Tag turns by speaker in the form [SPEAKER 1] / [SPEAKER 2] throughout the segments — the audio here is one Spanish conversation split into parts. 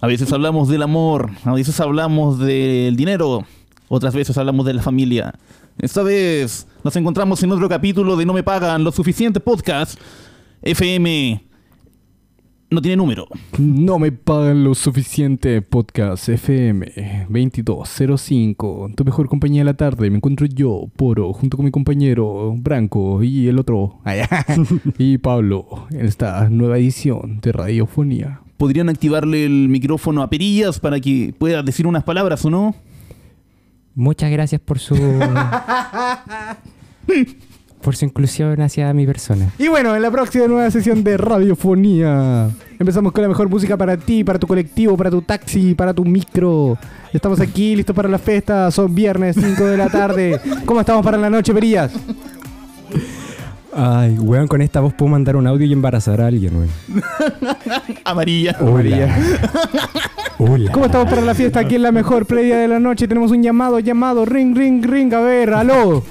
[SPEAKER 1] A veces hablamos del amor, a veces hablamos del dinero, otras veces hablamos de la familia. Esta vez nos encontramos en otro capítulo de No me pagan lo suficiente podcast. FM no tiene número.
[SPEAKER 2] No me pagan lo suficiente, podcast FM 2205. Tu mejor compañía de la tarde. Me encuentro yo, Poro, junto con mi compañero Branco y el otro. ay, y Pablo, en esta nueva edición de Radiofonía.
[SPEAKER 1] Podrían activarle el micrófono a Perillas para que pueda decir unas palabras o no.
[SPEAKER 3] Muchas gracias por su. por su inclusión hacia mi persona.
[SPEAKER 2] Y bueno, en la próxima nueva sesión de Radiofonía. Empezamos con la mejor música para ti, para tu colectivo, para tu taxi, para tu micro. Estamos aquí, listos para la fiesta. Son viernes, 5 de la tarde. ¿Cómo estamos para la noche, Perillas?
[SPEAKER 3] Ay, weón, con esta voz puedo mandar un audio y embarazar a alguien, weón.
[SPEAKER 1] Amarilla.
[SPEAKER 3] Hola.
[SPEAKER 2] ¿Cómo estamos para la fiesta? Aquí en la mejor playa de la noche. Tenemos un llamado, llamado. Ring, ring, ring. A ver, aló.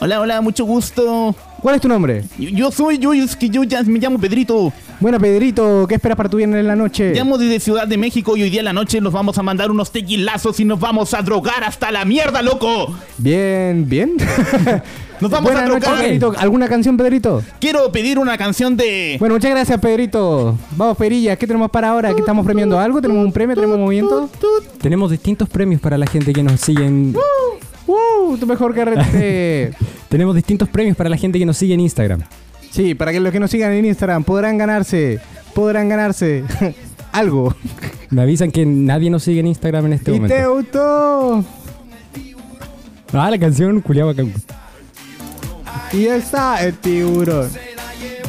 [SPEAKER 1] Hola, hola, mucho gusto.
[SPEAKER 2] ¿Cuál es tu nombre?
[SPEAKER 1] Yo, yo soy, yo es que yo ya me llamo Pedrito.
[SPEAKER 2] Bueno, Pedrito, ¿qué esperas para tu viernes en la noche?
[SPEAKER 1] Llamo desde Ciudad de México y hoy día en la noche nos vamos a mandar unos tequilazos y nos vamos a drogar hasta la mierda, loco.
[SPEAKER 2] Bien, bien.
[SPEAKER 1] Nos vamos
[SPEAKER 2] Buenas
[SPEAKER 1] a
[SPEAKER 2] noches,
[SPEAKER 1] drogar.
[SPEAKER 2] Pedrito. ¿Alguna canción, Pedrito?
[SPEAKER 1] Quiero pedir una canción de.
[SPEAKER 2] Bueno, muchas gracias, Pedrito. Vamos, Perilla, ¿qué tenemos para ahora? ¿Qué estamos premiando algo? ¿Tenemos un premio? ¿Tenemos un movimiento?
[SPEAKER 3] Tenemos distintos premios para la gente que nos sigue en...
[SPEAKER 2] ¡Uh! Tu mejor carrete.
[SPEAKER 3] Tenemos distintos premios para la gente que nos sigue en Instagram.
[SPEAKER 2] sí, para que los que nos sigan en Instagram podrán ganarse, podrán ganarse algo.
[SPEAKER 3] Me avisan que nadie nos sigue en Instagram en este
[SPEAKER 2] Y te
[SPEAKER 3] momento.
[SPEAKER 2] gustó.
[SPEAKER 3] Ah, la canción culiaba
[SPEAKER 2] Y ya está el tiburón.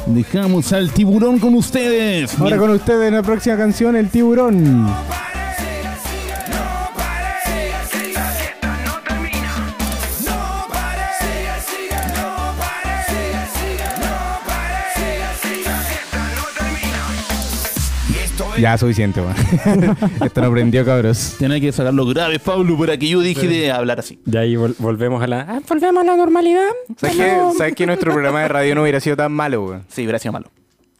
[SPEAKER 1] Dejamos al tiburón con ustedes.
[SPEAKER 2] Ahora con ustedes en la próxima canción, el tiburón. Ya, suficiente, man. Esto no prendió, cabros.
[SPEAKER 1] Tenés que sacar los graves, Pablo, para que yo deje de hablar así.
[SPEAKER 3] De ahí vol- volvemos a la... Ah, volvemos a la normalidad.
[SPEAKER 4] ¿Sabes que, ¿Sabes que nuestro programa de radio no hubiera sido tan malo, weón?
[SPEAKER 1] Sí, hubiera sido malo.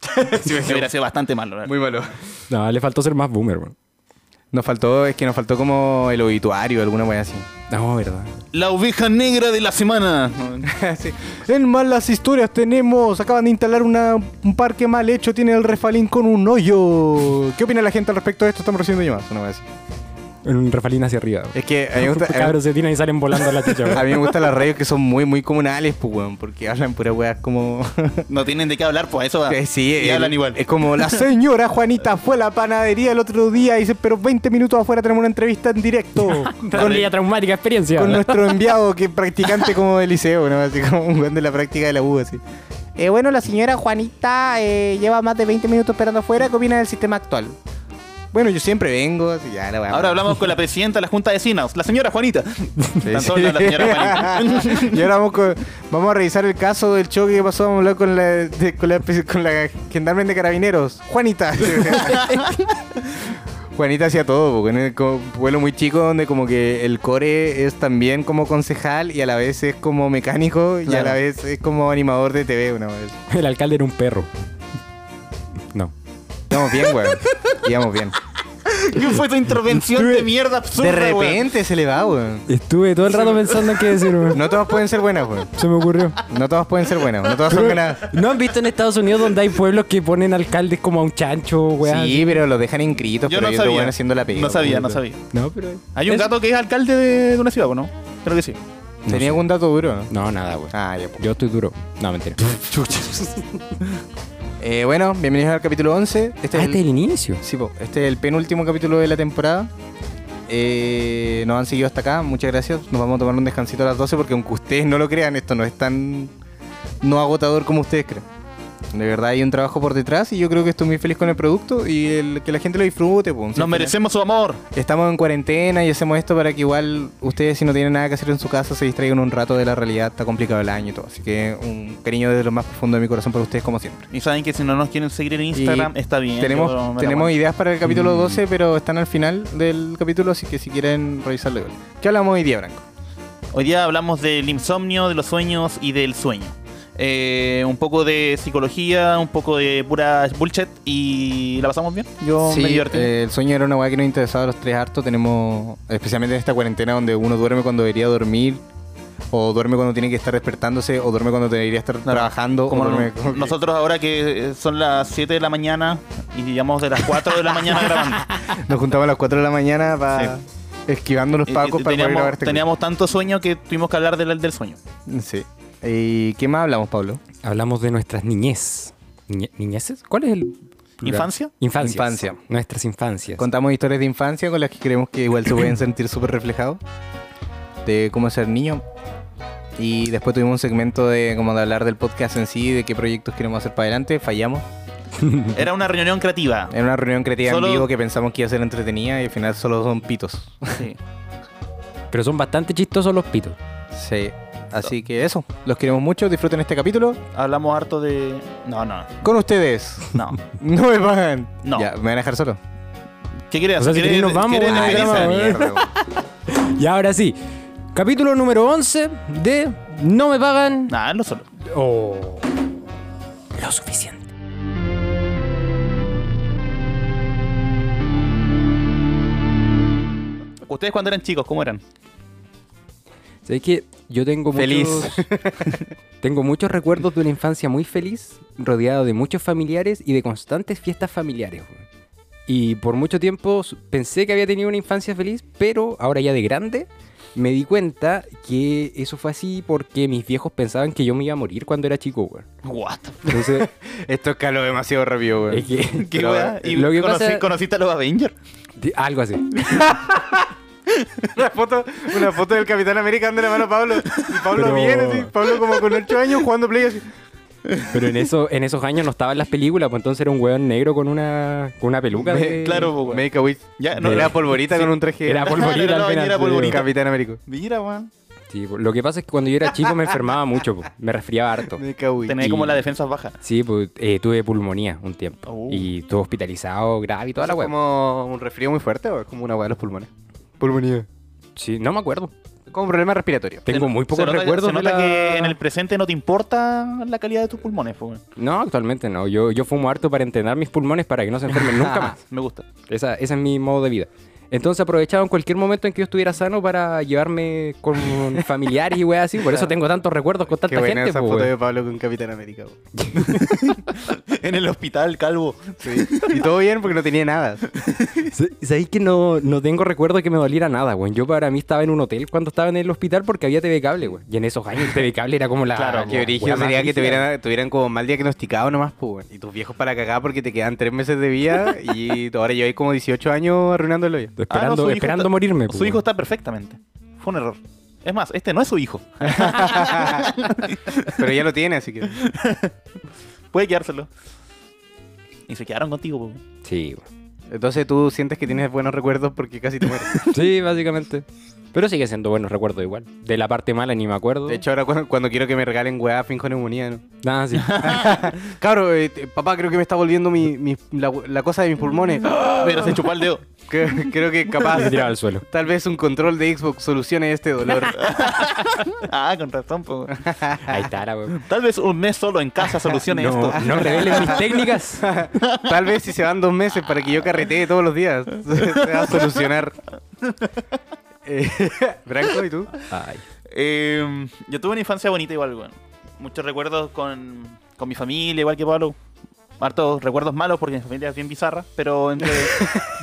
[SPEAKER 1] sí, hubiera sido bastante malo. la verdad.
[SPEAKER 4] Muy malo.
[SPEAKER 3] No, le faltó ser más boomer, weón.
[SPEAKER 4] Nos faltó, es que nos faltó como el obituario, alguna weá así.
[SPEAKER 3] No, verdad.
[SPEAKER 1] La oveja negra de la semana.
[SPEAKER 4] sí.
[SPEAKER 2] En malas historias tenemos, acaban de instalar una- un parque mal hecho, tiene el refalín con un hoyo. ¿Qué opina la gente al respecto de esto? Estamos recibiendo llamadas, una vez.
[SPEAKER 3] Un refalín hacia arriba.
[SPEAKER 4] Es que a mí me gusta. a mí-
[SPEAKER 3] Cabros se tiran y salen volando a la chicha,
[SPEAKER 4] A
[SPEAKER 3] weón.
[SPEAKER 4] mí me gustan las radios que son muy, muy comunales, pues, weón, porque hablan puras weas como.
[SPEAKER 1] No tienen de qué hablar, pues a eso va.
[SPEAKER 4] Eh, sí,
[SPEAKER 1] y
[SPEAKER 4] el-
[SPEAKER 1] hablan igual.
[SPEAKER 4] Es como
[SPEAKER 2] La
[SPEAKER 4] las.
[SPEAKER 2] señora Juanita fue a la panadería el otro día y dice, pero 20 minutos afuera tenemos una entrevista en directo
[SPEAKER 3] Con ella traumática experiencia.
[SPEAKER 2] con nuestro enviado que es practicante como del liceo, ¿no? Así como un weón de la práctica de la U, así. Eh, bueno, la señora Juanita eh, lleva más de 20 minutos esperando afuera. ¿Qué opina del sistema actual?
[SPEAKER 4] Bueno, yo siempre vengo, así ya la wea.
[SPEAKER 1] Ahora hablamos con la presidenta de la Junta de Vecinos, la señora Juanita. Están todos hablando de la señora Juanita.
[SPEAKER 2] Y ahora vamos, con- vamos a revisar el caso del choque que pasó. Vamos a hablar con la, de- con la, con la gendarme de carabineros. Juanita.
[SPEAKER 4] Juanita hacía todo, porque en el co- pueblo muy chico donde como que el core es también como concejal y a la vez es como mecánico y a
[SPEAKER 1] Claro.
[SPEAKER 4] la vez es como animador de TV una vez.
[SPEAKER 3] El alcalde era un perro. No.
[SPEAKER 4] Íbamos bien, weón. Íbamos bien.
[SPEAKER 1] ¿Qué fue esa intervención de mierda absurda,
[SPEAKER 4] de
[SPEAKER 1] weón?
[SPEAKER 4] repente se le va, weón.
[SPEAKER 3] Estuve todo el rato pensando en qué decir, weón.
[SPEAKER 4] No todas pueden ser buenas, weón.
[SPEAKER 3] Se me ocurrió.
[SPEAKER 4] No todas pueden ser buenas, no todas son buenas.
[SPEAKER 3] ¿No han visto en Estados Unidos donde hay pueblos que ponen alcaldes como a un chancho, weón?
[SPEAKER 4] Sí, pero los dejan inscritos,
[SPEAKER 1] Yo
[SPEAKER 4] pero
[SPEAKER 1] no
[SPEAKER 4] hay otro
[SPEAKER 1] sabía.
[SPEAKER 4] weón haciendo la pega. pues.
[SPEAKER 1] no sabía,
[SPEAKER 4] weón.
[SPEAKER 1] no sabía.
[SPEAKER 3] No, pero...
[SPEAKER 1] Hay un
[SPEAKER 3] Es-
[SPEAKER 1] gato que es alcalde de una ciudad, ¿o ¿no? Creo que sí.
[SPEAKER 4] Tenía algún dato duro, ¿no?
[SPEAKER 3] No, nada, weón.
[SPEAKER 4] Ah, ya. po.
[SPEAKER 3] Yo estoy duro. No, mentira.
[SPEAKER 4] Eh, bueno, bienvenidos al capítulo 11. Este
[SPEAKER 3] Ah,
[SPEAKER 4] es
[SPEAKER 3] este es
[SPEAKER 4] el,
[SPEAKER 3] el inicio.
[SPEAKER 4] sí, po, este es el penúltimo capítulo de la temporada. Eh, nos han seguido hasta acá, muchas gracias. Nos vamos a tomar un descansito a las 12 porque aunque ustedes no lo crean, esto no es tan no agotador como ustedes creen. De verdad hay un trabajo por detrás y yo creo que estoy muy feliz con el producto y el, que la gente lo disfrute. po. Si al
[SPEAKER 1] Nos
[SPEAKER 4] final
[SPEAKER 1] merecemos su amor.
[SPEAKER 4] Estamos en cuarentena y hacemos esto para que igual ustedes si no tienen nada que hacer en su casa se distraigan un rato de la realidad, está complicado el año y todo. Así que un cariño desde lo más profundo de mi corazón para ustedes como siempre.
[SPEAKER 1] Y saben que si no nos quieren seguir en Instagram,
[SPEAKER 4] Y
[SPEAKER 1] está bien.
[SPEAKER 4] tenemos
[SPEAKER 1] yo me la
[SPEAKER 4] tenemos
[SPEAKER 1] aguanto. Mm.
[SPEAKER 4] ideas para el capítulo 12, pero están al final del capítulo, así que si quieren revisarlo igual. ¿Qué hablamos hoy día, Branco?
[SPEAKER 1] Hoy día hablamos del insomnio, de los sueños y del sueño. eh, un poco de psicología, un poco de pura bullshit y la pasamos bien. Yo me
[SPEAKER 2] Sí,
[SPEAKER 1] divertí.
[SPEAKER 2] eh, el sueño era una weá que nos interesaba a los tres hartos. Tenemos, especialmente en esta cuarentena donde uno duerme cuando debería dormir, o duerme cuando tiene que estar despertándose, o duerme cuando debería estar trabajando.
[SPEAKER 1] como
[SPEAKER 2] o duerme-
[SPEAKER 1] no- nosotros ahora que eh, son las 7 de la mañana y llegamos de las 4 de la mañana grabando.
[SPEAKER 2] Nos juntamos a las 4 de la mañana para
[SPEAKER 1] Sí.
[SPEAKER 2] esquivando los
[SPEAKER 1] Y- y
[SPEAKER 2] pacos para poder grabar
[SPEAKER 1] teníamos,
[SPEAKER 2] este
[SPEAKER 1] teníamos tanto sueño que tuvimos que hablar del, del sueño.
[SPEAKER 2] clip. Sí. ¿Y qué más hablamos, Pablo?
[SPEAKER 3] Hablamos de nuestras niñez. Niñe- ¿Niñeces? ¿Cuál es el. plural?
[SPEAKER 1] ¿Infancia?
[SPEAKER 3] Infancias.
[SPEAKER 2] Infancia.
[SPEAKER 3] Nuestras infancias.
[SPEAKER 2] Contamos historias de infancia con las que creemos que igual se pueden sentir súper reflejados. De cómo ser niño. Y después tuvimos un segmento de como de hablar del podcast en sí, de qué proyectos queremos hacer para adelante. Fallamos.
[SPEAKER 1] Era una reunión creativa.
[SPEAKER 2] En una reunión creativa
[SPEAKER 1] Solo-
[SPEAKER 2] en vivo que pensamos que iba a ser entretenida y al final solo son pitos.
[SPEAKER 1] Sí.
[SPEAKER 3] Pero son bastante chistosos los pitos.
[SPEAKER 2] Sí. Así que eso. Los queremos mucho. Disfruten este capítulo.
[SPEAKER 1] Hablamos harto de. No, no,
[SPEAKER 2] Con ustedes.
[SPEAKER 1] no.
[SPEAKER 2] No me pagan.
[SPEAKER 1] No.
[SPEAKER 2] Ya, me van a dejar solo.
[SPEAKER 1] ¿Qué quieres
[SPEAKER 3] O sea,
[SPEAKER 1] hacer?
[SPEAKER 3] si
[SPEAKER 1] ¿Quieres-
[SPEAKER 3] queréis nos vamos,
[SPEAKER 1] quieres
[SPEAKER 3] weón.
[SPEAKER 2] Ay,
[SPEAKER 1] el
[SPEAKER 3] programa,
[SPEAKER 2] esa
[SPEAKER 1] programa?
[SPEAKER 3] weón.
[SPEAKER 2] mierda, weón.
[SPEAKER 3] Y ahora sí. Capítulo número 11 de No me pagan.
[SPEAKER 1] Nah, no solo.
[SPEAKER 3] o lo suficiente.
[SPEAKER 1] Ustedes cuando eran chicos, ¿cómo eran?
[SPEAKER 3] Sabes que yo tengo
[SPEAKER 2] Feliz.
[SPEAKER 3] muchos tengo muchos recuerdos de una infancia muy feliz, rodeado de muchos familiares y de constantes fiestas familiares. güey. Y por mucho tiempo su- pensé que había tenido una infancia feliz, pero ahora ya de grande me di cuenta que eso fue así porque mis viejos pensaban que yo me iba a morir cuando era chico, güey.
[SPEAKER 1] What?
[SPEAKER 3] Entonces,
[SPEAKER 2] Esto escaló demasiado rápido, weón.
[SPEAKER 3] es que-
[SPEAKER 1] ¿Qué
[SPEAKER 2] Pero,
[SPEAKER 1] weá? ¿Y
[SPEAKER 3] lo que
[SPEAKER 1] conocí-
[SPEAKER 3] pasa-
[SPEAKER 1] conociste a los Avengers?
[SPEAKER 3] de- algo así.
[SPEAKER 2] Una foto, una foto del Capitán América dando la mano a Pablo. Y Pablo
[SPEAKER 3] Pero-
[SPEAKER 2] bien, así, Pablo como con 8 años jugando play así.
[SPEAKER 3] Pero en, eso, en esos años no estaban las películas, pues entonces era un hueón negro con una, con una peluca. de-
[SPEAKER 1] claro, po, weón.
[SPEAKER 2] Make a wish.
[SPEAKER 1] Ya, no,
[SPEAKER 2] era
[SPEAKER 1] era
[SPEAKER 2] polvorita con un traje.
[SPEAKER 3] Era polvorita.
[SPEAKER 1] Era
[SPEAKER 3] al final,
[SPEAKER 1] era
[SPEAKER 3] sí.
[SPEAKER 1] polvorita.
[SPEAKER 2] Capitán América.
[SPEAKER 1] Mira, weón.
[SPEAKER 3] Sí, po. lo que pasa es que cuando yo era chico me enfermaba mucho, po. me resfriaba harto.
[SPEAKER 2] Oh. Make a wish.
[SPEAKER 1] Tenés
[SPEAKER 3] Y-
[SPEAKER 1] como las defensas bajas.
[SPEAKER 3] Sí, pues eh, tuve pulmonía un tiempo.
[SPEAKER 1] Oh.
[SPEAKER 3] Y estuve hospitalizado, grave y toda la
[SPEAKER 2] ¿Es
[SPEAKER 3] web.
[SPEAKER 2] como un resfrío muy fuerte o es como una hueá de los pulmones? Pulmonía.
[SPEAKER 3] Sí, no me acuerdo.
[SPEAKER 2] Como un problema respiratorio.
[SPEAKER 3] Tengo
[SPEAKER 1] Se-
[SPEAKER 3] muy
[SPEAKER 1] se
[SPEAKER 3] pocos
[SPEAKER 1] nota-
[SPEAKER 3] recuerdos
[SPEAKER 1] Se nota
[SPEAKER 3] de la-
[SPEAKER 1] que en el presente no te importa la calidad de tus pulmones, po, weón.
[SPEAKER 3] No, actualmente no. Yo, yo fumo harto para entrenar mis pulmones para que no se enfermen nunca más.
[SPEAKER 1] Me gusta.
[SPEAKER 3] Esa, ese es mi modo de vida. Entonces aprovechaba en cualquier momento en que yo estuviera sano para llevarme con familiares y weas así. Por eso tengo tantos recuerdos con
[SPEAKER 2] Qué
[SPEAKER 3] tanta
[SPEAKER 2] buena
[SPEAKER 3] gente.
[SPEAKER 2] esa
[SPEAKER 3] po,
[SPEAKER 2] foto
[SPEAKER 3] wea.
[SPEAKER 2] de Pablo con Capitán América. weón.
[SPEAKER 1] en el hospital, calvo. Ah,
[SPEAKER 2] Sí. Y todo bien porque no tenía nada.
[SPEAKER 3] Sa- ¿Sabéis que no, no tengo recuerdo de que me doliera nada, güey? Yo para mí estaba en un hotel cuando estaba en el hospital porque había TV cable, güey. Y en esos años el TV cable era como la...
[SPEAKER 2] Claro,
[SPEAKER 3] como
[SPEAKER 2] qué brillo
[SPEAKER 3] la más
[SPEAKER 2] sería que te
[SPEAKER 3] brígida.
[SPEAKER 2] hubieran, tuvieran Ah, como mal diagnosticado nomás, pues, weón. Y tus viejos para cagar porque te quedan tres meses de vida y ahora lleváis como 18 años arruinándolo ya.
[SPEAKER 1] Ah, no,
[SPEAKER 3] Esperando,
[SPEAKER 1] su hijo
[SPEAKER 3] esperando
[SPEAKER 1] está-
[SPEAKER 3] morirme.
[SPEAKER 1] Su
[SPEAKER 3] pues,
[SPEAKER 1] hijo
[SPEAKER 3] güey.
[SPEAKER 1] está perfectamente. Fue un error. Es más, este no es su hijo.
[SPEAKER 2] Pero ya lo tiene, así que.
[SPEAKER 1] Puede quedárselo. Y se quedaron contigo, po, weón.
[SPEAKER 3] Sí, güey.
[SPEAKER 2] Entonces tú sientes que tienes buenos recuerdos porque casi te mueres.
[SPEAKER 3] sí, básicamente. Pero sigue siendo buenos recuerdos igual. De la parte mala ni me acuerdo.
[SPEAKER 2] De hecho, ahora cuando, cuando quiero que me regalen weá, finjo neumonía, ¿no?
[SPEAKER 3] Nada, sí.
[SPEAKER 2] Cabro, eh, te- papá, creo que me está volviendo mi, mi- la, la cosa de mis pulmones.
[SPEAKER 1] Pero se chupó el dedo.
[SPEAKER 2] Que- creo que capaz.
[SPEAKER 3] Me tiraba al suelo.
[SPEAKER 2] Tal vez un control de Xbox solucione este dolor.
[SPEAKER 1] Ah, con razón, po, weón.
[SPEAKER 3] Ahí está, la, güey.
[SPEAKER 1] Tal vez un mes solo en casa solucione
[SPEAKER 3] No,
[SPEAKER 1] esto.
[SPEAKER 3] no revelen mis técnicas.
[SPEAKER 2] Tal vez si se van dos meses para que yo carretee todos los días, se va a solucionar. Eh, Branco, ¿y tú?
[SPEAKER 3] Ay.
[SPEAKER 1] Eh, yo tuve una infancia bonita igual, weón. Muchos recuerdos con, con mi familia, igual que Pablo. Hartos recuerdos malos porque mi familia es bien bizarra, pero entre,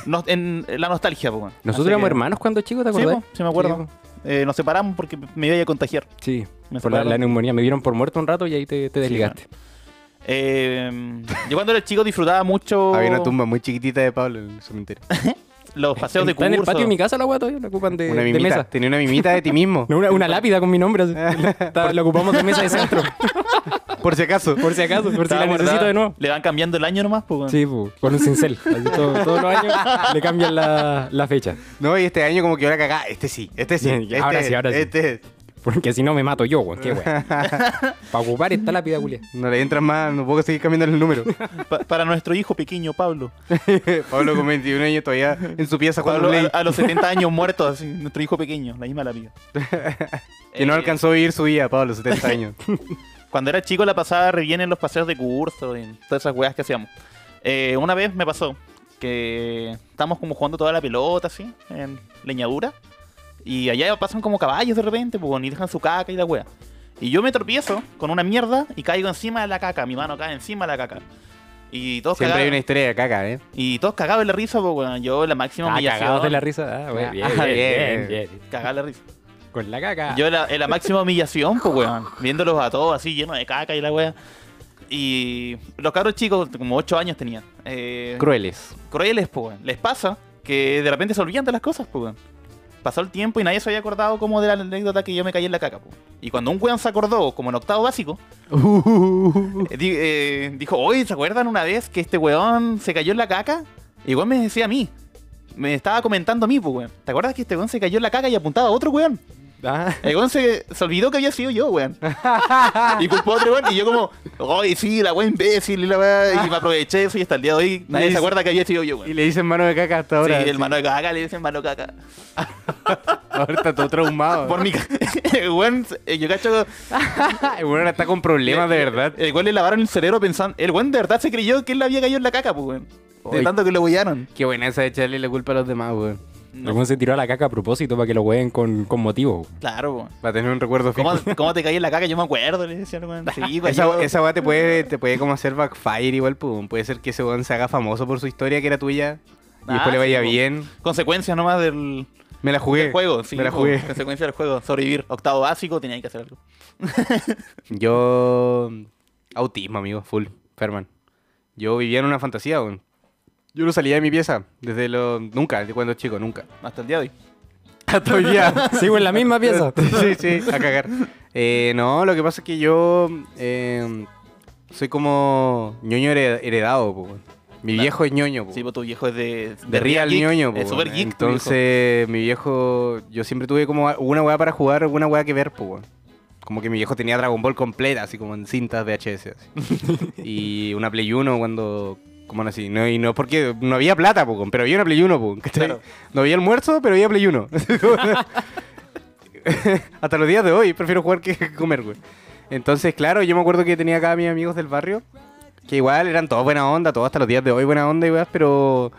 [SPEAKER 1] nos- en la nostalgia, pues, weón.
[SPEAKER 3] Nosotros
[SPEAKER 1] Así
[SPEAKER 3] éramos
[SPEAKER 1] que-
[SPEAKER 3] hermanos cuando chicos, ¿te
[SPEAKER 1] Sí,
[SPEAKER 3] acordás?
[SPEAKER 1] po, sí, me acuerdo.
[SPEAKER 3] Sí,
[SPEAKER 1] Eh, nos separamos porque me iba a contagiar.
[SPEAKER 3] po. Sí,
[SPEAKER 1] Me
[SPEAKER 3] por la,
[SPEAKER 1] separaron.
[SPEAKER 3] la neumonía. Me dieron por muerto un rato y ahí te, te desligaste.
[SPEAKER 1] Eh, yo cuando era chico disfrutaba mucho
[SPEAKER 2] Había una tumba muy chiquitita de Pablo en el cementerio.
[SPEAKER 1] los paseos de
[SPEAKER 3] Está
[SPEAKER 1] curso.
[SPEAKER 3] en el patio de mi casa la weá todavía, la ocupan de,
[SPEAKER 2] una
[SPEAKER 3] de
[SPEAKER 2] mimita.
[SPEAKER 3] mesa.
[SPEAKER 2] Tenía una mimita de ti mismo.
[SPEAKER 3] No, una, una lápida con mi nombre. así. Está- la ocupamos de mesa de centro,
[SPEAKER 2] Por si acaso.
[SPEAKER 3] por si acaso, por si
[SPEAKER 1] Estaba
[SPEAKER 3] la
[SPEAKER 1] guardada.
[SPEAKER 3] necesito de nuevo.
[SPEAKER 1] Le van cambiando el año nomás, pues, weón.
[SPEAKER 3] Sí, po, con un cincel. Así todo- todos los años le cambian la, la fecha.
[SPEAKER 2] No, y este año como que ahora cagá. Este sí, este sí.
[SPEAKER 3] Ya, ahora
[SPEAKER 2] este,
[SPEAKER 3] sí, ahora sí.
[SPEAKER 2] Este.
[SPEAKER 3] Porque si no me mato yo, weón. Qué weón. Para ocupar esta lápida, culia.
[SPEAKER 2] No le entras más, no puedo seguir cambiando el número.
[SPEAKER 1] Pa- para nuestro hijo pequeño, Pablo.
[SPEAKER 2] Pablo con 21 años todavía en su pieza jugando
[SPEAKER 1] Pablo
[SPEAKER 2] Play.
[SPEAKER 1] a, a los 70 años muerto, así, nuestro hijo pequeño, la misma la vida.
[SPEAKER 3] ah, eh,
[SPEAKER 2] Que no alcanzó a vivir su vida, Pablo, 70 años.
[SPEAKER 5] Eh, Cuando era chico la pasaba re bien en los paseos de curso y en todas esas weas que hacíamos. Eh, una vez me pasó que estamos como jugando toda la pelota así, en leñadura. Y allá pasan como caballos de repente, pues, y dejan su caca y la wea. Y yo me tropiezo con una mierda y caigo encima de la caca. Mi mano cae encima de la caca. Y todos
[SPEAKER 3] Siempre hay
[SPEAKER 5] cagados.
[SPEAKER 3] una historia de caca, ¿eh?
[SPEAKER 5] Y todos cagados de la risa, pues, weón. Yo la máxima
[SPEAKER 3] Ah,
[SPEAKER 5] humillación.
[SPEAKER 3] cagados de la risa. Ah, bueno, bien,
[SPEAKER 5] Ah,
[SPEAKER 3] bien, bien,
[SPEAKER 5] bien.
[SPEAKER 3] bien.
[SPEAKER 5] Cagados de la risa.
[SPEAKER 3] Con la caca.
[SPEAKER 5] Yo la, en la máxima humillación, pues, weón. Viéndolos a todos así, llenos de caca y la wea. Y los cabros chicos, como 8 años tenían. eh,
[SPEAKER 3] Crueles.
[SPEAKER 5] crueles, pues, weón. Les pasa que de repente se olvidan de las cosas, pues, weón. Pasó el tiempo y nadie se había acordado como de la anécdota que yo me caí en la caca, pues. Y cuando un weón se acordó, como en octavo básico, eh, di- eh, dijo, oye, ¿se acuerdan una vez que este weón se cayó en la caca? Y weón me decía a mí. Me estaba comentando a mí, pues, weón. ¿Te acuerdas que este weón se cayó en la caca y apuntaba a otro weón?
[SPEAKER 3] Ah,
[SPEAKER 5] El weón se, se olvidó que había sido yo, weón. y culpó a otro weón. Y yo como, oye, sí, la weón imbécil y la weá", Y me aproveché de eso y hasta el día de hoy nadie
[SPEAKER 3] Y-
[SPEAKER 5] se acuerda que había sido
[SPEAKER 3] y
[SPEAKER 5] yo, weón.
[SPEAKER 3] le dicen mano de caca hasta ahora.
[SPEAKER 5] sí,
[SPEAKER 3] sí.
[SPEAKER 5] el mano de caca, le dicen mano de caca.
[SPEAKER 3] Ahora está todo traumado.
[SPEAKER 5] Por mi ca- el weón, eh, yo cacho,
[SPEAKER 3] El weón ahora está con problemas de verdad.
[SPEAKER 5] el weón le lavaron el cerebro pensando, el weón de verdad se creyó que él le había caído en la caca, pues, weón. De
[SPEAKER 3] Oy.
[SPEAKER 5] tanto que lo huellaron.
[SPEAKER 3] Qué buena esa de echarle la culpa a los demás, weón.
[SPEAKER 5] No.
[SPEAKER 3] El weón se tiró a la caca a propósito para que lo hueen con, con motivo.
[SPEAKER 5] Claro, weón.
[SPEAKER 3] Para tener un recuerdo fijo.
[SPEAKER 5] ¿Cómo, ¿Cómo te caí en la caca? Yo me acuerdo, le decían, weón. Sí, weón. Pues yo-
[SPEAKER 4] Esa, esa weá te puede, te puede como hacer backfire igual, pum. Puede ser que ese weón se haga famoso por su historia que era tuya y
[SPEAKER 5] Ah,
[SPEAKER 4] después le
[SPEAKER 5] sí,
[SPEAKER 4] vaya
[SPEAKER 5] po.
[SPEAKER 4] bien.
[SPEAKER 5] Consecuencias nomás del,
[SPEAKER 4] Me la
[SPEAKER 5] del
[SPEAKER 4] jugué.
[SPEAKER 5] juego, sí.
[SPEAKER 4] me la
[SPEAKER 5] po,
[SPEAKER 4] jugué.
[SPEAKER 5] Consecuencia del juego, sobrevivir. Octavo básico, tenía que hacer algo.
[SPEAKER 4] Yo. Autismo, amigo, full. Ferman. Yo vivía en una fantasía, weón. Yo no salía de mi pieza desde lo. Nunca, desde cuando chico, nunca.
[SPEAKER 5] Hasta el día de hoy.
[SPEAKER 4] Hasta hoy día.
[SPEAKER 3] Sigo en la misma pieza.
[SPEAKER 4] sí, sí, a cagar. Eh, no, lo que pasa es que yo eh, soy como ñoño hered- heredado, po, weón. Mi
[SPEAKER 5] Claro.
[SPEAKER 4] viejo es ñoño, po.
[SPEAKER 5] Sí, pues tu viejo es de.
[SPEAKER 4] de real ñoño, po,
[SPEAKER 5] Es
[SPEAKER 4] weón.
[SPEAKER 5] super geek. tu viejo.
[SPEAKER 4] Entonces, mi viejo, yo siempre tuve como una weá para jugar, una weá que ver, po, weón. Como que mi viejo tenía Dragon Ball completa, así como en cintas VHS. así. y una Play 1 cuando... Como así, no, y no es porque no había plata, po, weón, pero había una Play 1, po, ¿cachai?
[SPEAKER 5] Claro.
[SPEAKER 4] No había almuerzo, pero había Play 1. Hasta los días de hoy prefiero jugar que comer, güey. Entonces, claro, yo me acuerdo que tenía acá a mis amigos del barrio, que igual eran todos buena onda, todos hasta los días de hoy buena onda y weas, pero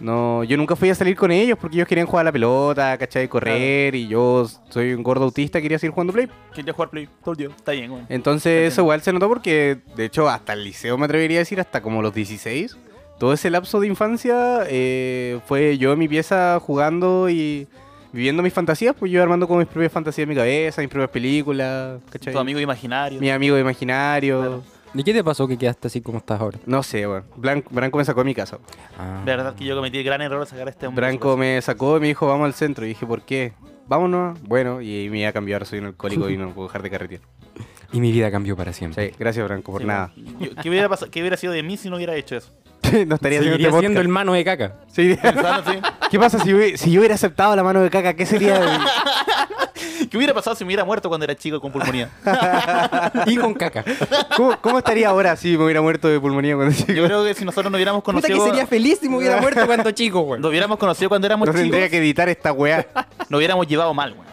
[SPEAKER 4] no, yo nunca fui a salir con ellos porque ellos querían jugar a la pelota, ¿cachai? Correr, y yo soy un gordo autista, quería seguir jugando play.
[SPEAKER 5] Quería jugar Play todo el día. Está bien, weón.
[SPEAKER 4] Entonces Este, eso
[SPEAKER 5] Entiendo.
[SPEAKER 4] igual se notó porque, de hecho, hasta el liceo me atrevería a decir, hasta como los 16. Todo ese lapso de infancia eh, fue yo en mi pieza jugando y viviendo mis fantasías, pues yo armando como mis propias fantasías en mi cabeza, mis propias películas, ¿cachai?
[SPEAKER 5] Tu amigo imaginario.
[SPEAKER 4] Mi amigo imaginario.
[SPEAKER 3] ¿Y qué te pasó que quedaste así como estás ahora?
[SPEAKER 4] No sé, bueno. Blanco, Branco me sacó de mi casa.
[SPEAKER 3] Ah.
[SPEAKER 5] Verdad que yo cometí el gran error de sacar a este hombre.
[SPEAKER 4] Branco me sacó y me dijo, vamos al centro. Y dije, ¿por qué? Vámonos. Bueno, y me iba a cambiar, soy un alcohólico y no puedo dejar de carretear.
[SPEAKER 3] Y mi vida cambió para siempre.
[SPEAKER 4] Sí, gracias, Branco, por
[SPEAKER 5] Sí,
[SPEAKER 4] nada.
[SPEAKER 5] weón. Yo- ¿qué, hubiera pasado- ¿Qué hubiera sido de mí si no hubiera hecho eso?
[SPEAKER 4] no estaría haciendo
[SPEAKER 3] Seguiría
[SPEAKER 4] este
[SPEAKER 3] siendo el
[SPEAKER 4] podcast.
[SPEAKER 3] mano de caca.
[SPEAKER 4] Seguiría-
[SPEAKER 5] Pensando así,
[SPEAKER 4] ¿Qué pasa si, hubi- si yo hubiera aceptado la mano de caca? ¿Qué sería? de mí?
[SPEAKER 5] ¿Qué hubiera pasado si me hubiera muerto cuando era chico con pulmonía?
[SPEAKER 3] Y con caca.
[SPEAKER 4] ¿Cómo, cómo estaría ahora si me hubiera muerto de pulmonía cuando chico?
[SPEAKER 5] Yo creo que si nosotros nos hubiéramos
[SPEAKER 3] Puta que
[SPEAKER 5] conocido.
[SPEAKER 3] sería feliz si me hubiera muerto cuando chico, güey.
[SPEAKER 5] Nos hubiéramos conocido cuando éramos
[SPEAKER 4] No tendría
[SPEAKER 5] chicos.
[SPEAKER 4] que editar esta weá.
[SPEAKER 5] Nos hubiéramos llevado mal, weón.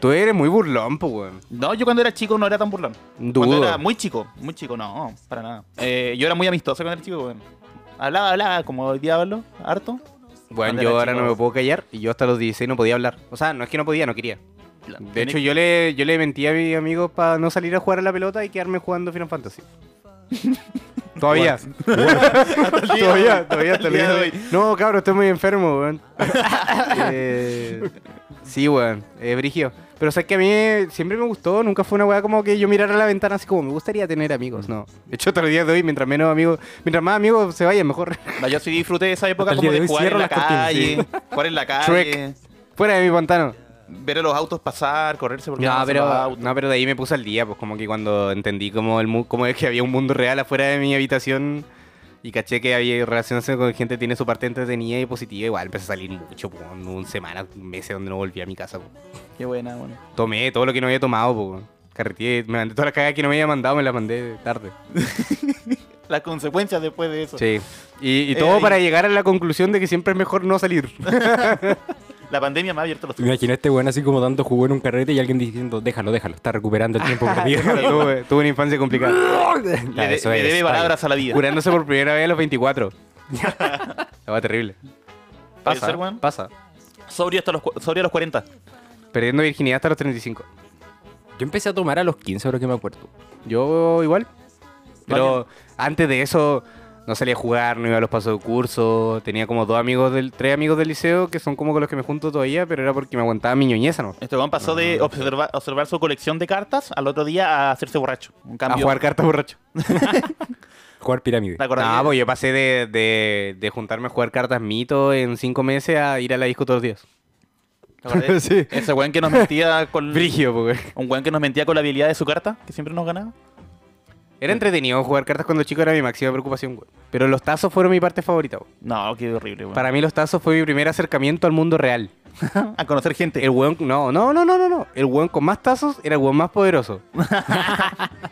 [SPEAKER 4] Tú eres muy burlón, pues, weón.
[SPEAKER 5] No, yo cuando era chico no era tan burlón.
[SPEAKER 4] Dudo.
[SPEAKER 5] Cuando era muy chico, muy chico, no, para nada. Eh, yo era muy amistoso cuando era chico, bueno. Hablaba, hablaba, como hoy día hablo, harto.
[SPEAKER 4] Bueno,
[SPEAKER 5] Cuando
[SPEAKER 4] yo
[SPEAKER 5] era
[SPEAKER 4] ahora
[SPEAKER 5] chico.
[SPEAKER 4] no me puedo callar y yo hasta los 16 no podía hablar. O sea, no es que no podía, no quería. De hecho, yo le, yo le mentí a mi amigo para no salir a jugar a la pelota y quedarme jugando Final Fantasy. Todavía. todavía, todavía, hasta el día de hoy. No, cabrón, estoy muy enfermo, weón. Eh, sí, weón, eh, brigio. Pero sabes que a mí siempre me gustó, nunca fue una weá como que yo mirara la ventana así como me gustaría tener amigos, no. De hecho, hasta los días de hoy, mientras menos amigos, mientras más amigos se vayan, mejor.
[SPEAKER 5] No, yo sí disfruté de esa época
[SPEAKER 3] Hasta el
[SPEAKER 5] como
[SPEAKER 3] día de hoy
[SPEAKER 5] de jugar en
[SPEAKER 3] cierro
[SPEAKER 5] la
[SPEAKER 3] las cortinas,
[SPEAKER 5] calle, jugar en la calle,
[SPEAKER 4] Shrek. Fuera de mi pantano.
[SPEAKER 5] ver a los autos pasar, correrse porque
[SPEAKER 4] No,
[SPEAKER 5] pasan los
[SPEAKER 4] pero,
[SPEAKER 5] autos.
[SPEAKER 4] no, pero de ahí me puse al día, pues como que cuando entendí como, el mu- como es que había un mundo real afuera de mi habitación y caché que había relacionarse con gente tiene su parte entretenida y positiva, igual empecé a salir mucho, pues, un semana, meses donde no volví a mi casa. pues.
[SPEAKER 5] Qué buena, bueno.
[SPEAKER 4] Tomé todo lo que no había tomado, pues. Carreteé, me mandé todas las cagas que no me había mandado, me las mandé tarde.
[SPEAKER 5] Las consecuencias después de eso.
[SPEAKER 4] Sí. Y, y todo
[SPEAKER 5] Eh,
[SPEAKER 4] para
[SPEAKER 5] y-
[SPEAKER 4] llegar a la conclusión de que siempre es mejor no salir.
[SPEAKER 5] La pandemia me ha abierto los
[SPEAKER 3] Me
[SPEAKER 5] ojos.
[SPEAKER 3] imagino a este weón así como dando jugo en un carrete y alguien diciendo, déjalo, déjalo, está recuperando el tiempo perdido.
[SPEAKER 4] tuve, tuve una infancia complicada.
[SPEAKER 5] Le,
[SPEAKER 3] Ya,
[SPEAKER 5] de-
[SPEAKER 3] eso
[SPEAKER 5] le
[SPEAKER 3] es,
[SPEAKER 5] debe
[SPEAKER 3] está
[SPEAKER 5] palabras a la vida.
[SPEAKER 4] Curándose por primera vez a los 24. Estaba terrible.
[SPEAKER 5] Puede
[SPEAKER 4] Pasa,
[SPEAKER 5] ser, weón.
[SPEAKER 4] pasa.
[SPEAKER 5] Sobrio hasta los, cu- sobrio a los 40.
[SPEAKER 4] Perdiendo virginidad hasta los 35.
[SPEAKER 3] bien. Yo empecé a tomar a los 15, ahora que me acuerdo.
[SPEAKER 4] Yo igual. Pero antes de eso no salía a jugar, no iba a los pasos de curso. Tenía como dos amigos del, tres amigos del liceo que son como con los que me junto todavía, pero era porque me aguantaba mi ñoñeza, ¿no?
[SPEAKER 5] Este weón pasó
[SPEAKER 4] Ah,
[SPEAKER 5] de observa- observar su colección de cartas al otro día a hacerse borracho. Un
[SPEAKER 4] A
[SPEAKER 5] cambio.
[SPEAKER 4] jugar cartas borracho.
[SPEAKER 3] Jugar pirámide.
[SPEAKER 5] ¿Te acordás?
[SPEAKER 4] No, pues yo pasé de, de- de juntarme a jugar cartas mito en cinco meses a ir a la disco todos los días.
[SPEAKER 5] ¿Te acordás?
[SPEAKER 4] Sí.
[SPEAKER 5] Ese weón que nos mentía con.
[SPEAKER 4] Brígido, porque.
[SPEAKER 5] Un weón que nos mentía con la habilidad de su carta, que siempre nos ganaba.
[SPEAKER 4] Era entretenido jugar cartas cuando chico, era mi máxima preocupación, güey. Pero los tazos fueron mi parte favorita, güey.
[SPEAKER 5] No, qué horrible, weón.
[SPEAKER 4] Para mí los tazos fue mi primer acercamiento al mundo real.
[SPEAKER 5] A conocer gente.
[SPEAKER 4] El weón, no, no, no, no, no, no. El weón con más tazos era el weón más poderoso.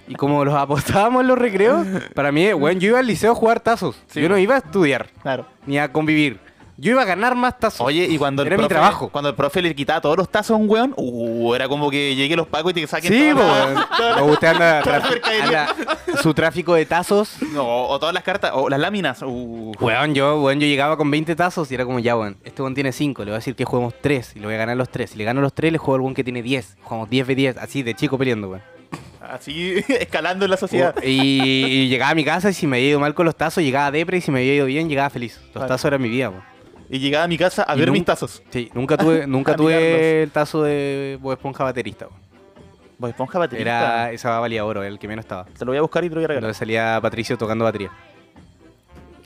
[SPEAKER 4] y como los apostábamos en los recreos, para mí, weón, yo iba al liceo a jugar tazos.
[SPEAKER 5] Sí,
[SPEAKER 4] yo no
[SPEAKER 5] weón.
[SPEAKER 4] iba a estudiar,
[SPEAKER 5] Claro.
[SPEAKER 4] ni a convivir. Yo iba a ganar más tazos.
[SPEAKER 5] Oye, y cuando el
[SPEAKER 4] Era mi
[SPEAKER 5] profe-
[SPEAKER 4] trabajo.
[SPEAKER 5] Cuando el profe le quitaba todos los tazos a un weón, uh, era como que llegue los pacos y te saquen
[SPEAKER 4] sí, po,
[SPEAKER 5] todas las-
[SPEAKER 4] weón. No, usted anda,
[SPEAKER 5] toda la
[SPEAKER 4] trafi-
[SPEAKER 5] mercadería.
[SPEAKER 4] anda- su tráfico de tazos.
[SPEAKER 5] No, o todas las cartas, o las láminas. uh.
[SPEAKER 4] Weón, yo, weón, yo llegaba con 20 tazos y era como, ya, weón, este weón tiene 5, le voy a decir que juguemos 3 y le voy a ganar los 3. Si le gano los 3, le juego al weón que tiene 10. Jugamos 10 de 10, así de chico peleando, weón.
[SPEAKER 5] Así escalando en la sociedad.
[SPEAKER 4] Y, y llegaba a mi casa y si me había ido mal con los tazos, llegaba depre y si me había ido bien, llegaba feliz. Los
[SPEAKER 5] Claro.
[SPEAKER 4] tazos eran mi vida, weón.
[SPEAKER 5] Y llegaba a mi casa a
[SPEAKER 4] Y
[SPEAKER 5] ver
[SPEAKER 4] nun-
[SPEAKER 5] mis tazos.
[SPEAKER 4] Sí, nunca tuve, nunca
[SPEAKER 5] A mirarlos.
[SPEAKER 4] tuve el tazo de Bob Esponja baterista, weón.
[SPEAKER 5] Bob Esponja baterista.
[SPEAKER 4] Era, esa valía oro, era el que menos estaba.
[SPEAKER 5] Te lo voy a buscar y te lo voy a regalar.
[SPEAKER 4] Donde salía Patricio tocando batería.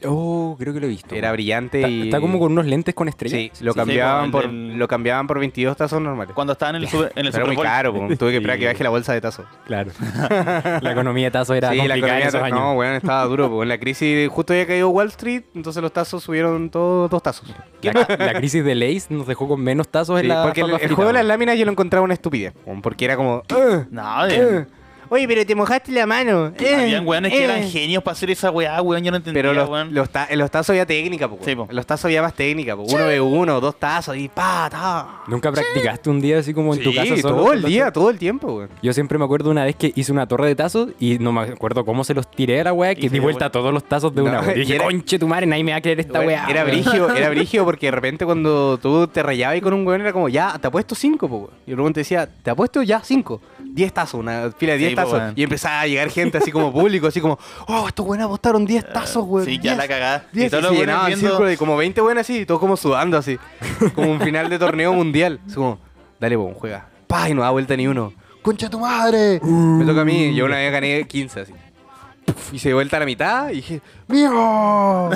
[SPEAKER 3] Oh, creo que lo he visto.
[SPEAKER 4] Era brillante
[SPEAKER 3] está,
[SPEAKER 4] y...
[SPEAKER 3] está como con unos lentes con
[SPEAKER 4] Sí,
[SPEAKER 3] estrellas.
[SPEAKER 4] lo
[SPEAKER 5] Sí,
[SPEAKER 4] cambiaban,
[SPEAKER 5] sí,
[SPEAKER 4] por,
[SPEAKER 5] con el-
[SPEAKER 4] lo cambiaban por 22 tazos normales.
[SPEAKER 5] Cuando estaba en el Super, en el
[SPEAKER 4] Pero era
[SPEAKER 5] Super
[SPEAKER 4] muy
[SPEAKER 5] Bowl.
[SPEAKER 4] caro, po. tuve que esperar a que
[SPEAKER 3] Sí.
[SPEAKER 4] baje la bolsa de tazos.
[SPEAKER 3] Claro. la economía de tazo era
[SPEAKER 4] sí, la
[SPEAKER 3] complicada en
[SPEAKER 4] economía
[SPEAKER 3] esos años.
[SPEAKER 4] No, weón, estaba duro, po. En la crisis justo había caído Wall Street, entonces los tazos subieron todos dos tazos.
[SPEAKER 3] La, la crisis de Lace nos dejó con menos tazos
[SPEAKER 4] Sí,
[SPEAKER 3] en Pues la
[SPEAKER 4] porque el,
[SPEAKER 3] papa
[SPEAKER 4] el
[SPEAKER 3] frita,
[SPEAKER 4] juego de las
[SPEAKER 3] weón.
[SPEAKER 4] láminas yo lo encontraba una estupidez, weón, porque era como... "Ah,
[SPEAKER 5] No, de-
[SPEAKER 4] ah, Oye, pero te mojaste la mano. eh,
[SPEAKER 5] habían weones que
[SPEAKER 4] eh".
[SPEAKER 5] eran genios para hacer esa weá, weón. Yo no entendía,
[SPEAKER 4] Pero los,
[SPEAKER 5] weón.
[SPEAKER 4] los ta- en los tazos había técnica, po, weón.
[SPEAKER 5] Sí, po.
[SPEAKER 4] En los tazos había más técnica, po. Uno de uno, dos tazos y pa, ta.
[SPEAKER 3] ¿Nunca practicaste un día así como en tu
[SPEAKER 4] Sí,
[SPEAKER 3] casa solo?
[SPEAKER 4] todo el día, todo el tiempo, weón.
[SPEAKER 3] Yo siempre me acuerdo una vez que hice una torre de tazos y no me acuerdo cómo se los tiré a la weá,
[SPEAKER 5] Y
[SPEAKER 3] que
[SPEAKER 5] se
[SPEAKER 3] di vuelta
[SPEAKER 5] devuelve.
[SPEAKER 3] a todos los tazos de
[SPEAKER 4] No,
[SPEAKER 3] una weá. Y
[SPEAKER 4] y
[SPEAKER 3] dije,
[SPEAKER 4] era-
[SPEAKER 3] conche tu madre, nadie me va a creer esta
[SPEAKER 4] Weón,
[SPEAKER 3] weá.
[SPEAKER 4] Era
[SPEAKER 3] weón".
[SPEAKER 4] brigio, era brigio porque de repente cuando tú te rayabas ahí con un weón era como, ya, te apuesto cinco, po, weón. Y el weón te decía, te apuesto ya cinco. Diez tazos, una fila de
[SPEAKER 5] Sí,
[SPEAKER 4] diez
[SPEAKER 5] po,
[SPEAKER 4] tazos.
[SPEAKER 5] weón.
[SPEAKER 4] Y empezaba a llegar gente así como público, así como, oh, estos weones apostaron diez tazos, weón.
[SPEAKER 5] Ah, Sí, ya
[SPEAKER 4] diez".
[SPEAKER 5] la cagada.
[SPEAKER 4] Diez,
[SPEAKER 5] Y todos
[SPEAKER 4] y
[SPEAKER 5] los
[SPEAKER 4] se
[SPEAKER 5] weones
[SPEAKER 4] llenaba el
[SPEAKER 5] viendo.
[SPEAKER 4] círculo y como 20 buenas así, y todos como sudando así. Como un final de torneo mundial. Es como, dale, bon, juega. Pa, y no da vuelta ni uno. ¡Concha tu madre!
[SPEAKER 3] Uh.
[SPEAKER 4] Me toca a mí. Yo una vez gané 15 así. Puf, Y se dio vuelta a la mitad y dije, ¡Mío!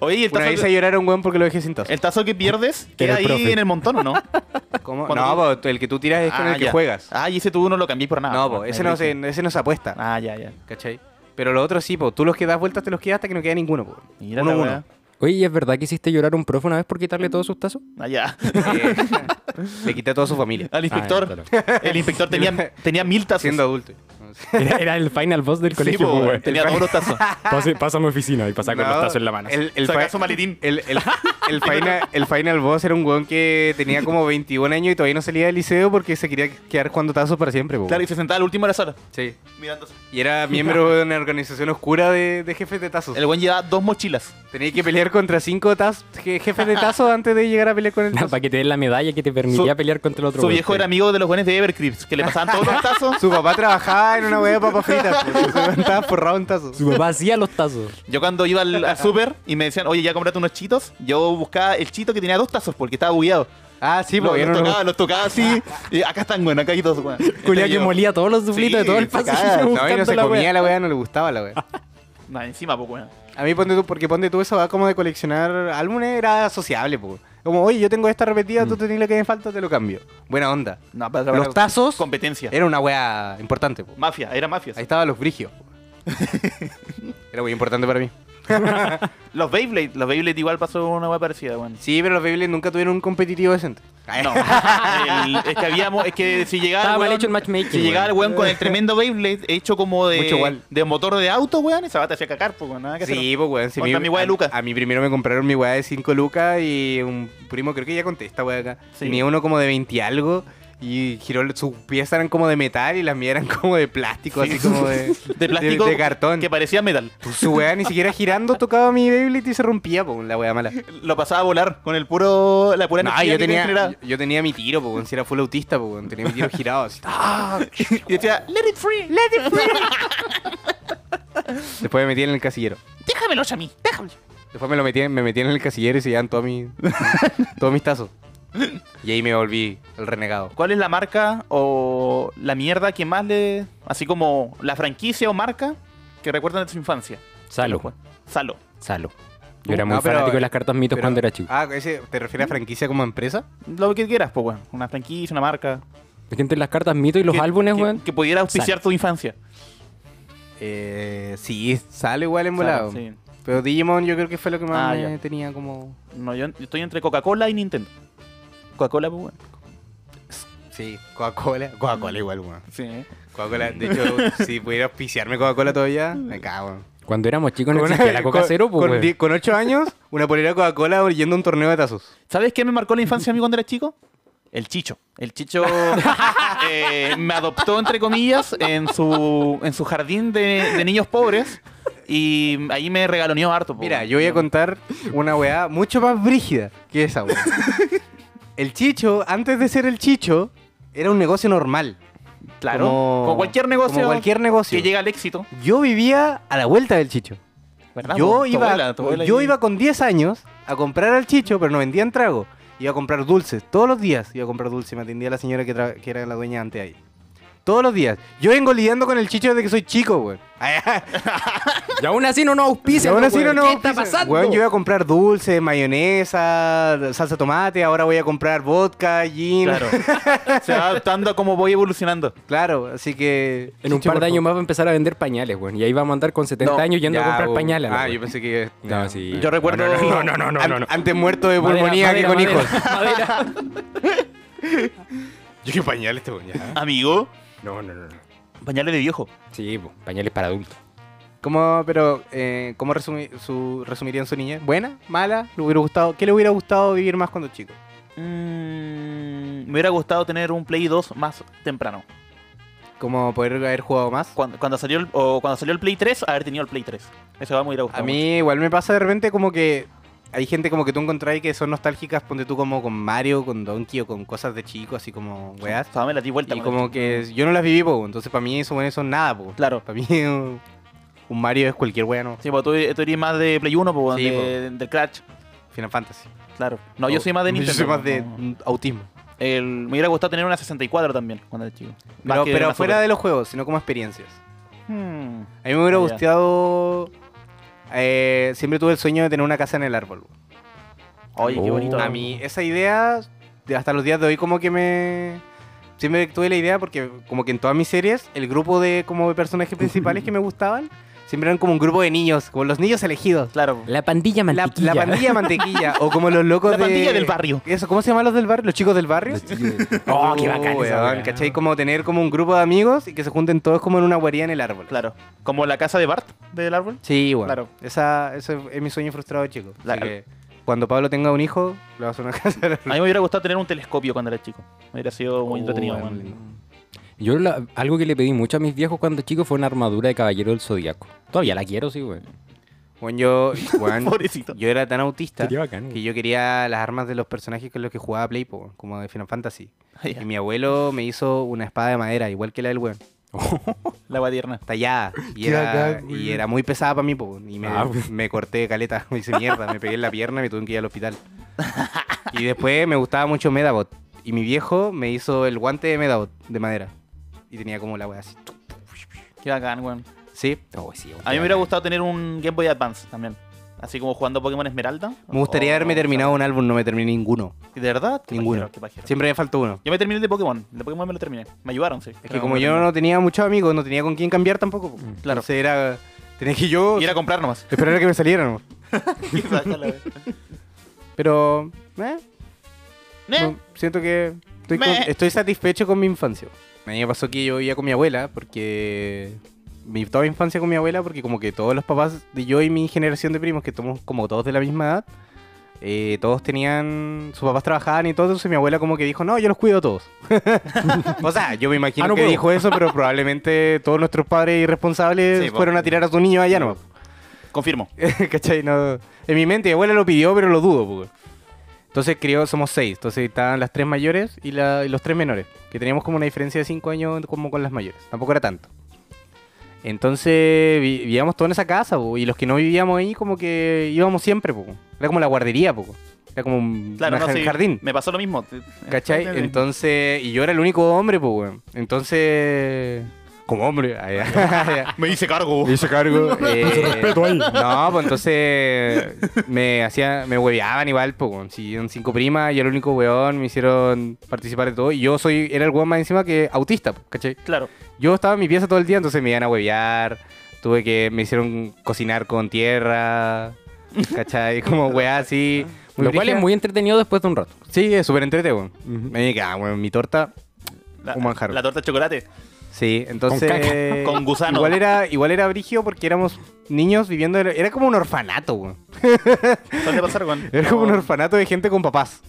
[SPEAKER 5] Oye, ¿y el
[SPEAKER 4] Una
[SPEAKER 5] tazo,
[SPEAKER 4] vez hice llorar a un weón porque lo dejé sin tazo.
[SPEAKER 5] el tazo que pierdes
[SPEAKER 3] Era el
[SPEAKER 5] queda ahí
[SPEAKER 3] profe.
[SPEAKER 5] en el montón, ¿o no?
[SPEAKER 4] ¿Cómo?
[SPEAKER 5] cuando
[SPEAKER 4] No,
[SPEAKER 5] tú-
[SPEAKER 4] po, el que tú tiras es con
[SPEAKER 5] Ah,
[SPEAKER 4] el que
[SPEAKER 5] ya.
[SPEAKER 4] juegas.
[SPEAKER 5] Ah, y ese tú no lo cambié por nada.
[SPEAKER 4] no,
[SPEAKER 5] po,
[SPEAKER 4] po, ese
[SPEAKER 5] me
[SPEAKER 4] no,
[SPEAKER 5] dije.
[SPEAKER 4] se, ese no se apuesta.
[SPEAKER 5] Ah, ya, ya.
[SPEAKER 4] ¿Cachai? Pero los otros sí, po. Tú los que das vueltas te los quedas hasta que no queda ninguno, po.
[SPEAKER 5] Mira
[SPEAKER 4] uno,
[SPEAKER 5] la
[SPEAKER 4] uno.
[SPEAKER 5] weá.
[SPEAKER 3] Oye, ¿y ¿es verdad que hiciste llorar a un profe una vez por quitarle todos sus tazos?
[SPEAKER 5] Ah, ya.
[SPEAKER 4] Eh, le quité a toda su familia.
[SPEAKER 5] Al inspector.
[SPEAKER 3] Ah,
[SPEAKER 5] el inspector tenía, tenía mil tazos.
[SPEAKER 4] Siendo adulto.
[SPEAKER 3] Era, era el final boss del
[SPEAKER 5] Sí,
[SPEAKER 3] colegio.
[SPEAKER 5] po,
[SPEAKER 3] po,
[SPEAKER 5] weón,
[SPEAKER 3] weón.
[SPEAKER 5] tenía todos los tazos.
[SPEAKER 3] Pase- pasa a mi oficina y pasa con los
[SPEAKER 4] No,
[SPEAKER 3] tazos en la mano.
[SPEAKER 4] El, el
[SPEAKER 5] Saca
[SPEAKER 4] fi-
[SPEAKER 5] su maletín.
[SPEAKER 4] El, el- el final, el final boss era un weón que tenía como 21 años y todavía no salía del liceo porque se quería quedar jugando tazos para siempre. po.
[SPEAKER 5] Claro, y se sentaba al último de la sala,
[SPEAKER 4] Sí.
[SPEAKER 5] mirándose.
[SPEAKER 4] Y era miembro de una organización oscura de, de jefes de tazos.
[SPEAKER 5] El weón llevaba dos mochilas.
[SPEAKER 4] Tenía que pelear contra cinco taz- je- jefes de tazos antes de llegar a pelear con el tazo.
[SPEAKER 3] Para que te den la medalla que te permitía
[SPEAKER 5] Su-
[SPEAKER 3] pelear contra el otro
[SPEAKER 5] Su
[SPEAKER 3] weón.
[SPEAKER 5] viejo era amigo de los weones de Evercreeps, que le pasaban todos los tazos.
[SPEAKER 4] Su papá trabajaba en una hueá de papas fritas. po. Ese weón Estaba forrado en tazos.
[SPEAKER 3] Su papá hacía los tazos.
[SPEAKER 5] Yo cuando iba al, al súper y me decían, oye, ya compraste unos chitos, yo buscaba el chito que tenía dos tazos porque estaba bugueado.
[SPEAKER 4] Ah, sí,
[SPEAKER 5] Lo-
[SPEAKER 4] porque
[SPEAKER 5] los, tocaba, los tocaba así. y acá están, weón, acá hay dos, weón.
[SPEAKER 3] Julián que
[SPEAKER 5] Este yo-
[SPEAKER 3] molía todos los suflitos de todo el
[SPEAKER 5] se
[SPEAKER 3] pasillo
[SPEAKER 5] caga.
[SPEAKER 4] No, y
[SPEAKER 3] buscando
[SPEAKER 4] no se
[SPEAKER 3] la wea.
[SPEAKER 4] comía la hueá, no le gustaba la hueá.
[SPEAKER 5] No, encima, pues, weón.
[SPEAKER 4] A mí ponte tú, porque ponte tú esa va como de coleccionar álbumes era sociable, po. Como, oye, yo tengo esta repetida, tú tenés la que me falta, te lo cambio. Buena onda.
[SPEAKER 5] No, pero
[SPEAKER 4] Los tazos
[SPEAKER 5] Competencia.
[SPEAKER 4] era una wea importante, pues. po.
[SPEAKER 5] Mafia, era mafia.
[SPEAKER 4] Ahí estaban los brigios. po. era muy importante para mí.
[SPEAKER 5] Los Beyblade, los Beyblade igual pasó una hueá parecida, weón.
[SPEAKER 4] Sí, pero los Beyblade nunca tuvieron un competitivo decente.
[SPEAKER 5] No, el- es que habíamos, es que si llegaba
[SPEAKER 3] Estaba
[SPEAKER 5] el
[SPEAKER 3] mal
[SPEAKER 5] weón-
[SPEAKER 3] hecho el matchmaking.
[SPEAKER 5] si llegaba el
[SPEAKER 3] weón.
[SPEAKER 5] weón con el tremendo Beyblade hecho como
[SPEAKER 4] Mucho
[SPEAKER 5] de,
[SPEAKER 4] igual.
[SPEAKER 5] de motor de auto, weón, esa va te hacía cagar, pues, weón, nada que
[SPEAKER 4] Sí,
[SPEAKER 5] hacer.
[SPEAKER 4] pues, weón. si
[SPEAKER 5] Contra mi weá de
[SPEAKER 4] a-
[SPEAKER 5] lucas.
[SPEAKER 4] A, mí primero me compraron mi weá de 5 lucas y un primo, creo que ya conté esta weá acá.
[SPEAKER 5] Sí.
[SPEAKER 4] Tenía uno como de 20 y algo y giró, sus piezas eran como de metal y las mías eran como de plástico, así como de,
[SPEAKER 5] De plástico
[SPEAKER 4] De, cartón. Pues
[SPEAKER 5] que parecía metal.
[SPEAKER 4] Su weá ni siquiera girando tocaba mi Beyblade y se rompía, pues, la weá mala.
[SPEAKER 5] Lo pasaba a volar con el puro la pura
[SPEAKER 4] No,
[SPEAKER 5] energía
[SPEAKER 4] yo
[SPEAKER 5] que generaba.
[SPEAKER 4] tenía, yo, yo tenía mi tiro, pues, weón, si era full autista, pues, weón, tenía mi tiro girado así.
[SPEAKER 5] Ah. Y decía, "Let it free,
[SPEAKER 4] Después me metí en el casillero.
[SPEAKER 5] déjamelos a mí, déjame."
[SPEAKER 4] Después me lo metí, me metí en el casillero y se llevan todos mis, todos mis tazos. Y ahí me volví el renegado.
[SPEAKER 5] ¿Cuál es la marca o la mierda que más le. Así como la franquicia o marca que recuerdan de su infancia?
[SPEAKER 3] Salo.
[SPEAKER 5] Salo.
[SPEAKER 3] Salo. Yo era
[SPEAKER 4] Uh,
[SPEAKER 3] muy
[SPEAKER 4] no, pero-
[SPEAKER 3] fanático de las cartas mitos
[SPEAKER 4] Pero-
[SPEAKER 3] cuando era chico.
[SPEAKER 4] Ah, ese, ¿te refieres a franquicia como empresa?
[SPEAKER 5] Lo que quieras, pues, weón. Una franquicia, una marca.
[SPEAKER 3] Es que entre las cartas mitos y los
[SPEAKER 5] que,
[SPEAKER 3] álbumes,
[SPEAKER 5] que-
[SPEAKER 3] weón.
[SPEAKER 5] Que pudiera auspiciar tu infancia.
[SPEAKER 4] Eh, sí, sale igual en
[SPEAKER 5] Sale,
[SPEAKER 4] volado.
[SPEAKER 5] sí.
[SPEAKER 4] Pero Digimon yo creo que fue lo que más
[SPEAKER 5] Ah,
[SPEAKER 4] me
[SPEAKER 5] ya.
[SPEAKER 4] tenía como...
[SPEAKER 5] No, yo yo estoy entre Coca-Cola y Nintendo. Coca-Cola, pues, weón.
[SPEAKER 4] Sí, Coca-Cola. Coca-Cola igual, weón.
[SPEAKER 5] Sí.
[SPEAKER 4] Coca-Cola, de hecho, si pudiera auspiciarme Coca-Cola todavía, me cago.
[SPEAKER 3] Cuando éramos chicos no
[SPEAKER 4] Con-
[SPEAKER 3] existía la Coca
[SPEAKER 4] con-
[SPEAKER 3] Cero, pues,
[SPEAKER 4] con
[SPEAKER 3] weón.
[SPEAKER 4] die- Con 8 años, una polera Coca-Cola yendo a un torneo de tazos.
[SPEAKER 5] ¿Sabes qué me marcó la infancia a mí cuando era chico? El chicho. El chicho eh, me adoptó, entre comillas, en su, en su jardín de, de niños pobres. Y ahí me regaloneó harto.
[SPEAKER 3] Oh,
[SPEAKER 5] po,
[SPEAKER 4] Mira,
[SPEAKER 5] weón.
[SPEAKER 4] yo voy a contar una weá mucho más brígida que esa weá. El Chicho, antes de ser el Chicho, era un negocio normal.
[SPEAKER 5] Claro.
[SPEAKER 4] Como-
[SPEAKER 5] Como, cualquier negocio.
[SPEAKER 4] Como cualquier negocio.
[SPEAKER 5] que llega al éxito.
[SPEAKER 4] Yo vivía a la vuelta del Chicho.
[SPEAKER 5] ¿verdad?
[SPEAKER 4] Yo,
[SPEAKER 5] Tu
[SPEAKER 4] iba,
[SPEAKER 5] abuela- tu abuela
[SPEAKER 4] yo
[SPEAKER 5] y-
[SPEAKER 4] iba con 10 años a comprar al Chicho, pero no vendían trago. Iba a comprar dulces. Todos los días iba a comprar dulces. Me atendía la señora que, tra- que era la dueña antes ahí. Todos los días. Yo vengo lidiando con el Chicho desde que soy chico, weón.
[SPEAKER 3] Y aún así no nos
[SPEAKER 4] Y
[SPEAKER 3] auspician,
[SPEAKER 4] aún así
[SPEAKER 3] weón.
[SPEAKER 4] no, no,
[SPEAKER 3] ¿Qué está
[SPEAKER 4] piensa-
[SPEAKER 3] pasando?
[SPEAKER 4] weón, yo voy a comprar dulce, mayonesa, salsa tomate, ahora voy a comprar vodka, gin.
[SPEAKER 5] Claro.
[SPEAKER 4] Claro,
[SPEAKER 5] Se va adaptando a cómo voy evolucionando.
[SPEAKER 4] así que...
[SPEAKER 3] En un
[SPEAKER 4] Chicho,
[SPEAKER 3] par de
[SPEAKER 4] por-
[SPEAKER 3] años más va a empezar a vender pañales, weón. Y ahí vamos a andar con 70
[SPEAKER 4] No,
[SPEAKER 3] años yendo a
[SPEAKER 4] ya,
[SPEAKER 3] comprar
[SPEAKER 4] weón.
[SPEAKER 3] pañales.
[SPEAKER 4] Ah,
[SPEAKER 3] weón.
[SPEAKER 4] yo pensé que...
[SPEAKER 3] No, sí.
[SPEAKER 5] Yo recuerdo.
[SPEAKER 3] No, no, no, no, no. no, no.
[SPEAKER 4] An- Antes muerto de pulmonía
[SPEAKER 3] Madera,
[SPEAKER 4] que con
[SPEAKER 3] madera,
[SPEAKER 4] hijos.
[SPEAKER 3] madera, madera.
[SPEAKER 4] Yo quiero pañales este weón, ya.
[SPEAKER 5] Amigo,
[SPEAKER 3] No, no, no. no.
[SPEAKER 5] pañales de viejo.
[SPEAKER 3] Sí, po, pañales para adultos.
[SPEAKER 4] ¿Cómo, pero, eh, ¿cómo resumi- su, resumirían su niñez? ¿Buena? ¿Mala? ¿Le hubiera gustado? ¿Qué le hubiera gustado vivir más cuando chico?
[SPEAKER 5] Mm, me hubiera gustado tener un Play 2 más temprano.
[SPEAKER 4] ¿Cómo poder haber jugado más?
[SPEAKER 5] Cuando, cuando salió el, o cuando salió el Play 3, haber tenido el Play 3. Eso va a me hubiera gustado.
[SPEAKER 4] A
[SPEAKER 5] mucho.
[SPEAKER 4] mí igual me pasa de repente como que hay gente como que tú encontrás que son nostálgicas, ponte tú como con Mario, con Donkey o con cosas de chico, así como weas.
[SPEAKER 5] O sea, me la di vuelta.
[SPEAKER 4] Y
[SPEAKER 5] con
[SPEAKER 4] como
[SPEAKER 5] esto.
[SPEAKER 4] que yo no las viví, po, entonces para mí eso, eso es nada, po.
[SPEAKER 5] Claro.
[SPEAKER 4] Para mí un un Mario es cualquier wea, ¿no?
[SPEAKER 5] Sí, pues tú, tú eres más de Play 1, pues,
[SPEAKER 4] Sí,
[SPEAKER 5] de, del Crash.
[SPEAKER 4] Final Fantasy.
[SPEAKER 5] Claro. No, yo soy más de Nintendo.
[SPEAKER 4] Yo soy más de
[SPEAKER 5] No, no.
[SPEAKER 4] mm, autismo.
[SPEAKER 5] El- me hubiera gustado tener una 64 también cuando era chico. Más
[SPEAKER 4] Pero,
[SPEAKER 5] que
[SPEAKER 4] pero
[SPEAKER 5] una
[SPEAKER 4] fuera de
[SPEAKER 5] Super.
[SPEAKER 4] los juegos, sino como experiencias.
[SPEAKER 5] Hmm.
[SPEAKER 4] A mí me hubiera
[SPEAKER 5] Ah, ya.
[SPEAKER 4] gustado... eh, siempre tuve el sueño de tener una casa en el árbol. po.
[SPEAKER 5] Oye, qué
[SPEAKER 3] Oh.
[SPEAKER 5] bonito.
[SPEAKER 4] A mí esa idea, de hasta los días de hoy, como que me... Siempre tuve la idea porque como que en todas mis series, el grupo de como de personajes principales que me gustaban, siempre eran como un grupo de niños, como los niños elegidos.
[SPEAKER 5] Claro.
[SPEAKER 3] La pandilla
[SPEAKER 4] La,
[SPEAKER 3] mantequilla.
[SPEAKER 4] la pandilla mantequilla, o como los locos
[SPEAKER 5] La
[SPEAKER 4] de...
[SPEAKER 5] pandilla del barrio.
[SPEAKER 4] Eso, ¿cómo se llaman los del barrio? ¿Los chicos del barrio?
[SPEAKER 3] oh, qué bacán
[SPEAKER 4] weón,
[SPEAKER 3] esa weá.
[SPEAKER 4] ¿Cachai? Como tener como un grupo de amigos y que se junten todos como en una guarida en el árbol.
[SPEAKER 5] Claro. Como la casa de Bart del árbol.
[SPEAKER 4] Sí, bueno.
[SPEAKER 5] Claro.
[SPEAKER 4] Esa, ese es mi sueño frustrado, chico. Así
[SPEAKER 5] Claro.
[SPEAKER 4] que cuando Pablo tenga un hijo, le va a hacer una casa en el
[SPEAKER 5] A mí me hubiera gustado tener un telescopio cuando era chico. Me hubiera sido muy
[SPEAKER 4] Oh,
[SPEAKER 5] entretenido.
[SPEAKER 4] bueno,
[SPEAKER 5] man.
[SPEAKER 4] lindo.
[SPEAKER 3] Yo la- algo que le pedí mucho a mis viejos cuando chico fue una armadura de caballero del zodiaco. Todavía la quiero, sí, weón.
[SPEAKER 4] Bueno, yo, weón,
[SPEAKER 5] Pobrecito.
[SPEAKER 4] yo era tan autista
[SPEAKER 3] Sería bacán.
[SPEAKER 4] que yo quería las armas de los personajes con los que jugaba Play, po, como de Final Fantasy.
[SPEAKER 5] Ay,
[SPEAKER 4] Y mi abuelo me hizo una espada de madera, igual que la del weón,
[SPEAKER 5] La guadierna.
[SPEAKER 4] tallada. Y,
[SPEAKER 2] Qué
[SPEAKER 4] era,
[SPEAKER 2] bacán,
[SPEAKER 4] y
[SPEAKER 2] weón.
[SPEAKER 4] era muy pesada para mí, po, y me,
[SPEAKER 3] Ah, weón.
[SPEAKER 4] me corté caleta, me hice mierda, me pegué en la pierna y me tuve que ir al hospital. Y después me gustaba mucho Medabot. Y mi viejo me hizo el guante de Medabot, de madera. Y tenía como la wea así.
[SPEAKER 5] Qué bacán, weón.
[SPEAKER 4] Sí,
[SPEAKER 3] Oh, sí, weón.
[SPEAKER 5] A mí me hubiera gustado tener un Game Boy Advance también. Así como jugando Pokémon Esmeralda.
[SPEAKER 4] me gustaría
[SPEAKER 5] O-
[SPEAKER 4] haberme
[SPEAKER 5] o-
[SPEAKER 4] terminado un álbum, no me terminé ninguno.
[SPEAKER 5] ¿De verdad? Oh, Qué
[SPEAKER 4] Ninguno.
[SPEAKER 5] pajero, qué pajero.
[SPEAKER 4] Siempre me faltó uno.
[SPEAKER 5] Yo me terminé el de Pokémon. El de Pokémon me lo terminé. Me ayudaron, sí.
[SPEAKER 4] Es que como yo no tenía muchos amigos, no tenía con quién cambiar tampoco. Claro. Entonces era Tenía que yo
[SPEAKER 5] Mm, Y era comprar nomás.
[SPEAKER 4] esperar a que me salieran.
[SPEAKER 5] Y sacarla, eh.
[SPEAKER 4] Pero, eh,
[SPEAKER 5] Eh,
[SPEAKER 4] no, siento que estoy, con-
[SPEAKER 5] Meh.
[SPEAKER 4] estoy satisfecho con mi infancia. A mí me pasó que yo vivía con mi abuela, porque mi, toda mi infancia con mi abuela, porque como que todos los papás de yo y mi generación de primos, que somos como todos de la misma edad, eh, todos tenían, sus papás trabajaban y todo, entonces mi abuela como que dijo, no, yo los cuido a todos. o sea, yo me imagino
[SPEAKER 3] Ah, no
[SPEAKER 4] que
[SPEAKER 3] puedo.
[SPEAKER 4] dijo eso, pero probablemente todos nuestros padres irresponsables
[SPEAKER 5] Sí, po.
[SPEAKER 4] fueron a tirar a su niño allá nomás.
[SPEAKER 5] Confirmo.
[SPEAKER 4] ¿Cachai? No. En mi mente, mi abuela lo pidió, pero lo dudo, pues. Entonces crió, somos seis. Entonces estaban las tres mayores y, la- y los tres menores. Que teníamos como una diferencia de cinco años como con las mayores. Tampoco era tanto. Entonces vi- vivíamos todos en esa casa, po, y los que no vivíamos ahí como que íbamos siempre, po. Era como la guardería, po. Era como un
[SPEAKER 5] Claro,
[SPEAKER 4] una
[SPEAKER 5] no,
[SPEAKER 4] ja-
[SPEAKER 5] sí,
[SPEAKER 4] jardín.
[SPEAKER 5] Me pasó lo mismo.
[SPEAKER 4] ¿Cachai? Entonces, y yo era el único hombre, pues, weón. Entonces, como hombre, ay, ay, ay,
[SPEAKER 5] Me hice cargo.
[SPEAKER 4] le hice cargo. respeto ahí. Eh, No, pues entonces me hacía, me hueveaban igual, pues, weón. Si eran cinco primas, yo era el único weón, me hicieron participar de todo. Y yo soy, era el weón más encima que autista, po, ¿cachai?
[SPEAKER 5] Claro.
[SPEAKER 4] Yo estaba en mi pieza todo el día, entonces me iban a huevear. Tuve que, me hicieron cocinar con tierra, ¿cachai? Como weá así.
[SPEAKER 3] Lo cual es
[SPEAKER 4] brígida.
[SPEAKER 3] muy entretenido después de un rato.
[SPEAKER 4] Sí, es súper entretenido, weón. Me dije, ah, weón, mi torta.
[SPEAKER 5] La,
[SPEAKER 4] Un manjar.
[SPEAKER 5] la torta de chocolate.
[SPEAKER 4] Sí, entonces.
[SPEAKER 5] Con gusano.
[SPEAKER 4] Igual era, igual era brigio porque éramos niños viviendo. Era como un orfanato, weón.
[SPEAKER 5] Suele pasar, Oh, weón.
[SPEAKER 4] Era como un
[SPEAKER 5] No,
[SPEAKER 4] orfanato de gente con papás.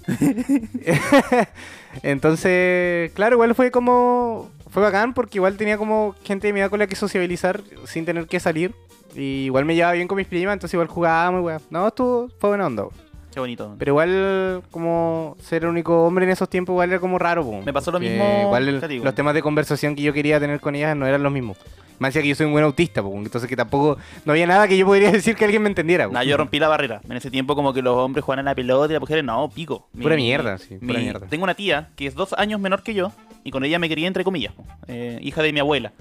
[SPEAKER 4] Entonces, claro, igual fue como. Fue bacán porque igual tenía como gente de mi edad con la que sociabilizar sin tener que salir. Y igual me llevaba bien con mis primas, entonces igual jugábamos, weón. No, estuvo, fue buena onda, weón.
[SPEAKER 5] Qué bonito. weón.
[SPEAKER 4] Pero igual, como ser el único hombre en esos tiempos, igual era como raro, weón.
[SPEAKER 5] Me pasó lo
[SPEAKER 4] Porque
[SPEAKER 5] mismo,
[SPEAKER 4] Igual el-
[SPEAKER 5] te digo.
[SPEAKER 4] los temas de conversación que yo quería tener con ellas no eran los mismos. Más decía que yo soy un buen autista, weón. Entonces que tampoco. No había nada que yo podría decir que alguien me entendiera, weón.
[SPEAKER 5] Nah, yo rompí la barrera. En ese tiempo como que los hombres juegan a la pelota y las mujeres no, pico.
[SPEAKER 4] Pura mierda, sí, pura mierda.
[SPEAKER 5] Tengo una tía que es dos años menor que yo y con ella me quería entre comillas, po, eh, hija de mi abuela.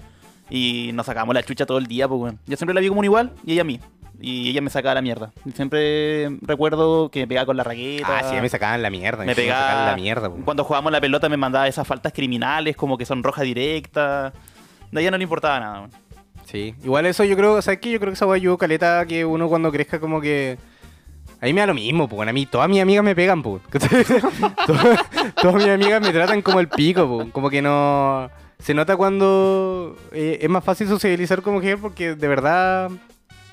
[SPEAKER 5] Y nos sacábamos la chucha todo el día, pues Yo siempre la vi como un igual y ella a mí. Y ella me sacaba la mierda. Y Siempre recuerdo que me pegaba con la raqueta.
[SPEAKER 4] Ah, sí, me sacaban la mierda.
[SPEAKER 5] me
[SPEAKER 4] Me
[SPEAKER 5] pegaba.
[SPEAKER 4] sacaban la mierda, po.
[SPEAKER 5] Cuando jugábamos la pelota me mandaba esas faltas criminales como que son roja directa. De ella no le importaba nada. weón.
[SPEAKER 4] Sí. Igual eso yo creo, ¿sabes qué? Yo creo que esa hueá ayudó caleta que uno cuando crezca como que... A mí me da lo mismo, pues. A mí todas mis amigas me pegan, pues. todas, todas mis amigas me tratan como el pico, pues. Como que no... Se nota cuando eh, es más fácil socializar con mujer porque de verdad...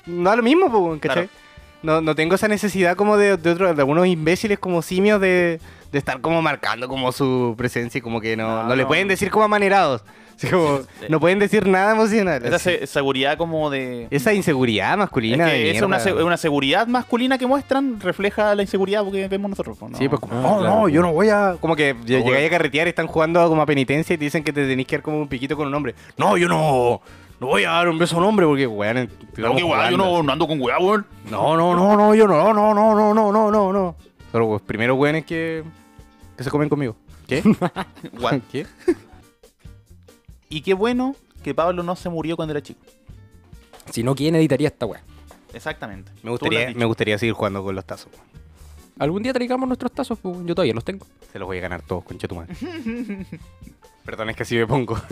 [SPEAKER 4] No da lo mismo, pues, ¿cachai?
[SPEAKER 5] Claro.
[SPEAKER 4] No, no tengo esa necesidad como de, de, otro- de algunos imbéciles como simios de, de estar como marcando como su presencia y como que no,
[SPEAKER 5] No,
[SPEAKER 4] no le
[SPEAKER 5] no.
[SPEAKER 4] pueden decir como amanerados. Así como, no pueden decir nada emocional.
[SPEAKER 5] Esa
[SPEAKER 4] así.
[SPEAKER 5] se- seguridad como de...
[SPEAKER 4] Esa inseguridad
[SPEAKER 5] Es
[SPEAKER 4] masculina.
[SPEAKER 5] que
[SPEAKER 4] de
[SPEAKER 5] esa es una,
[SPEAKER 4] mierda.
[SPEAKER 5] se- una seguridad masculina que muestran, refleja la inseguridad que vemos nosotros. ¿no?
[SPEAKER 4] Sí, pues como,
[SPEAKER 3] Ah,
[SPEAKER 4] no,
[SPEAKER 3] claro,
[SPEAKER 4] no,
[SPEAKER 3] pues.
[SPEAKER 4] yo no voy a. Como que ll-
[SPEAKER 5] bueno.
[SPEAKER 4] llegáis a carretear, están jugando como a penitencia y te dicen que te tenéis que dar como un piquito con un hombre. No, yo no. No voy a dar un beso a un hombre porque, weón. estamos
[SPEAKER 5] No, que weá, yo
[SPEAKER 4] jugando.
[SPEAKER 5] no, no ando con weá, weón.
[SPEAKER 4] No, no, no, no, yo no, no, no, no, no, no, no, no. Son los primeros weones que, que se comen conmigo. ¿Qué?
[SPEAKER 5] What?
[SPEAKER 4] ¿Qué?
[SPEAKER 5] Y qué bueno que Pablo no se murió cuando era chico.
[SPEAKER 3] Si no, ¿quién editaría esta weá?
[SPEAKER 5] Exactamente.
[SPEAKER 4] Me
[SPEAKER 5] Tú lo
[SPEAKER 4] gustaría,
[SPEAKER 5] has
[SPEAKER 4] me
[SPEAKER 5] dicho.
[SPEAKER 4] gustaría seguir jugando con los tazos. weón.
[SPEAKER 3] Algún día traigamos nuestros tazos, pues, yo todavía los tengo.
[SPEAKER 4] Se los voy a ganar todos, concha tu madre. Perdón, es que así me pongo.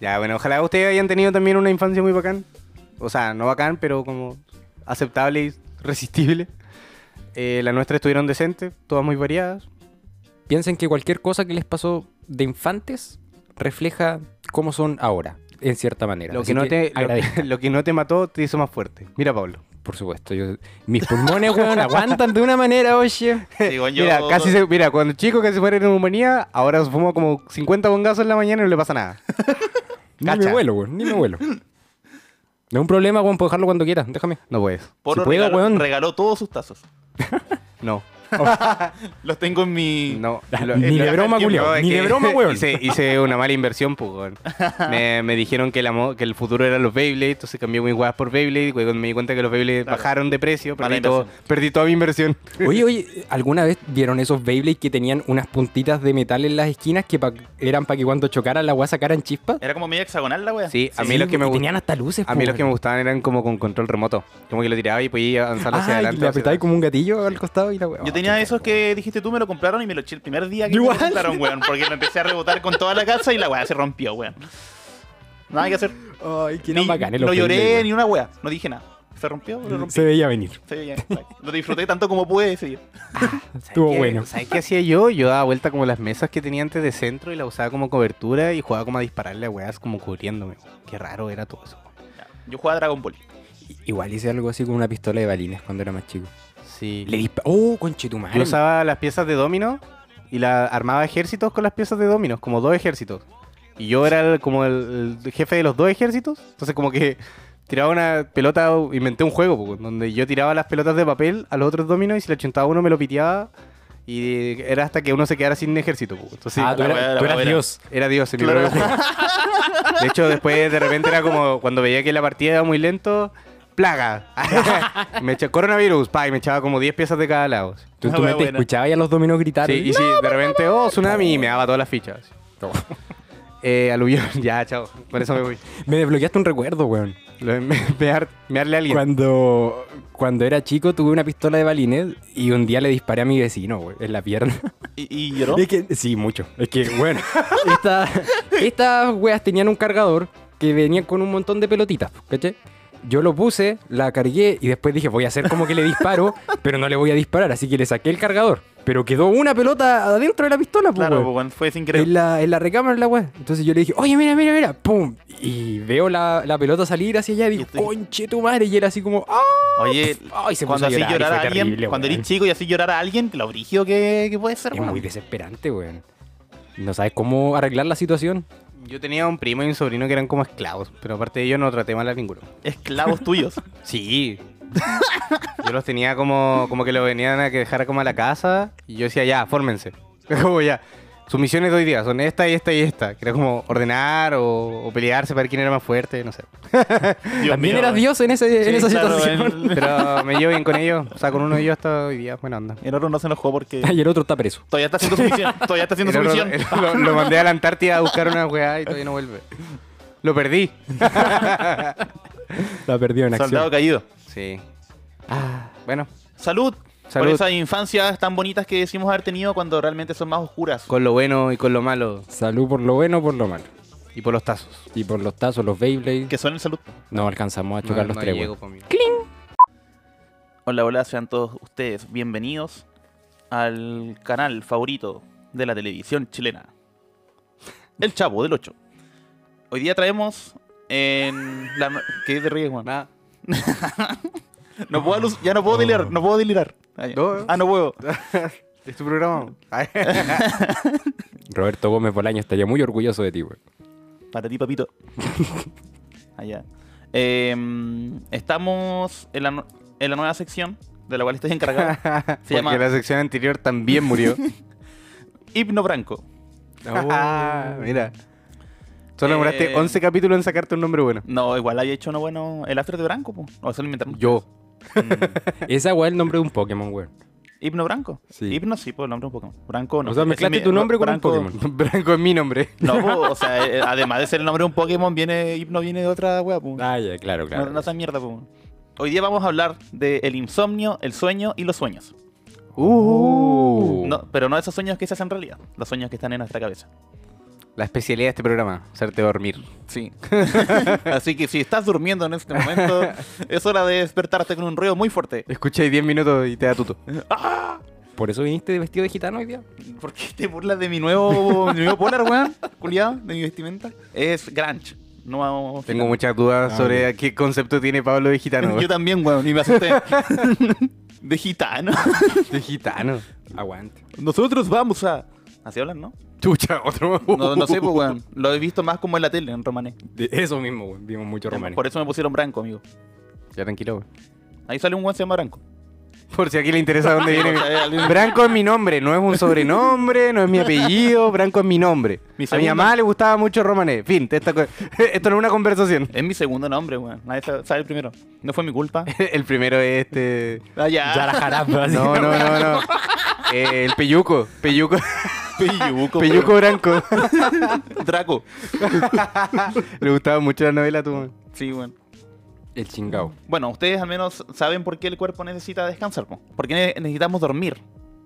[SPEAKER 4] ya, bueno, ojalá ustedes hayan tenido también una infancia muy bacán. O sea, no bacán, pero como aceptable y resistible. Eh, las nuestras estuvieron decentes, todas muy variadas.
[SPEAKER 3] Piensen que cualquier cosa que les pasó de infantes refleja cómo son ahora, en cierta manera.
[SPEAKER 4] Lo
[SPEAKER 3] Así
[SPEAKER 4] que, no te, lo,
[SPEAKER 3] agradezco,
[SPEAKER 4] lo que no te mató te hizo más fuerte. Mira, Pablo.
[SPEAKER 3] por supuesto. yo- mis pulmones, weón, aguantan de una manera, oye.
[SPEAKER 5] Sí, weón, yo-
[SPEAKER 4] Mira, casi se- mira, cuando chico que se muere en neumonía, ahora se fuma como 50 bongazos en la mañana y no le pasa nada.
[SPEAKER 3] Ni
[SPEAKER 4] Cacha.
[SPEAKER 3] me vuelo, weón, ni me vuelo. No es un problema, weón, puedo dejarlo cuando quieras, déjame.
[SPEAKER 4] No puedes.
[SPEAKER 5] Poro
[SPEAKER 3] si puedo,
[SPEAKER 5] regaló,
[SPEAKER 3] weón.
[SPEAKER 5] regaló todos sus tazos.
[SPEAKER 4] No.
[SPEAKER 5] Los tengo en mi...
[SPEAKER 4] No,
[SPEAKER 3] ni de broma, culiao,
[SPEAKER 4] es
[SPEAKER 3] ni
[SPEAKER 4] que
[SPEAKER 3] de broma, weón.
[SPEAKER 4] Hice, hice una mala inversión, pues, weón. Me, me dijeron que, la mo- que el futuro eran los Beyblade, entonces cambié mis weas por Beyblade. Cuando me di cuenta que los Beyblade
[SPEAKER 5] Claro.
[SPEAKER 4] bajaron de precio,
[SPEAKER 5] Mala
[SPEAKER 4] perdí, todo-
[SPEAKER 5] inversión.
[SPEAKER 4] perdí toda mi inversión.
[SPEAKER 3] Oye, oye, ¿alguna vez vieron esos Beyblade que tenían unas puntitas de metal en las esquinas que pa- eran para que cuando chocaran la weá sacaran chispas?
[SPEAKER 5] Era como media hexagonal la weá.
[SPEAKER 4] Sí, a mí los que me
[SPEAKER 3] y
[SPEAKER 4] gust-
[SPEAKER 3] tenían hasta luces,
[SPEAKER 4] A mí los que me
[SPEAKER 3] weón.
[SPEAKER 4] gustaban eran como con control remoto. Como que lo tiraba y podía avanzarlo hacia
[SPEAKER 3] Ah, y
[SPEAKER 4] adelante.
[SPEAKER 3] le
[SPEAKER 4] hacia
[SPEAKER 3] apretáis
[SPEAKER 4] atrás.
[SPEAKER 3] como un gatillo al costado y la weá.
[SPEAKER 5] Yo tenía esos que dijiste tú, me lo compraron y me lo eché el primer día que me lo
[SPEAKER 3] Igual.
[SPEAKER 5] compraron, weón. Porque lo empecé a rebotar con toda la casa y la weá se rompió, weón. Nada que hacer.
[SPEAKER 3] Ay, qué
[SPEAKER 5] Ni-
[SPEAKER 3] bacanes
[SPEAKER 5] no
[SPEAKER 3] los
[SPEAKER 5] lloré
[SPEAKER 3] pendejos.
[SPEAKER 5] ni una wea. No dije nada. Se rompió, lo rompí.
[SPEAKER 3] Se veía venir.
[SPEAKER 5] Sí, ya, like, Lo disfruté tanto como pude decidir.
[SPEAKER 3] Estuvo
[SPEAKER 4] ¿Qué-
[SPEAKER 3] bueno.
[SPEAKER 4] ¿Sabes qué hacía yo? Yo daba vuelta como las mesas que tenía antes de centro y la usaba como cobertura y jugaba como a dispararle a weas como cubriéndome. Qué raro era todo eso.
[SPEAKER 5] Yo jugaba Dragon Ball.
[SPEAKER 3] Igual hice algo así con una pistola de balines cuando era más chico.
[SPEAKER 4] Sí.
[SPEAKER 3] Le dispa- ¡Oh, conchetumadre!
[SPEAKER 4] Yo usaba las piezas de domino y la armaba ejércitos con las piezas de dominos, como dos ejércitos. Y yo era el- como el, el jefe de los dos ejércitos. Entonces como que tiraba una pelota, inventé un juego, po, donde yo tiraba las pelotas de papel a los otros dominos y si le chuntaba uno me lo piteaba. Y era hasta que uno se quedara sin ejército. po. Entonces,
[SPEAKER 3] ah, tú,
[SPEAKER 5] la
[SPEAKER 3] eras-
[SPEAKER 5] weá, la
[SPEAKER 3] tú eras
[SPEAKER 5] weá.
[SPEAKER 3] Dios.
[SPEAKER 4] Era Dios en mi
[SPEAKER 5] Claro.
[SPEAKER 4] propio juego. De hecho, después de repente era como cuando veía que la partida iba muy lento, plaga. me echaba coronavirus, pa, y me echaba como 10 piezas de cada lado.
[SPEAKER 3] Tú,
[SPEAKER 5] Una
[SPEAKER 3] tú
[SPEAKER 5] weá
[SPEAKER 3] me te
[SPEAKER 5] buena.
[SPEAKER 3] escuchabas y a los dominos gritar.
[SPEAKER 4] Sí, y sí, de repente, oh, tsunami, y me daba todas las fichas.
[SPEAKER 3] No.
[SPEAKER 4] Eh, aluvión, ya, chao. Por eso me voy.
[SPEAKER 3] Me desbloqueaste un recuerdo, weón.
[SPEAKER 4] Lo de me- mear- mearle a alguien.
[SPEAKER 3] Cuando, cuando era chico tuve una pistola de balines y un día le disparé a mi vecino, güey, en la pierna.
[SPEAKER 5] ¿Y, y lloró?
[SPEAKER 3] Es que, sí, mucho. Es que, bueno, esta- estas weas tenían un cargador que venía con un montón de pelotitas, ¿caché? Yo lo puse, la cargué y después dije, voy a hacer como que le disparo, pero no le voy a disparar, así que le saqué el cargador. Pero quedó una pelota adentro de la pistola, pues,
[SPEAKER 5] Claro,
[SPEAKER 3] weón.
[SPEAKER 5] pues, bueno, fue sin querer.
[SPEAKER 3] En la, en la recámara, en la wea. Entonces yo le dije, oye, mira, mira, mira, pum. Y veo la, la pelota salir hacia allá y digo,
[SPEAKER 5] Y estoy-
[SPEAKER 3] conche tu madre. Y era así como, ¡ah!
[SPEAKER 5] Oye,
[SPEAKER 3] Ay, se puso
[SPEAKER 5] cuando
[SPEAKER 3] a
[SPEAKER 5] así
[SPEAKER 3] llorar, y
[SPEAKER 5] llorar a
[SPEAKER 3] fue
[SPEAKER 5] alguien,
[SPEAKER 3] terrible,
[SPEAKER 5] cuando
[SPEAKER 3] weón.
[SPEAKER 5] eres chico y así llorar a alguien, lo brígido que, que puede ser,
[SPEAKER 3] Es
[SPEAKER 5] weón.
[SPEAKER 3] muy desesperante, weón. No sabes cómo arreglar la situación.
[SPEAKER 4] Yo tenía un primo y un sobrino que eran como esclavos, pero aparte de ellos no traté mal a ninguno.
[SPEAKER 5] Esclavos tuyos.
[SPEAKER 4] Sí. yo los tenía como, como que lo venían a que dejara como a la casa y yo decía, ya, fórmense. como ya. Sus misiones de hoy día son esta y esta y esta. Que era como ordenar o, o pelearse para ver quién era más fuerte, no sé.
[SPEAKER 5] Dios
[SPEAKER 3] También
[SPEAKER 5] mío,
[SPEAKER 3] eras
[SPEAKER 5] weón.
[SPEAKER 3] Dios en, ese, en
[SPEAKER 5] eh. Sí,
[SPEAKER 3] esa
[SPEAKER 5] claro,
[SPEAKER 3] situación.
[SPEAKER 5] el-
[SPEAKER 4] Pero me llevo bien con ellos. O sea, con uno de ellos hasta hoy día, buena onda.
[SPEAKER 5] El oro no se enojó porque
[SPEAKER 3] Y el otro está preso.
[SPEAKER 5] todavía está haciendo su misión. Todavía está haciendo su
[SPEAKER 4] El otro-
[SPEAKER 5] misión.
[SPEAKER 4] el- lo, lo mandé a la Antártida a buscar una weá y todavía no vuelve. Lo perdí.
[SPEAKER 3] Está perdido en acción.
[SPEAKER 5] Soldado caído.
[SPEAKER 4] Sí. Ah, Bueno,
[SPEAKER 5] Salud. Por
[SPEAKER 4] Salud.
[SPEAKER 5] esas infancias tan bonitas que decimos haber tenido cuando realmente son más oscuras.
[SPEAKER 4] con lo bueno y con lo malo.
[SPEAKER 3] Salud por lo bueno, por lo malo.
[SPEAKER 4] Y por los tazos.
[SPEAKER 3] Y por los tazos, los Beyblades.
[SPEAKER 5] Que son el salud.
[SPEAKER 3] No alcanzamos a chocar
[SPEAKER 4] No,
[SPEAKER 3] los
[SPEAKER 4] no
[SPEAKER 3] tres,
[SPEAKER 4] llego
[SPEAKER 3] weón.
[SPEAKER 4] pa' mí.
[SPEAKER 5] Hola, hola, sean todos ustedes bienvenidos al canal favorito de la televisión chilena. El Chavo del 8. Hoy día traemos en la no- ¿Qué te ríes, Juan?
[SPEAKER 4] Nada.
[SPEAKER 5] No puedo alu- ya no puedo delirar, no puedo delirar. Ah, ya.
[SPEAKER 4] No.
[SPEAKER 5] Ah, no puedo.
[SPEAKER 4] Es tu programa.
[SPEAKER 3] Roberto Gómez Bolaño estaría muy orgulloso de ti, weón.
[SPEAKER 5] Para ti, papito. Allá. Em, estamos en la, nu- en la nueva sección de la cual estoy encargado. Se
[SPEAKER 4] Porque
[SPEAKER 5] llama
[SPEAKER 4] la sección anterior también murió.
[SPEAKER 5] Hipno Branco.
[SPEAKER 4] Ah, mira.
[SPEAKER 5] Eh,
[SPEAKER 4] Solo demoraste 11 capítulos en sacarte un nombre bueno.
[SPEAKER 5] No, igual había hecho uno bueno el after de Branco, po. O eso lo inventaron.
[SPEAKER 4] Yo.
[SPEAKER 5] Mm.
[SPEAKER 3] Esa weá es el nombre de un Pokémon, weón.
[SPEAKER 5] Hipno Branco.
[SPEAKER 3] Sí.
[SPEAKER 5] Hipno sí, por el nombre de un Pokémon. Branco no.
[SPEAKER 3] o sea,
[SPEAKER 5] Ese
[SPEAKER 3] mezclaste
[SPEAKER 5] mi-
[SPEAKER 3] tu nombre con
[SPEAKER 5] Branco-
[SPEAKER 3] un Pokémon.
[SPEAKER 4] Branco es mi nombre.
[SPEAKER 5] No, po, o sea, eh, además de ser el nombre de un Pokémon, viene Hipno viene de otra wea, po.
[SPEAKER 3] Ah, ya, claro, claro.
[SPEAKER 5] No, no esa mierda, po. Hoy día vamos a hablar del insomnio, el sueño y los sueños.
[SPEAKER 3] Uh.
[SPEAKER 5] No, pero no esos sueños que se hacen realidad, los sueños que están en nuestra cabeza.
[SPEAKER 4] La especialidad de este programa, hacerte dormir.
[SPEAKER 5] Sí. Así que si estás durmiendo en este momento, es hora de despertarte con un ruido muy fuerte.
[SPEAKER 4] Escucháis 10 minutos y te da tuto.
[SPEAKER 3] ¿Por eso viniste de vestido de gitano hoy día?
[SPEAKER 5] ¿Por qué te burlas de mi nuevo, mi nuevo polar, weón? Culiado, de mi vestimenta. Es Granch. No vamos.
[SPEAKER 4] Tengo muchas dudas
[SPEAKER 3] Ah,
[SPEAKER 4] sobre a qué concepto tiene Pablo de gitano.
[SPEAKER 5] Yo
[SPEAKER 4] güey.
[SPEAKER 5] también, weón, y me asusté. de gitano.
[SPEAKER 4] de gitano.
[SPEAKER 3] Aguante.
[SPEAKER 5] Nosotros vamos a. Así hablan, ¿no?
[SPEAKER 4] Chucha, otro.
[SPEAKER 5] No, no sé, pues, weón. Lo he visto más como en la tele, en romanés.
[SPEAKER 3] De eso mismo, weón. Vimos mucho romanes.
[SPEAKER 5] Por eso me pusieron branco, amigo.
[SPEAKER 4] Ya tranquilo, güey.
[SPEAKER 5] Ahí sale un weón que se llama branco.
[SPEAKER 4] Por si aquí le interesa dónde viene
[SPEAKER 5] O sea,
[SPEAKER 4] mi...
[SPEAKER 5] alguien-
[SPEAKER 4] Branco es mi nombre, no es un sobrenombre, no es mi apellido, Branco es mi nombre.
[SPEAKER 5] Mi
[SPEAKER 4] a mi
[SPEAKER 5] segundo-
[SPEAKER 4] mamá le gustaba mucho Romané. Fin, esta co- esto no es una conversación.
[SPEAKER 5] Es mi segundo nombre, weón. Nadie sa- sabe el primero. No fue mi culpa.
[SPEAKER 4] El primero es este...
[SPEAKER 5] Ah, ya.
[SPEAKER 3] Ya la jarapa, así.
[SPEAKER 4] No, no, no, no. Eh, el Peyuco, Peyuco,
[SPEAKER 5] Peyuco.
[SPEAKER 4] Peyuco Branco.
[SPEAKER 5] weón. Draco.
[SPEAKER 4] Le gustaba mucho la novela tú. man.
[SPEAKER 5] Sí, weón.
[SPEAKER 3] El chingao.
[SPEAKER 5] Bueno, ustedes al menos saben por qué el cuerpo necesita descansar, po. Por qué ne- necesitamos dormir,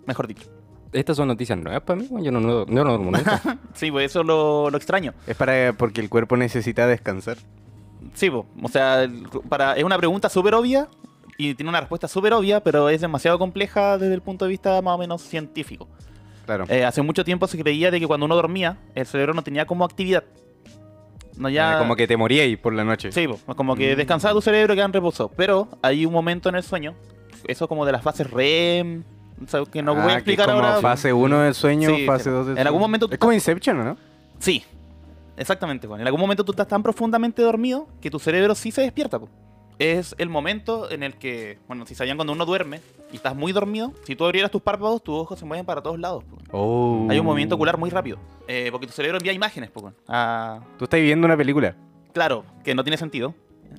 [SPEAKER 5] mejor dicho.
[SPEAKER 3] estas son noticias nuevas para mí, weón. Yo no, no, no duermo nunca.
[SPEAKER 5] Sí, pues eso es lo, lo extraño.
[SPEAKER 4] Es para porque el cuerpo necesita descansar.
[SPEAKER 5] Sí, pues, o sea, el- para, es una pregunta súper obvia y tiene una respuesta súper obvia, pero es demasiado compleja desde el punto de vista más o menos científico.
[SPEAKER 4] Claro.
[SPEAKER 5] Eh, hace mucho tiempo se creía de que cuando uno dormía, el cerebro no tenía como actividad. No ya...
[SPEAKER 4] Ah, Como que Mm. te moríais por la noche.
[SPEAKER 5] Sí, po, como que descansaba tu cerebro y quedaba en reposo. Pero hay un momento en el sueño, eso como de las fases REM, o sea, que no
[SPEAKER 4] Ah,
[SPEAKER 5] voy a
[SPEAKER 4] que
[SPEAKER 5] explicar
[SPEAKER 4] como
[SPEAKER 5] ahora.
[SPEAKER 4] Fase 1 del sueño,
[SPEAKER 5] Sí,
[SPEAKER 4] fase
[SPEAKER 5] sí.
[SPEAKER 4] 2 del
[SPEAKER 5] En algún
[SPEAKER 4] sueño.
[SPEAKER 5] momento tú
[SPEAKER 4] Es como Inception, ¿no?
[SPEAKER 5] Sí, exactamente, Juan. En algún momento tú estás tan profundamente dormido que tu cerebro sí se despierta. po. Es el momento en el que, bueno, si sabían cuando uno duerme y estás muy dormido, si tú abrieras tus párpados, tus ojos se mueven para todos lados. po.
[SPEAKER 4] Oh.
[SPEAKER 5] Hay un movimiento ocular muy rápido, eh, porque tu cerebro envía imágenes, po, Juan. Ah,
[SPEAKER 4] Tú estás viendo una película.
[SPEAKER 5] claro, que no tiene sentido.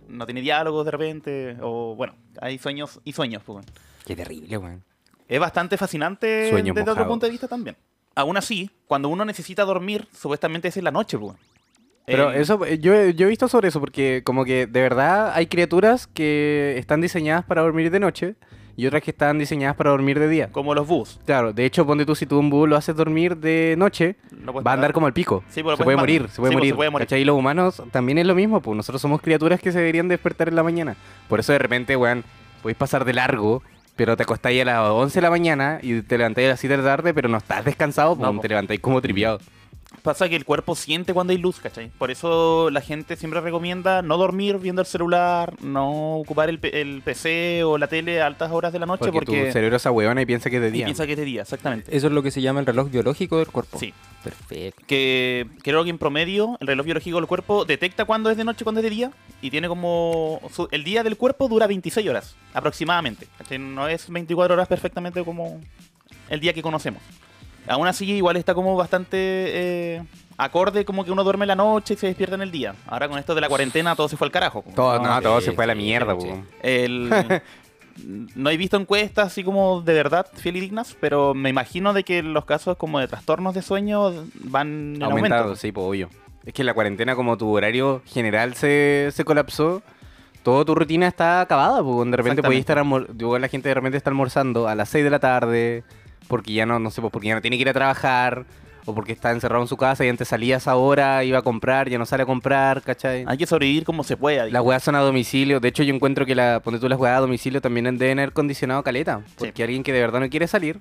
[SPEAKER 5] No tiene diálogos de repente, o bueno, hay sueños y sueños. po, Juan.
[SPEAKER 3] Qué terrible, weón.
[SPEAKER 5] Es bastante fascinante
[SPEAKER 3] Sueños
[SPEAKER 5] desde otro
[SPEAKER 3] mojados.
[SPEAKER 5] punto de vista también. Aún así, cuando uno necesita dormir, supuestamente es en la noche, po, Juan.
[SPEAKER 4] Pero
[SPEAKER 5] Eh,
[SPEAKER 4] eso, eh, yo, he- yo he visto sobre eso porque como que de verdad hay criaturas que están diseñadas para dormir de noche y otras que están diseñadas para dormir de día.
[SPEAKER 5] Como los búhos.
[SPEAKER 4] Claro, de hecho, ponte tú, si tú un búho lo haces dormir de noche,
[SPEAKER 5] No puedes
[SPEAKER 4] va a andar
[SPEAKER 5] parar.
[SPEAKER 4] como el pico.
[SPEAKER 5] Sí, pues, lo puedes
[SPEAKER 4] se puede
[SPEAKER 5] matar.
[SPEAKER 4] morir, se puede
[SPEAKER 5] Sí, pues,
[SPEAKER 4] morir.
[SPEAKER 5] se puede morir.
[SPEAKER 4] ¿cachai? Y los humanos también es lo mismo, pues nosotros somos criaturas que se deberían despertar en la mañana. Por eso de repente, weón, podéis pasar de largo, pero te acostáis a las 11 de la mañana y te levantáis a las 7 de la tarde, pero no estás descansado, pues
[SPEAKER 5] No, po.
[SPEAKER 4] te levantáis como tripiado.
[SPEAKER 5] Pasa que el cuerpo siente cuando hay luz, ¿cachai? Por eso la gente siempre recomienda no dormir viendo el celular, no ocupar el, pe- el PC o la tele a altas horas de la noche
[SPEAKER 4] Porque,
[SPEAKER 5] porque,
[SPEAKER 4] tu cerebro se huevona y piensa que es de
[SPEAKER 5] y
[SPEAKER 4] día. Oh.
[SPEAKER 5] piensa que es de día, exactamente.
[SPEAKER 3] Eso es lo que se llama el reloj biológico del cuerpo.
[SPEAKER 5] Sí.
[SPEAKER 3] Perfecto.
[SPEAKER 5] Que creo que en promedio el reloj biológico del cuerpo detecta cuándo es de noche, cuándo es de día y tiene como... su- el día del cuerpo dura 26 horas aproximadamente. ¿cachai? No es 24 horas perfectamente como el día que conocemos. Aún así, igual está como bastante eh, acorde, como que uno duerme en la noche y se despierta en el día. Ahora con esto de la cuarentena todo se fue al carajo.
[SPEAKER 4] Todo,
[SPEAKER 3] No,
[SPEAKER 4] no, todo
[SPEAKER 3] sí,
[SPEAKER 4] se fue a la
[SPEAKER 3] sí,
[SPEAKER 4] mierda,
[SPEAKER 3] sí.
[SPEAKER 4] po.
[SPEAKER 5] El- no he visto encuestas así como de verdad fiel y dignas, pero me imagino de que los casos como de trastornos de sueño van en
[SPEAKER 4] Aumentado,
[SPEAKER 5] aumento.
[SPEAKER 4] sí, pues obvio. Es que en la cuarentena, como tu horario general se, se colapsó, toda tu rutina está acabada, pues de repente podías estar almor- yo, la gente de repente está almorzando a las 6 de la tarde, porque ya no, no sé, pues porque ya no tiene que ir a trabajar, o porque está encerrado en su casa y antes salía a esa hora, iba a comprar, ya no sale a comprar, ¿cachai?
[SPEAKER 5] Hay que sobrevivir como se pueda.
[SPEAKER 4] Las
[SPEAKER 5] digamos.
[SPEAKER 4] weas son a domicilio. De hecho, yo encuentro que la, ponte tú las weas a domicilio también deben haber condicionado caleta. Porque alguien que de verdad no quiere salir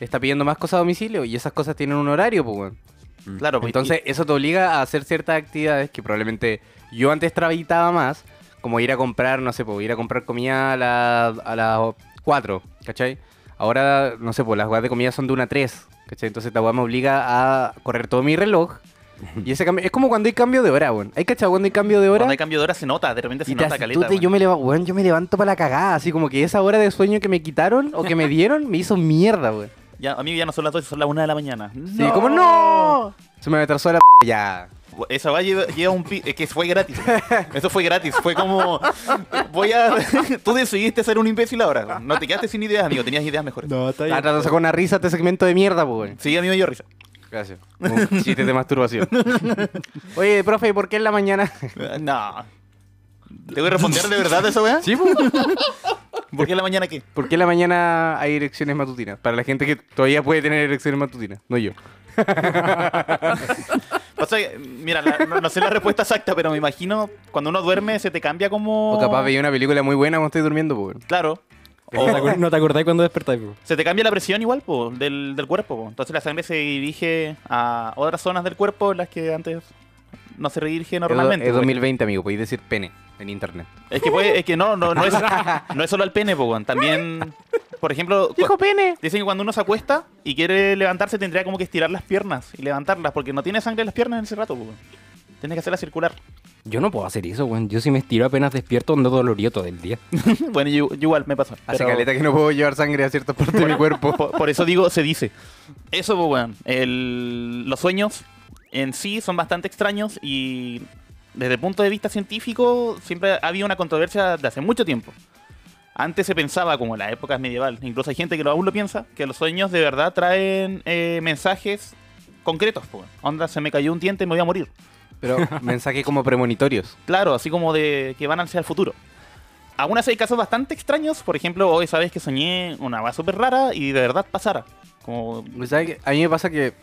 [SPEAKER 4] está pidiendo más cosas a domicilio y esas cosas tienen un horario, pues, weón.
[SPEAKER 5] Claro, pues,
[SPEAKER 4] Entonces, eso te obliga a hacer ciertas actividades que probablemente yo antes trabajaba más, como ir a comprar, no sé, pues, ir a comprar comida a las a las 4, ¿cachai? Ahora, no sé, pues las horas de comida son de una a 3, ¿cachai? Entonces, esta weá me obliga a correr todo mi reloj. Y ese cambio, es como cuando hay cambio de hora, weón. ¿Hay cachado cuando hay cambio de
[SPEAKER 5] y
[SPEAKER 4] hora?
[SPEAKER 5] cuando hay cambio de hora se nota, de repente se
[SPEAKER 4] Y te
[SPEAKER 5] nota
[SPEAKER 4] hace-
[SPEAKER 5] caleta.
[SPEAKER 4] tú te-
[SPEAKER 5] bueno.
[SPEAKER 4] yo, me leva- weón, yo me levanto para la cagada, así como que esa hora de sueño que me quitaron o que me dieron me hizo mierda, weón.
[SPEAKER 5] Ya, a mí ya no son las 12, son las 1 de la mañana.
[SPEAKER 4] Sí, como no. Se me atrasó la p ya.
[SPEAKER 5] Esa va lleva, lleva un pi... Es que fue gratis. Eso fue gratis. Fue como... Voy a... Tú decidiste ser un imbécil ahora. No te quedaste sin ideas, amigo. Tenías ideas mejores.
[SPEAKER 2] No, está
[SPEAKER 4] Ah, te sacó una risa este segmento de mierda, pues, weón.
[SPEAKER 5] Sí, a mí me dio risa.
[SPEAKER 4] Gracias. Un chiste de masturbación. Oye, profe, ¿y por qué en la mañana?
[SPEAKER 5] No. ¿Te voy a responder de verdad eso, weá?
[SPEAKER 4] Sí, pues.
[SPEAKER 5] ¿Por qué en la mañana qué?
[SPEAKER 4] ¿Por qué en la mañana hay erecciones matutinas? Para la gente que todavía puede tener erecciones matutinas, no yo.
[SPEAKER 5] O sea, mira, la- no, no sé la respuesta exacta, pero me imagino cuando uno duerme se te cambia como.
[SPEAKER 4] O capaz veía una película muy buena cuando estoy durmiendo, pues. weón.
[SPEAKER 5] Claro.
[SPEAKER 3] ¿No te
[SPEAKER 5] O
[SPEAKER 3] acor- ¿No te acordáis cuando despertáis? po?
[SPEAKER 5] se te cambia la presión igual, po, del, del cuerpo, po. Entonces la sangre se dirige a otras zonas del cuerpo en las que antes no se dirige
[SPEAKER 4] Es do-
[SPEAKER 5] normalmente.
[SPEAKER 4] Es
[SPEAKER 5] po.
[SPEAKER 4] 2020, amigo, podéis decir pene en internet.
[SPEAKER 5] Es que, puede- es que no, no, no es, no es solo el pene, po, weón. También, por ejemplo, cu-
[SPEAKER 4] pene!
[SPEAKER 5] dicen que cuando uno se acuesta y quiere levantarse tendría como que estirar las piernas y levantarlas, porque no tiene sangre en las piernas en ese rato, po, weón. Tienes que hacerla circular.
[SPEAKER 3] Yo no puedo hacer eso, weón. Yo si me estiro apenas despierto ando dolorido todo el día.
[SPEAKER 5] bueno, yo, yo igual me pasó.
[SPEAKER 4] Hace
[SPEAKER 5] pero-
[SPEAKER 4] caleta que no puedo llevar sangre a ciertas partes de mi cuerpo.
[SPEAKER 5] Por, por eso digo, se dice. Eso, pues, weón. El- los sueños en sí son bastante extraños y desde el punto de vista científico siempre ha habido una controversia de hace mucho tiempo. Antes se pensaba, como en las épocas medieval, incluso hay gente que lo- aún lo piensa, que los sueños de verdad traen eh, mensajes concretos. Pues. Onda, se me cayó un diente y me voy a morir.
[SPEAKER 4] Pero mensajes como premonitorios.
[SPEAKER 5] Claro, así como de que van hacia el futuro. Aún así hay casos bastante extraños, por ejemplo, hoy sabes que soñé una va súper rara y de verdad pasara. Como,
[SPEAKER 4] Pues, ¿sabe qué? A mí me pasa que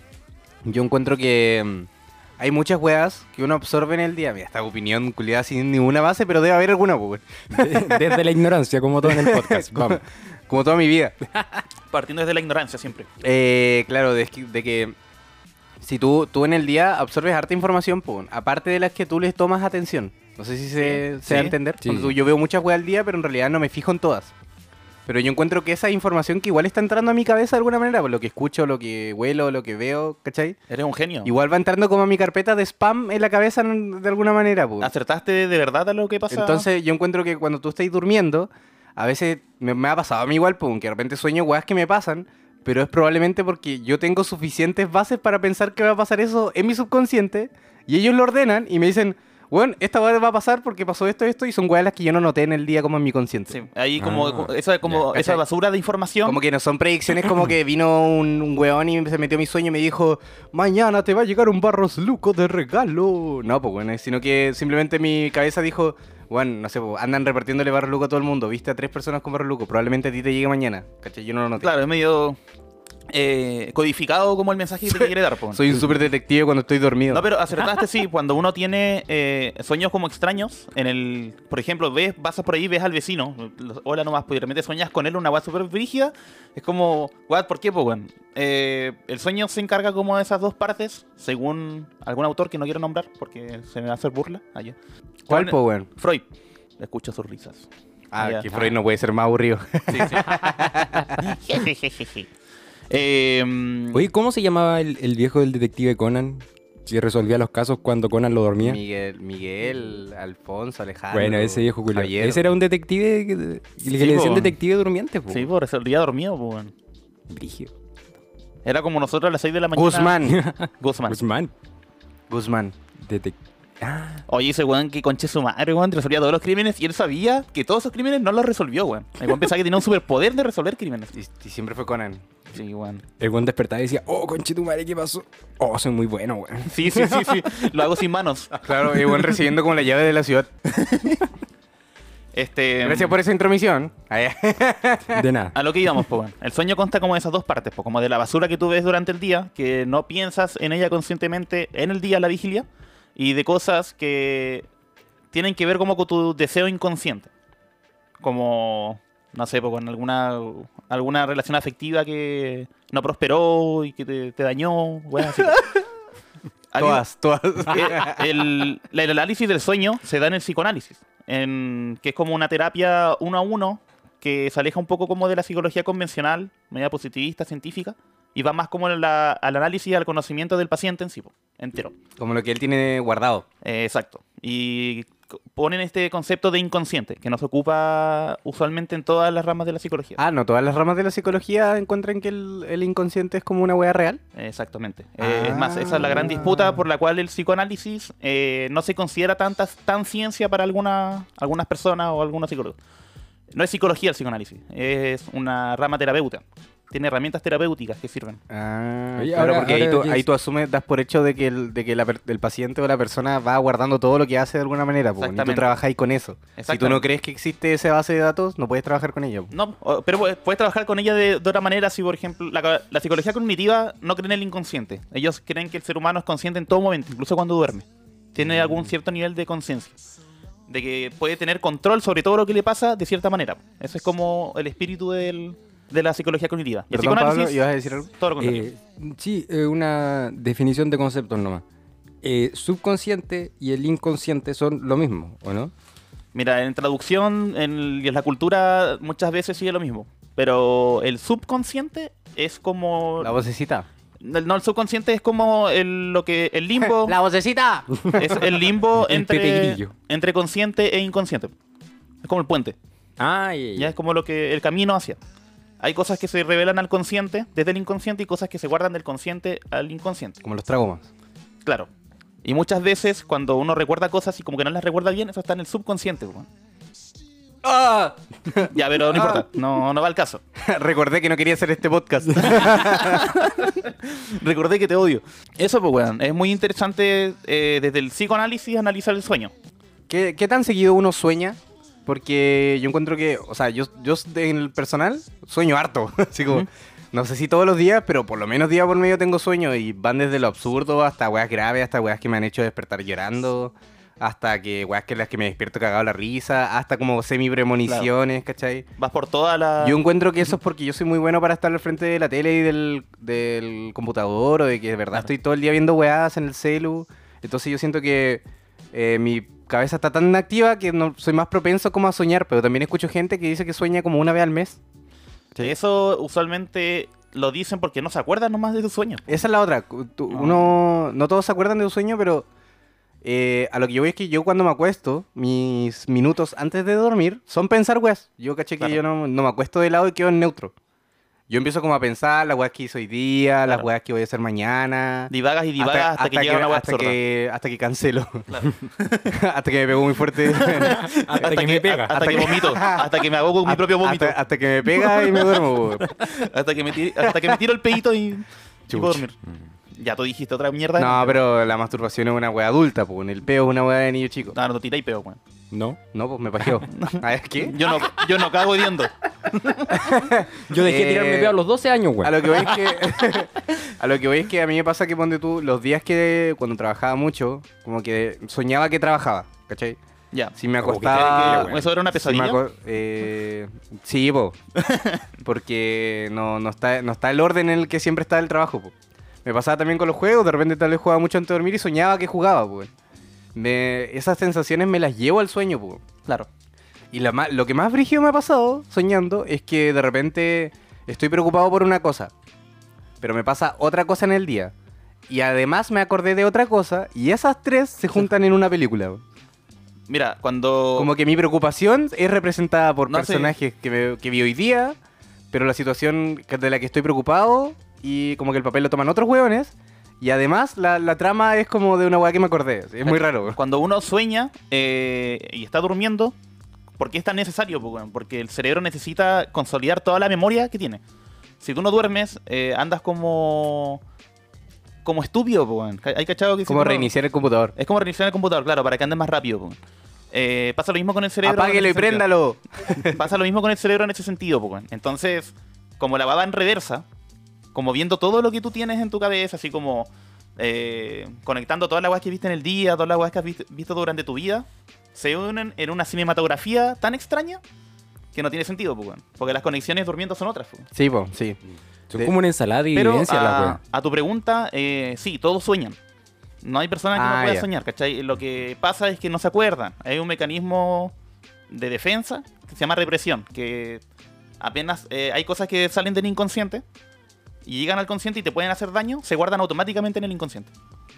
[SPEAKER 4] yo encuentro que mm, hay muchas weas que uno absorbe en el día. Mira, esta opinión culiada sin ninguna base, pero debe haber alguna, pues, weón.
[SPEAKER 3] De- desde la ignorancia, como todo en el podcast. Vamos.
[SPEAKER 4] como toda mi vida.
[SPEAKER 5] partiendo desde la ignorancia siempre.
[SPEAKER 4] Eh, claro, de, que- de que si tú, tú en el día absorbes harta información, po, aparte de las que tú les tomas atención. No sé si se,
[SPEAKER 5] Sí.
[SPEAKER 4] se da a
[SPEAKER 5] Sí.
[SPEAKER 4] entender.
[SPEAKER 3] Sí.
[SPEAKER 4] Ponte tú, yo veo muchas weas al día, pero en realidad no me fijo en todas. Pero yo encuentro que esa información que igual está entrando a mi cabeza de alguna manera, por lo que escucho, lo que huelo, lo que veo, ¿cachai?
[SPEAKER 5] Eres un genio.
[SPEAKER 4] Igual va entrando como a mi carpeta de spam en la cabeza de alguna manera, pues. po.
[SPEAKER 5] ¿Acertaste de verdad a lo que pasa?
[SPEAKER 4] Entonces yo encuentro que cuando tú estás durmiendo, a veces me, me ha pasado a mí igual, pum, que de repente sueño weas que me pasan, pero es probablemente porque yo tengo suficientes bases para pensar que va a pasar eso en mi subconsciente, y ellos lo ordenan y me dicen, bueno, esta wea va a pasar porque pasó esto, esto, y son weas las que yo no noté en el día como en mi consciente.
[SPEAKER 5] Sí, ahí como,
[SPEAKER 3] Ah,
[SPEAKER 5] co- esa, como
[SPEAKER 4] ya,
[SPEAKER 5] esa
[SPEAKER 4] ¿cachai?
[SPEAKER 5] basura de información.
[SPEAKER 4] Como que no son predicciones como que vino un, un weón y se metió a mi sueño y me dijo, mañana te va a llegar un barros luco de regalo. No, pues bueno, sino que simplemente mi cabeza dijo, bueno, no sé, po, andan repartiéndole barros luco a todo el mundo. Viste a tres personas con barros luco, probablemente a ti te llegue mañana. ¿Cachai? Yo no lo noté.
[SPEAKER 5] Claro, es medio eh, codificado como el mensaje que te quiere dar. po.
[SPEAKER 4] Soy un súper detective cuando estoy dormido.
[SPEAKER 5] No, pero acertaste, sí. Cuando uno tiene eh, sueños como extraños, en el, por ejemplo, ves, vas por ahí, ves al vecino, los- hola nomás, pues, y de repente soñas con él una weá súper brígida, es como, what, ¿por qué, po, weón? Eh, el sueño se encarga como de esas dos partes, según algún autor que no quiero nombrar, porque se me va a hacer burla. Ah, ya.
[SPEAKER 4] ¿Cuál,
[SPEAKER 5] Bueno,
[SPEAKER 4] po, weón?
[SPEAKER 5] Freud. Escucho sus risas.
[SPEAKER 4] Ah,
[SPEAKER 5] ya.
[SPEAKER 4] que Freud no puede ser más aburrido.
[SPEAKER 5] Eh, mm,
[SPEAKER 3] Oye, ¿cómo se llamaba el, el viejo del detective Conan? Si resolvía los casos cuando Conan lo dormía.
[SPEAKER 4] Miguel, Miguel, Alfonso, Alejandro.
[SPEAKER 3] Bueno, ese viejo culiao.
[SPEAKER 4] Javier.
[SPEAKER 3] Ese era un detective. que- que
[SPEAKER 5] Sí,
[SPEAKER 3] le decían
[SPEAKER 5] po.
[SPEAKER 3] detective durmiente, po.
[SPEAKER 5] sí, por eso el día dormido, po, weón.
[SPEAKER 3] Brígido.
[SPEAKER 5] Era como nosotros a las 6 de la mañana.
[SPEAKER 4] Guzmán.
[SPEAKER 5] Guzmán.
[SPEAKER 3] Guzmán.
[SPEAKER 4] Guzmán.
[SPEAKER 3] Detective. Ah,
[SPEAKER 5] Oye, ese weón que conche su madre, weón, resolvía todos los crímenes y él sabía que todos esos crímenes no los resolvió, weón. El weón pensaba que tenía un superpoder de resolver crímenes.
[SPEAKER 4] Y, y siempre fue Conan.
[SPEAKER 5] Sí, weón.
[SPEAKER 3] el buen despertaba y decía, oh, conchetumare, ¿qué pasó? Oh, soy muy bueno, weón.
[SPEAKER 5] Sí, sí, sí, sí. Lo hago sin manos.
[SPEAKER 4] Claro, y bueno, recibiendo como la llave de la ciudad.
[SPEAKER 5] Este.
[SPEAKER 4] Gracias por esa intromisión. Ah, ya.
[SPEAKER 3] De nada.
[SPEAKER 5] A lo que íbamos, pues, weón. El sueño consta como de esas dos partes, pues, como de la basura que tú ves durante el día, que no piensas en ella conscientemente en el día, la vigilia, y de cosas que tienen que ver como con tu deseo inconsciente. Como, no sé, pues, con alguna, alguna relación afectiva que no prosperó y que te, te dañó, weón, así. A mí-
[SPEAKER 4] Todas, todas.
[SPEAKER 5] eh, el, el análisis del sueño se da en el psicoanálisis, en, que es como una terapia uno a uno que se aleja un poco como de la psicología convencional, media positivista, científica, y va más como en la- al análisis y al conocimiento del paciente en sí, po, entero.
[SPEAKER 4] Como lo que él tiene guardado.
[SPEAKER 5] Eh, exacto. Y c- ponen este concepto de inconsciente, que nos ocupa usualmente en todas las ramas de la psicología.
[SPEAKER 4] Ah, no, todas las ramas de la psicología encuentran que el, el inconsciente es como una wea real.
[SPEAKER 5] Exactamente. Eh, es más,
[SPEAKER 4] Ah.
[SPEAKER 5] esa es la gran disputa por la cual el psicoanálisis eh, no se considera tanta, tan ciencia para alguna, algunas personas o algunos psicólogos. No es psicología el psicoanálisis, es una rama terapéutica. Tiene herramientas terapéuticas que sirven.
[SPEAKER 4] Ah,
[SPEAKER 3] Oye,
[SPEAKER 4] claro,
[SPEAKER 3] ahora-
[SPEAKER 4] porque ahí,
[SPEAKER 3] ahora
[SPEAKER 4] tú,
[SPEAKER 3] ya
[SPEAKER 4] ahí
[SPEAKER 3] es-
[SPEAKER 4] tú asumes, das por hecho de que, el, de que la per- el paciente o la persona va guardando todo lo que hace de alguna manera, pues, y tú
[SPEAKER 5] Exactamente.
[SPEAKER 4] trabajáis con eso. Si tú
[SPEAKER 5] Exactamente.
[SPEAKER 4] no crees que existe esa base de datos, no puedes trabajar con ella. po.
[SPEAKER 5] No, o- pero puedes, puedes trabajar con ella de, de otra manera si, por ejemplo, la, la psicología cognitiva no cree en el inconsciente. Ellos creen que el ser humano es consciente en todo momento, incluso cuando duerme. Tiene algún cierto nivel de conciencia. De que puede tener control sobre todo lo que le pasa de cierta manera. Eso es como el espíritu del- de la psicología cognitiva. Y el
[SPEAKER 4] Perdón, Pablo,
[SPEAKER 5] psicoanálisis,
[SPEAKER 4] ¿ibas a decir algo?
[SPEAKER 5] todo lo contrario.
[SPEAKER 3] Eh, sí, eh, una definición de conceptos nomás. Eh, subconsciente y el inconsciente son lo mismo, ¿o no?
[SPEAKER 4] eh,
[SPEAKER 5] Mira, en traducción en, el- y en la cultura muchas veces sigue lo mismo. Pero el subconsciente es como...
[SPEAKER 4] La vocecita.
[SPEAKER 5] No, el subconsciente es como el, lo que el limbo...
[SPEAKER 4] vocecita!
[SPEAKER 5] Es el limbo
[SPEAKER 3] El Pepe
[SPEAKER 5] entre,
[SPEAKER 3] Grillo.
[SPEAKER 5] entre consciente e inconsciente. Es como el puente.
[SPEAKER 3] Ay,
[SPEAKER 5] Ya es como lo que el camino hacia. Hay cosas que se revelan al consciente desde el inconsciente y cosas que se guardan del consciente al inconsciente.
[SPEAKER 4] Como los tragomas.
[SPEAKER 5] Claro. Y muchas veces cuando uno recuerda cosas y como que no las recuerda bien, eso está en el subconsciente. weón.
[SPEAKER 4] ¡Ah!
[SPEAKER 5] Ya, pero no importa. No, no va al caso.
[SPEAKER 4] Recordé que no quería hacer este podcast.
[SPEAKER 5] Recordé que te odio. Eso, pues, weón. Es muy interesante eh, desde el psicoanálisis analizar el sueño.
[SPEAKER 4] ¿Qué, qué tan seguido uno sueña? Porque yo encuentro que, o sea, yo, yo s- de- en el personal sueño harto. Así como, No sé si todos los días, pero por lo menos día por medio tengo sueño y van desde lo absurdo hasta weas graves, hasta weas que me han hecho despertar llorando, hasta que weas que las que me despierto cagado la risa, hasta como semi premoniciones, ¿cachai?
[SPEAKER 5] Vas por toda la.
[SPEAKER 4] Yo encuentro que eso es porque yo soy muy bueno para estar al frente de la tele y del, del computador o de que de verdad estoy todo el día viendo weadas en el celu. Entonces yo siento que eh, mi cabeza está tan activa que no soy más propenso como a soñar, pero también escucho gente que dice que sueña como una vez al mes.
[SPEAKER 5] Eso usualmente lo dicen porque no se acuerdan nomás de sus sueños.
[SPEAKER 4] Esa es la otra. cu- tú-
[SPEAKER 5] Ah.
[SPEAKER 4] Uno, no todos se acuerdan de un sueño, pero eh, a lo que yo voy es que yo cuando me acuesto, mis minutos antes de dormir son pensar weas. Yo caché que
[SPEAKER 5] Claro.
[SPEAKER 4] yo no, no me acuesto de lado y quedo en neutro. Yo empiezo como a pensar las weas que hice hoy día, las
[SPEAKER 5] Claro.
[SPEAKER 4] weas que voy a hacer mañana.
[SPEAKER 5] Divagas y divagas hasta, que llega una wea
[SPEAKER 4] hasta
[SPEAKER 5] absurda.
[SPEAKER 4] que- hasta que cancelo. hasta que me pegó muy fuerte.
[SPEAKER 3] Hasta, que, me pega.
[SPEAKER 5] Hasta, que, vomito. Hasta que me ahogo con mi propio vómito.
[SPEAKER 4] Hasta, hasta que me pega y me duermo. weón.
[SPEAKER 5] Hasta que me, tire- hasta que me tiro el pedito y, y puedo dormir. Ya tú dijiste otra mierda.
[SPEAKER 4] No, pero la masturbación es una wea adulta, pues. El peo es una wea de niño chico.
[SPEAKER 5] No, no, tira y peo, weón.
[SPEAKER 3] No.
[SPEAKER 4] No, pues me pajeó. ¿A ver, qué?
[SPEAKER 5] Yo no, yo no cago hediendo.
[SPEAKER 3] Yo dejé de
[SPEAKER 4] Eh,
[SPEAKER 3] tirarme peo a los 12 años,
[SPEAKER 4] A
[SPEAKER 3] güey.
[SPEAKER 4] lo que voy es que a lo que voy es que a mí me pasa que ponte tú los días que cuando trabajaba mucho, como que soñaba que trabajaba, ¿cachai?
[SPEAKER 5] Ya.
[SPEAKER 4] Si me
[SPEAKER 3] Como que
[SPEAKER 4] acostaba,
[SPEAKER 3] te- que-
[SPEAKER 5] ¿Eso era una
[SPEAKER 4] si me
[SPEAKER 5] pesadilla?
[SPEAKER 4] aco- eh, sí, po. Porque no, no está no está el orden en el que siempre está el trabajo, po. Me pasaba también con los juegos, de repente tal vez jugaba mucho antes de dormir y soñaba que jugaba, po. Me- esas sensaciones me las llevo al sueño, po.
[SPEAKER 5] Claro.
[SPEAKER 4] Y la ma- lo que más brígido me ha pasado soñando es que de repente estoy preocupado por una cosa, pero me pasa otra cosa en el día. Y además me acordé de otra cosa y esas tres se juntan en una película.
[SPEAKER 5] Mira, cuando.
[SPEAKER 4] Como que mi preocupación es representada por
[SPEAKER 5] No sé.
[SPEAKER 4] personajes que, me- que vi hoy día, pero la situación que- de la que estoy preocupado y como que el papel lo toman otros hueones. Y además la, la trama es como de una weá que me acordé. Es muy raro.
[SPEAKER 5] Cuando uno sueña eh, y está durmiendo, ¿por qué es tan necesario? po, weón? Porque el cerebro necesita consolidar toda la memoria que tiene. Si tú no duermes, eh, andas como. como estúpido, po, weón. Ca- ¿Hay cachado que si
[SPEAKER 4] Como
[SPEAKER 5] tú no-
[SPEAKER 4] reiniciar el computador.
[SPEAKER 5] Es como reiniciar el computador, claro, para que andes más rápido. po, weón. Eh, pasa lo mismo con el cerebro.
[SPEAKER 4] Apáguelo
[SPEAKER 5] en
[SPEAKER 4] y
[SPEAKER 5] ese sentido.
[SPEAKER 4] préndalo.
[SPEAKER 5] Pasa lo mismo con el cerebro en ese sentido, po, weón. Entonces, como la baba en reversa, como viendo todo lo que tú tienes en tu cabeza, así como eh, conectando todas las weas que viste en el día, todas las weas que has vis- visto durante tu vida, se unen en una cinematografía tan extraña que no tiene sentido, po, weón. Porque las conexiones durmiendo son otras, po.
[SPEAKER 4] Sí, po, sí.
[SPEAKER 3] Son como una ensalada de
[SPEAKER 5] Pero ah,
[SPEAKER 3] evidencia, la
[SPEAKER 5] a,
[SPEAKER 4] pues.
[SPEAKER 3] weá.
[SPEAKER 5] a tu pregunta, eh, sí, todos sueñan. No hay persona que
[SPEAKER 4] Ah,
[SPEAKER 5] no pueda
[SPEAKER 4] ya.
[SPEAKER 5] soñar, ¿cachai? Lo que pasa es que no se acuerdan. Hay un mecanismo de defensa que se llama represión, que apenas eh, hay cosas que salen del inconsciente y llegan al consciente y te pueden hacer daño, se guardan automáticamente en el inconsciente.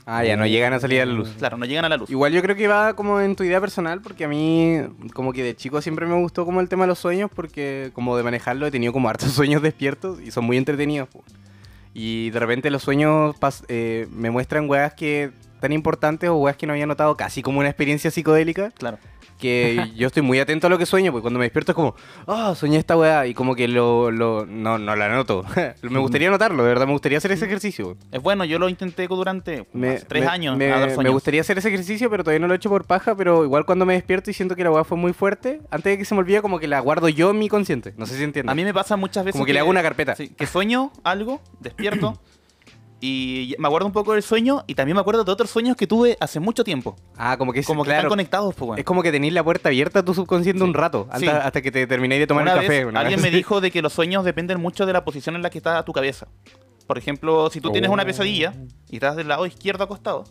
[SPEAKER 4] Ah, ya no llegan a salir a la luz.
[SPEAKER 5] Claro, no llegan a la luz.
[SPEAKER 4] Igual yo creo que va como en tu idea personal, porque a mí como que de chico siempre me gustó como el tema de los sueños, porque como de manejarlo he tenido como hartos sueños despiertos y son muy entretenidos. po. Y de repente los sueños pas- eh, me muestran weas que tan importantes o weas que no había notado, casi como una experiencia psicodélica,
[SPEAKER 5] Claro.
[SPEAKER 4] que yo estoy muy atento a lo que sueño, porque cuando me despierto es como, oh, soñé esta wea y como que lo, lo no, no la noto. me gustaría notarlo, de verdad, me gustaría hacer ese ejercicio.
[SPEAKER 5] Es bueno, yo lo intenté durante
[SPEAKER 4] Me-
[SPEAKER 5] hace tres
[SPEAKER 4] me-
[SPEAKER 5] años.
[SPEAKER 4] Me,
[SPEAKER 5] a dar
[SPEAKER 4] me
[SPEAKER 5] sueños.
[SPEAKER 4] gustaría hacer ese ejercicio, pero todavía no lo he hecho por paja. Pero igual cuando me despierto y siento que la weá fue muy fuerte, antes de que se me olvide, como que la guardo yo en mi consciente. No sé si entiendes.
[SPEAKER 5] A mí me pasa muchas veces.
[SPEAKER 4] Como que le hago una carpeta.
[SPEAKER 5] sí, que sueño algo, despierto. y me acuerdo un poco del sueño. Y también me acuerdo de otros sueños que tuve hace mucho tiempo.
[SPEAKER 4] Ah, como que es,
[SPEAKER 5] como que
[SPEAKER 4] claro,
[SPEAKER 5] están conectados, pues, weón.
[SPEAKER 4] es como que tenéis la puerta abierta a tu subconsciente un rato, hasta,
[SPEAKER 5] Sí.
[SPEAKER 4] hasta que te terminéis de tomar
[SPEAKER 5] Una
[SPEAKER 4] el café.
[SPEAKER 5] vez
[SPEAKER 4] una
[SPEAKER 5] alguien
[SPEAKER 4] vez.
[SPEAKER 5] me dijo de que los sueños dependen mucho de la posición en la que está tu cabeza. Por ejemplo, si tú tienes una pesadilla
[SPEAKER 4] Oh.
[SPEAKER 5] y estás del lado izquierdo acostado,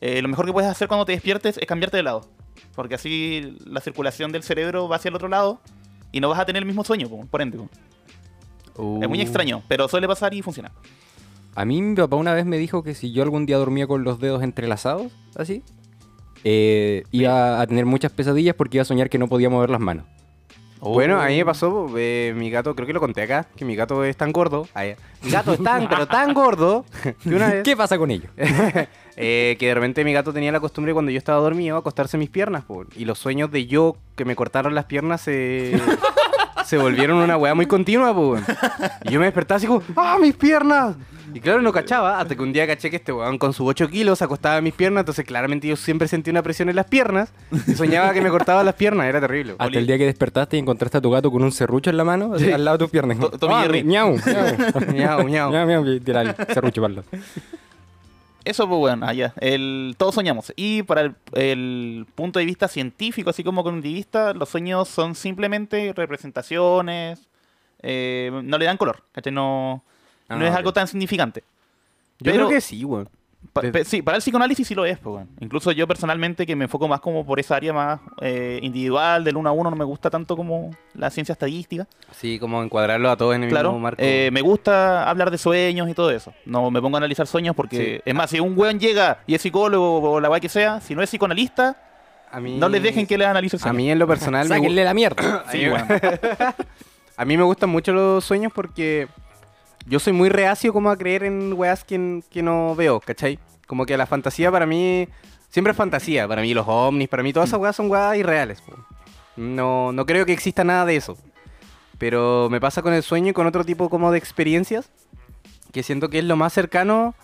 [SPEAKER 5] eh, lo mejor que puedes hacer cuando te despiertes es cambiarte de lado. Porque así la circulación del cerebro va hacia el otro lado y no vas a tener el mismo sueño, po, por ende. po.
[SPEAKER 4] Uh.
[SPEAKER 5] Es muy extraño, pero suele pasar y funciona.
[SPEAKER 3] A mí mi papá una vez me dijo que si yo algún día dormía con los dedos entrelazados, así, eh, iba a tener muchas pesadillas porque iba a soñar que no podía mover las manos.
[SPEAKER 5] uh.
[SPEAKER 4] Bueno, a mí me pasó, eh, mi gato, creo que lo conté acá, que mi gato es tan gordo. ah, ya. Mi gato es tan, pero tan gordo que una vez.
[SPEAKER 3] ¿Qué pasa con ello?
[SPEAKER 4] Eh, que de repente mi gato tenía la costumbre cuando yo estaba dormido acostarse en mis piernas, po. y los sueños de yo que me cortaron las piernas se,
[SPEAKER 3] se volvieron una weá muy continua, po, weón. Y yo me despertaba así como, ¡ah, mis piernas! Y claro, no cachaba, hasta que un día caché que este weón con sus 8 kilos acostaba mis piernas, entonces claramente yo siempre sentía una presión en las piernas y soñaba que me cortaba las piernas, era terrible. weón.
[SPEAKER 5] Oli.
[SPEAKER 3] Hasta el día que despertaste y encontraste a tu gato con un serrucho en la mano, así, al lado de tus piernas.
[SPEAKER 5] To- Tommy
[SPEAKER 3] Ah,
[SPEAKER 5] Jerry.
[SPEAKER 3] Miau, miau.
[SPEAKER 4] Ñau, ñau.
[SPEAKER 3] miau, miau, y tira el serrucho, Pablo.
[SPEAKER 5] Eso, pues bueno, allá. El, todos soñamos. Y para el, el punto de vista científico, así como cognitivista, los sueños son simplemente representaciones. eh, no le dan color. ¿cachai? No,
[SPEAKER 3] Ah,
[SPEAKER 5] no es
[SPEAKER 3] ok.
[SPEAKER 5] algo tan significante.
[SPEAKER 3] Yo
[SPEAKER 5] Pero-
[SPEAKER 3] creo que sí, weón.
[SPEAKER 5] Pa-
[SPEAKER 3] Desde-
[SPEAKER 5] pe- sí, para el psicoanálisis sí lo es, pues, weón. Incluso yo personalmente que me enfoco más como por esa área más eh, individual, del uno a uno, no me gusta tanto como la ciencia estadística.
[SPEAKER 3] Sí, como encuadrarlo a todos en
[SPEAKER 5] Claro, eh, me gusta hablar de sueños y todo eso. No me pongo a analizar sueños porque, es más, si un weón llega y es psicólogo o la weá que sea, si no es psicoanalista,
[SPEAKER 3] A mí-
[SPEAKER 5] no les dejen que les analice el
[SPEAKER 4] A
[SPEAKER 5] sueño.
[SPEAKER 4] mí en lo personal me, gu-
[SPEAKER 3] Sáquenle la mierda.
[SPEAKER 5] Sí, weón.
[SPEAKER 4] a mí me gustan mucho los sueños porque yo soy muy reacio como a creer en weas que, n- que no veo, ¿cachai? Como que la fantasía para mí siempre es fantasía. Para mí los ovnis, para mí todas esas weas son weas irreales. po. No, no creo que exista nada de eso. Pero me pasa con el sueño y con otro tipo como de experiencias que siento que es lo más cercano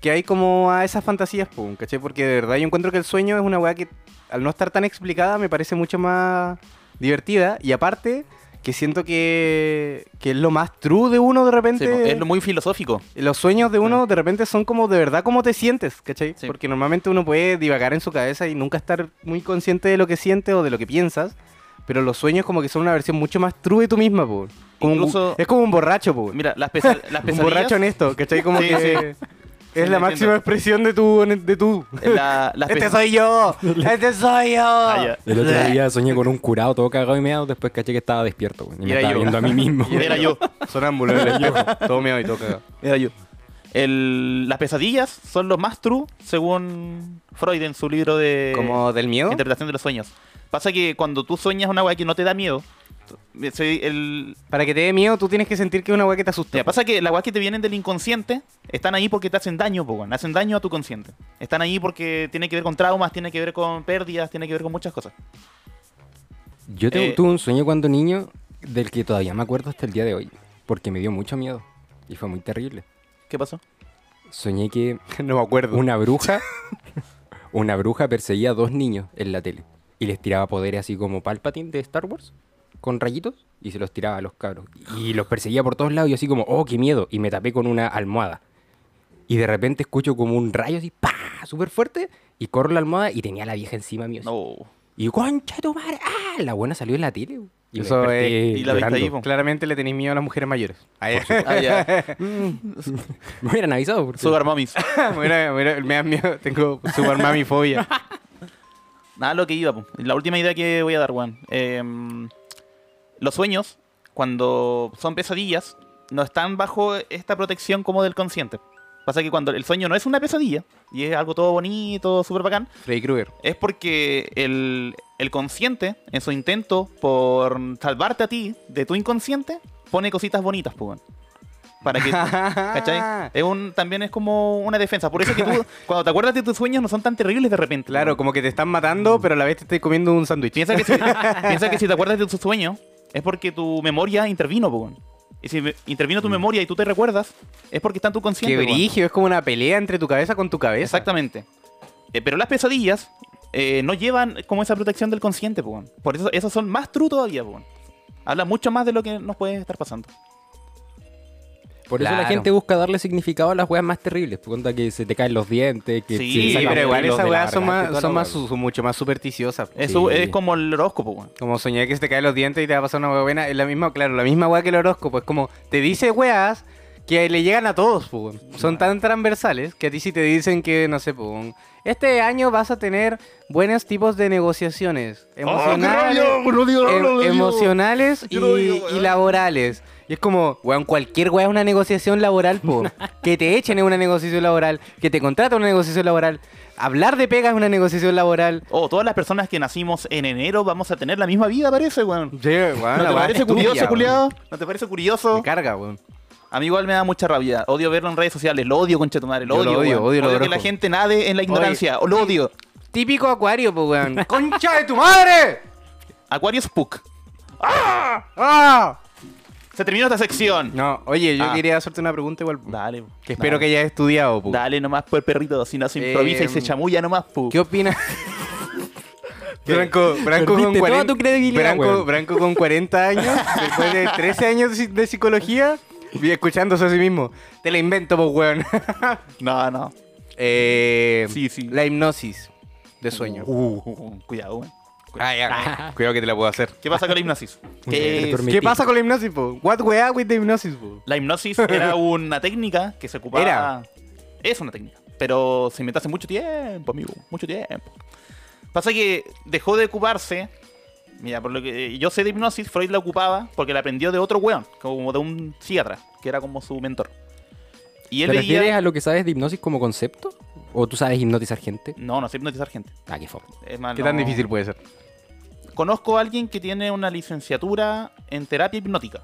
[SPEAKER 4] que hay como a esas fantasías, po, ¿cachai? Porque de verdad yo encuentro que el sueño es una wea que al no estar tan explicada me parece mucho más divertida y aparte que siento que, que es lo más true de uno de
[SPEAKER 5] Sí,
[SPEAKER 4] repente.
[SPEAKER 5] po, es lo muy filosófico.
[SPEAKER 4] Los sueños de uno de repente son como de verdad cómo te sientes, ¿cachai?
[SPEAKER 5] Sí.
[SPEAKER 4] Porque normalmente uno puede divagar en su cabeza y nunca estar muy consciente de lo que sientes o de lo que piensas. Pero los sueños como que son una versión mucho más true de tú misma, po. Como un-
[SPEAKER 5] Incluso-
[SPEAKER 4] es como un borracho, po.
[SPEAKER 5] Mira, las, pesa- las
[SPEAKER 4] un
[SPEAKER 5] pesadillas...
[SPEAKER 4] borracho honesto, ¿cachai? Como
[SPEAKER 5] Sí,
[SPEAKER 4] que
[SPEAKER 5] Sí,
[SPEAKER 4] es
[SPEAKER 5] lo
[SPEAKER 4] la
[SPEAKER 5] entiendo.
[SPEAKER 4] máxima expresión de tu... De tu.
[SPEAKER 5] la- las
[SPEAKER 4] ¡Este
[SPEAKER 5] pesa-
[SPEAKER 4] soy yo! ¡Este soy yo!
[SPEAKER 5] Ah, ya.
[SPEAKER 3] El otro día soñé con un curado todo cagado y meado, después caché que estaba despierto, weón. Y
[SPEAKER 4] Y era
[SPEAKER 3] me estaba
[SPEAKER 4] yo.
[SPEAKER 3] viendo a mí mismo.
[SPEAKER 5] Era yo.
[SPEAKER 4] Sonámbulo en el espejo. Todo meado y todo cagado.
[SPEAKER 5] Era yo. El- las pesadillas son lo más true según Freud en su libro de
[SPEAKER 4] ¿Como del miedo?
[SPEAKER 5] interpretación de los sueños. Pasa que cuando tú sueñas una weá que no te da miedo, t- se- el,
[SPEAKER 4] Para que te dé miedo, tú tienes que sentir que es una weá que te asusta.
[SPEAKER 5] Ya, pasa que las weas que te vienen del inconsciente están ahí porque te hacen daño, po, weón. hacen daño a tu consciente. Están ahí porque tiene que ver con traumas, tiene que ver con pérdidas, tiene que ver con muchas cosas.
[SPEAKER 3] Yo te-
[SPEAKER 5] Eh,
[SPEAKER 3] tuve un sueño cuando niño del que todavía me acuerdo hasta el día de hoy, porque me dio mucho miedo y fue muy terrible.
[SPEAKER 5] ¿Qué pasó?
[SPEAKER 3] Soñé que
[SPEAKER 4] No me acuerdo.
[SPEAKER 3] una bruja, una bruja perseguía a dos niños en la tele y les tiraba poderes así como Palpatine de Star Wars con rayitos y se los tiraba a los cabros y los perseguía por todos lados y yo así como, "Oh, qué miedo" y me tapé con una almohada. Y de repente escucho como un rayo así, pa, súper fuerte y corro la almohada y tenía a la vieja encima mío. así.
[SPEAKER 5] No.
[SPEAKER 3] Y yo, concha de tu madre, ah, la buena salió en la tele. güey. Y me
[SPEAKER 4] Eso es-
[SPEAKER 3] desperté
[SPEAKER 5] y la viste ahí,
[SPEAKER 3] llorando.
[SPEAKER 5] po.
[SPEAKER 4] Claramente le tenéis miedo a las mujeres mayores. Ay,
[SPEAKER 5] Ah, ya.
[SPEAKER 3] Me hubieran avisado porque
[SPEAKER 5] Sugar mommies.
[SPEAKER 4] mira, mira, me da miedo. Tengo pues, super mami fobia.
[SPEAKER 5] Nada lo que iba, po. La última idea que voy a dar, weón. Eh, los sueños, cuando son pesadillas, no están bajo esta protección como del consciente. Pasa que cuando el sueño no es una pesadilla y es algo todo bonito, súper bacán,
[SPEAKER 4] Freddy Krueger.
[SPEAKER 5] es porque el, el consciente, en su intento por salvarte a ti de tu inconsciente, pone cositas bonitas, pues. weón. Para que.
[SPEAKER 4] Ah.
[SPEAKER 5] ¿Cachai? Es un, también es como una defensa. Por eso que tú, cuando te acuerdas de tus sueños, no son tan terribles de repente.
[SPEAKER 4] Claro,
[SPEAKER 5] weón.
[SPEAKER 4] como que te están matando, pero a la vez te estoy comiendo un sándwich.
[SPEAKER 5] Piensa que, si, piensa que si te acuerdas de tus sueños, es porque tu memoria intervino, pues. weón. Y si me- intervino tu memoria y tú te recuerdas, es porque está en tu
[SPEAKER 4] Qué
[SPEAKER 5] consciente. weón.
[SPEAKER 4] brígido, es como una pelea entre tu cabeza con tu cabeza.
[SPEAKER 5] Exactamente. Eh, pero las pesadillas eh, no llevan como esa protección del consciente, po, weón. Por eso esas son más true todavía, po, weón. Habla mucho más de lo que nos puede estar pasando.
[SPEAKER 3] Por eso la
[SPEAKER 4] Claro.
[SPEAKER 3] gente busca darle significado a las weas más terribles. Cuenta que se te caen los dientes, que
[SPEAKER 5] Sí,
[SPEAKER 3] se
[SPEAKER 4] Sí,
[SPEAKER 5] Sí,
[SPEAKER 3] sacan
[SPEAKER 4] pero igual
[SPEAKER 3] pelos
[SPEAKER 4] esas
[SPEAKER 3] de la
[SPEAKER 4] weas son
[SPEAKER 3] garganta y
[SPEAKER 4] más,
[SPEAKER 3] toda
[SPEAKER 4] son
[SPEAKER 3] la
[SPEAKER 4] más,
[SPEAKER 3] wea.
[SPEAKER 4] su- mucho más supersticiosas.
[SPEAKER 5] Eso
[SPEAKER 3] Sí.
[SPEAKER 5] es como el horóscopo, po, weón.
[SPEAKER 4] Como soñar que se te caen los dientes y te va a pasar una wea buena. Es la misma, claro, la misma wea que el horóscopo. Es como te dice weas que le llegan a todos, po. Son tan transversales que a ti si te dicen que, no sé, po, este año vas a tener buenos tipos de negociaciones. Emocionales. em- emocionales y, y laborales. Y es como, weón, cualquier weón es una negociación laboral, po. que te echen es una negociación laboral, que te contraten es una negociación laboral, hablar de pega es una negociación laboral.
[SPEAKER 5] Oh, todas las personas que nacimos en enero vamos a tener la misma vida, parece, weón.
[SPEAKER 4] Sí, weón,
[SPEAKER 5] ¿No
[SPEAKER 4] la
[SPEAKER 5] te
[SPEAKER 4] weá
[SPEAKER 5] parece
[SPEAKER 4] estúpida,
[SPEAKER 5] curioso,
[SPEAKER 4] weón.
[SPEAKER 5] culiado? ¿No te parece curioso?
[SPEAKER 4] Me carga, weón.
[SPEAKER 5] A mí igual me da mucha rabia. Odio verlo en redes sociales. Lo odio, conchetumare. Lo
[SPEAKER 4] Yo
[SPEAKER 5] odio,
[SPEAKER 4] lo odio,
[SPEAKER 5] weón.
[SPEAKER 4] odio lo
[SPEAKER 5] que
[SPEAKER 4] horóscopo.
[SPEAKER 5] la gente nade en la ignorancia. Lo odio.
[SPEAKER 4] Típico acuario, po, weón. ¡Concha de tu madre!
[SPEAKER 5] Acuario Spook.
[SPEAKER 4] ¡Ah!
[SPEAKER 5] Se terminó esta sección.
[SPEAKER 4] No, oye, yo
[SPEAKER 5] Ah.
[SPEAKER 4] quería hacerte una pregunta igual. pu.
[SPEAKER 5] Dale. po.
[SPEAKER 4] Que espero
[SPEAKER 5] Dale.
[SPEAKER 4] que hayas estudiado, pu.
[SPEAKER 5] Dale nomás, pues, perrito. Si no se improvisa y se
[SPEAKER 4] Em,
[SPEAKER 5] chamulla nomás, pues. pu.
[SPEAKER 4] ¿Qué opinas? Branco, Branco con
[SPEAKER 3] Perdiste
[SPEAKER 4] 40,
[SPEAKER 3] toda tu credibilidad,
[SPEAKER 4] Branco-
[SPEAKER 3] weón.
[SPEAKER 4] Branco con 40 años, después de 13 años de- de psicología, y escuchándose a sí mismo. Te la invento, pues, weón.
[SPEAKER 5] No, no.
[SPEAKER 4] Eh,
[SPEAKER 5] Sí, sí.
[SPEAKER 4] La hipnosis de sueño.
[SPEAKER 5] Uh, uh, uh, cuidado, weón.
[SPEAKER 4] Ah, ya. Cuidado que te la puedo hacer.
[SPEAKER 5] ¿Qué pasa con la hipnosis?
[SPEAKER 3] Le
[SPEAKER 5] ¿Qué es?
[SPEAKER 3] dormí.
[SPEAKER 4] ¿Qué pasa con la hipnosis, po? What we are with the hipnosis, po?
[SPEAKER 5] La hipnosis era una técnica que se ocupaba.
[SPEAKER 4] Era.
[SPEAKER 5] Es una técnica. Pero se inventó hace mucho tiempo, amigo. Mucho tiempo. Pasa que dejó de ocuparse. Mira, por lo que eh, yo sé de hipnosis, Freud la ocupaba porque la aprendió de otro weón, como de un psiquiatra, que era como su mentor. Y
[SPEAKER 3] ¿Te
[SPEAKER 5] él
[SPEAKER 3] refieres
[SPEAKER 5] veía.
[SPEAKER 3] a lo que sabes de hipnosis como concepto? ¿O tú sabes hipnotizar gente?
[SPEAKER 5] No, no sé hipnotizar gente.
[SPEAKER 3] Ah, qué fome.
[SPEAKER 5] Es más,
[SPEAKER 4] ¿Qué tan
[SPEAKER 5] no-
[SPEAKER 4] difícil puede ser?
[SPEAKER 5] Conozco a alguien que tiene una licenciatura en terapia hipnótica.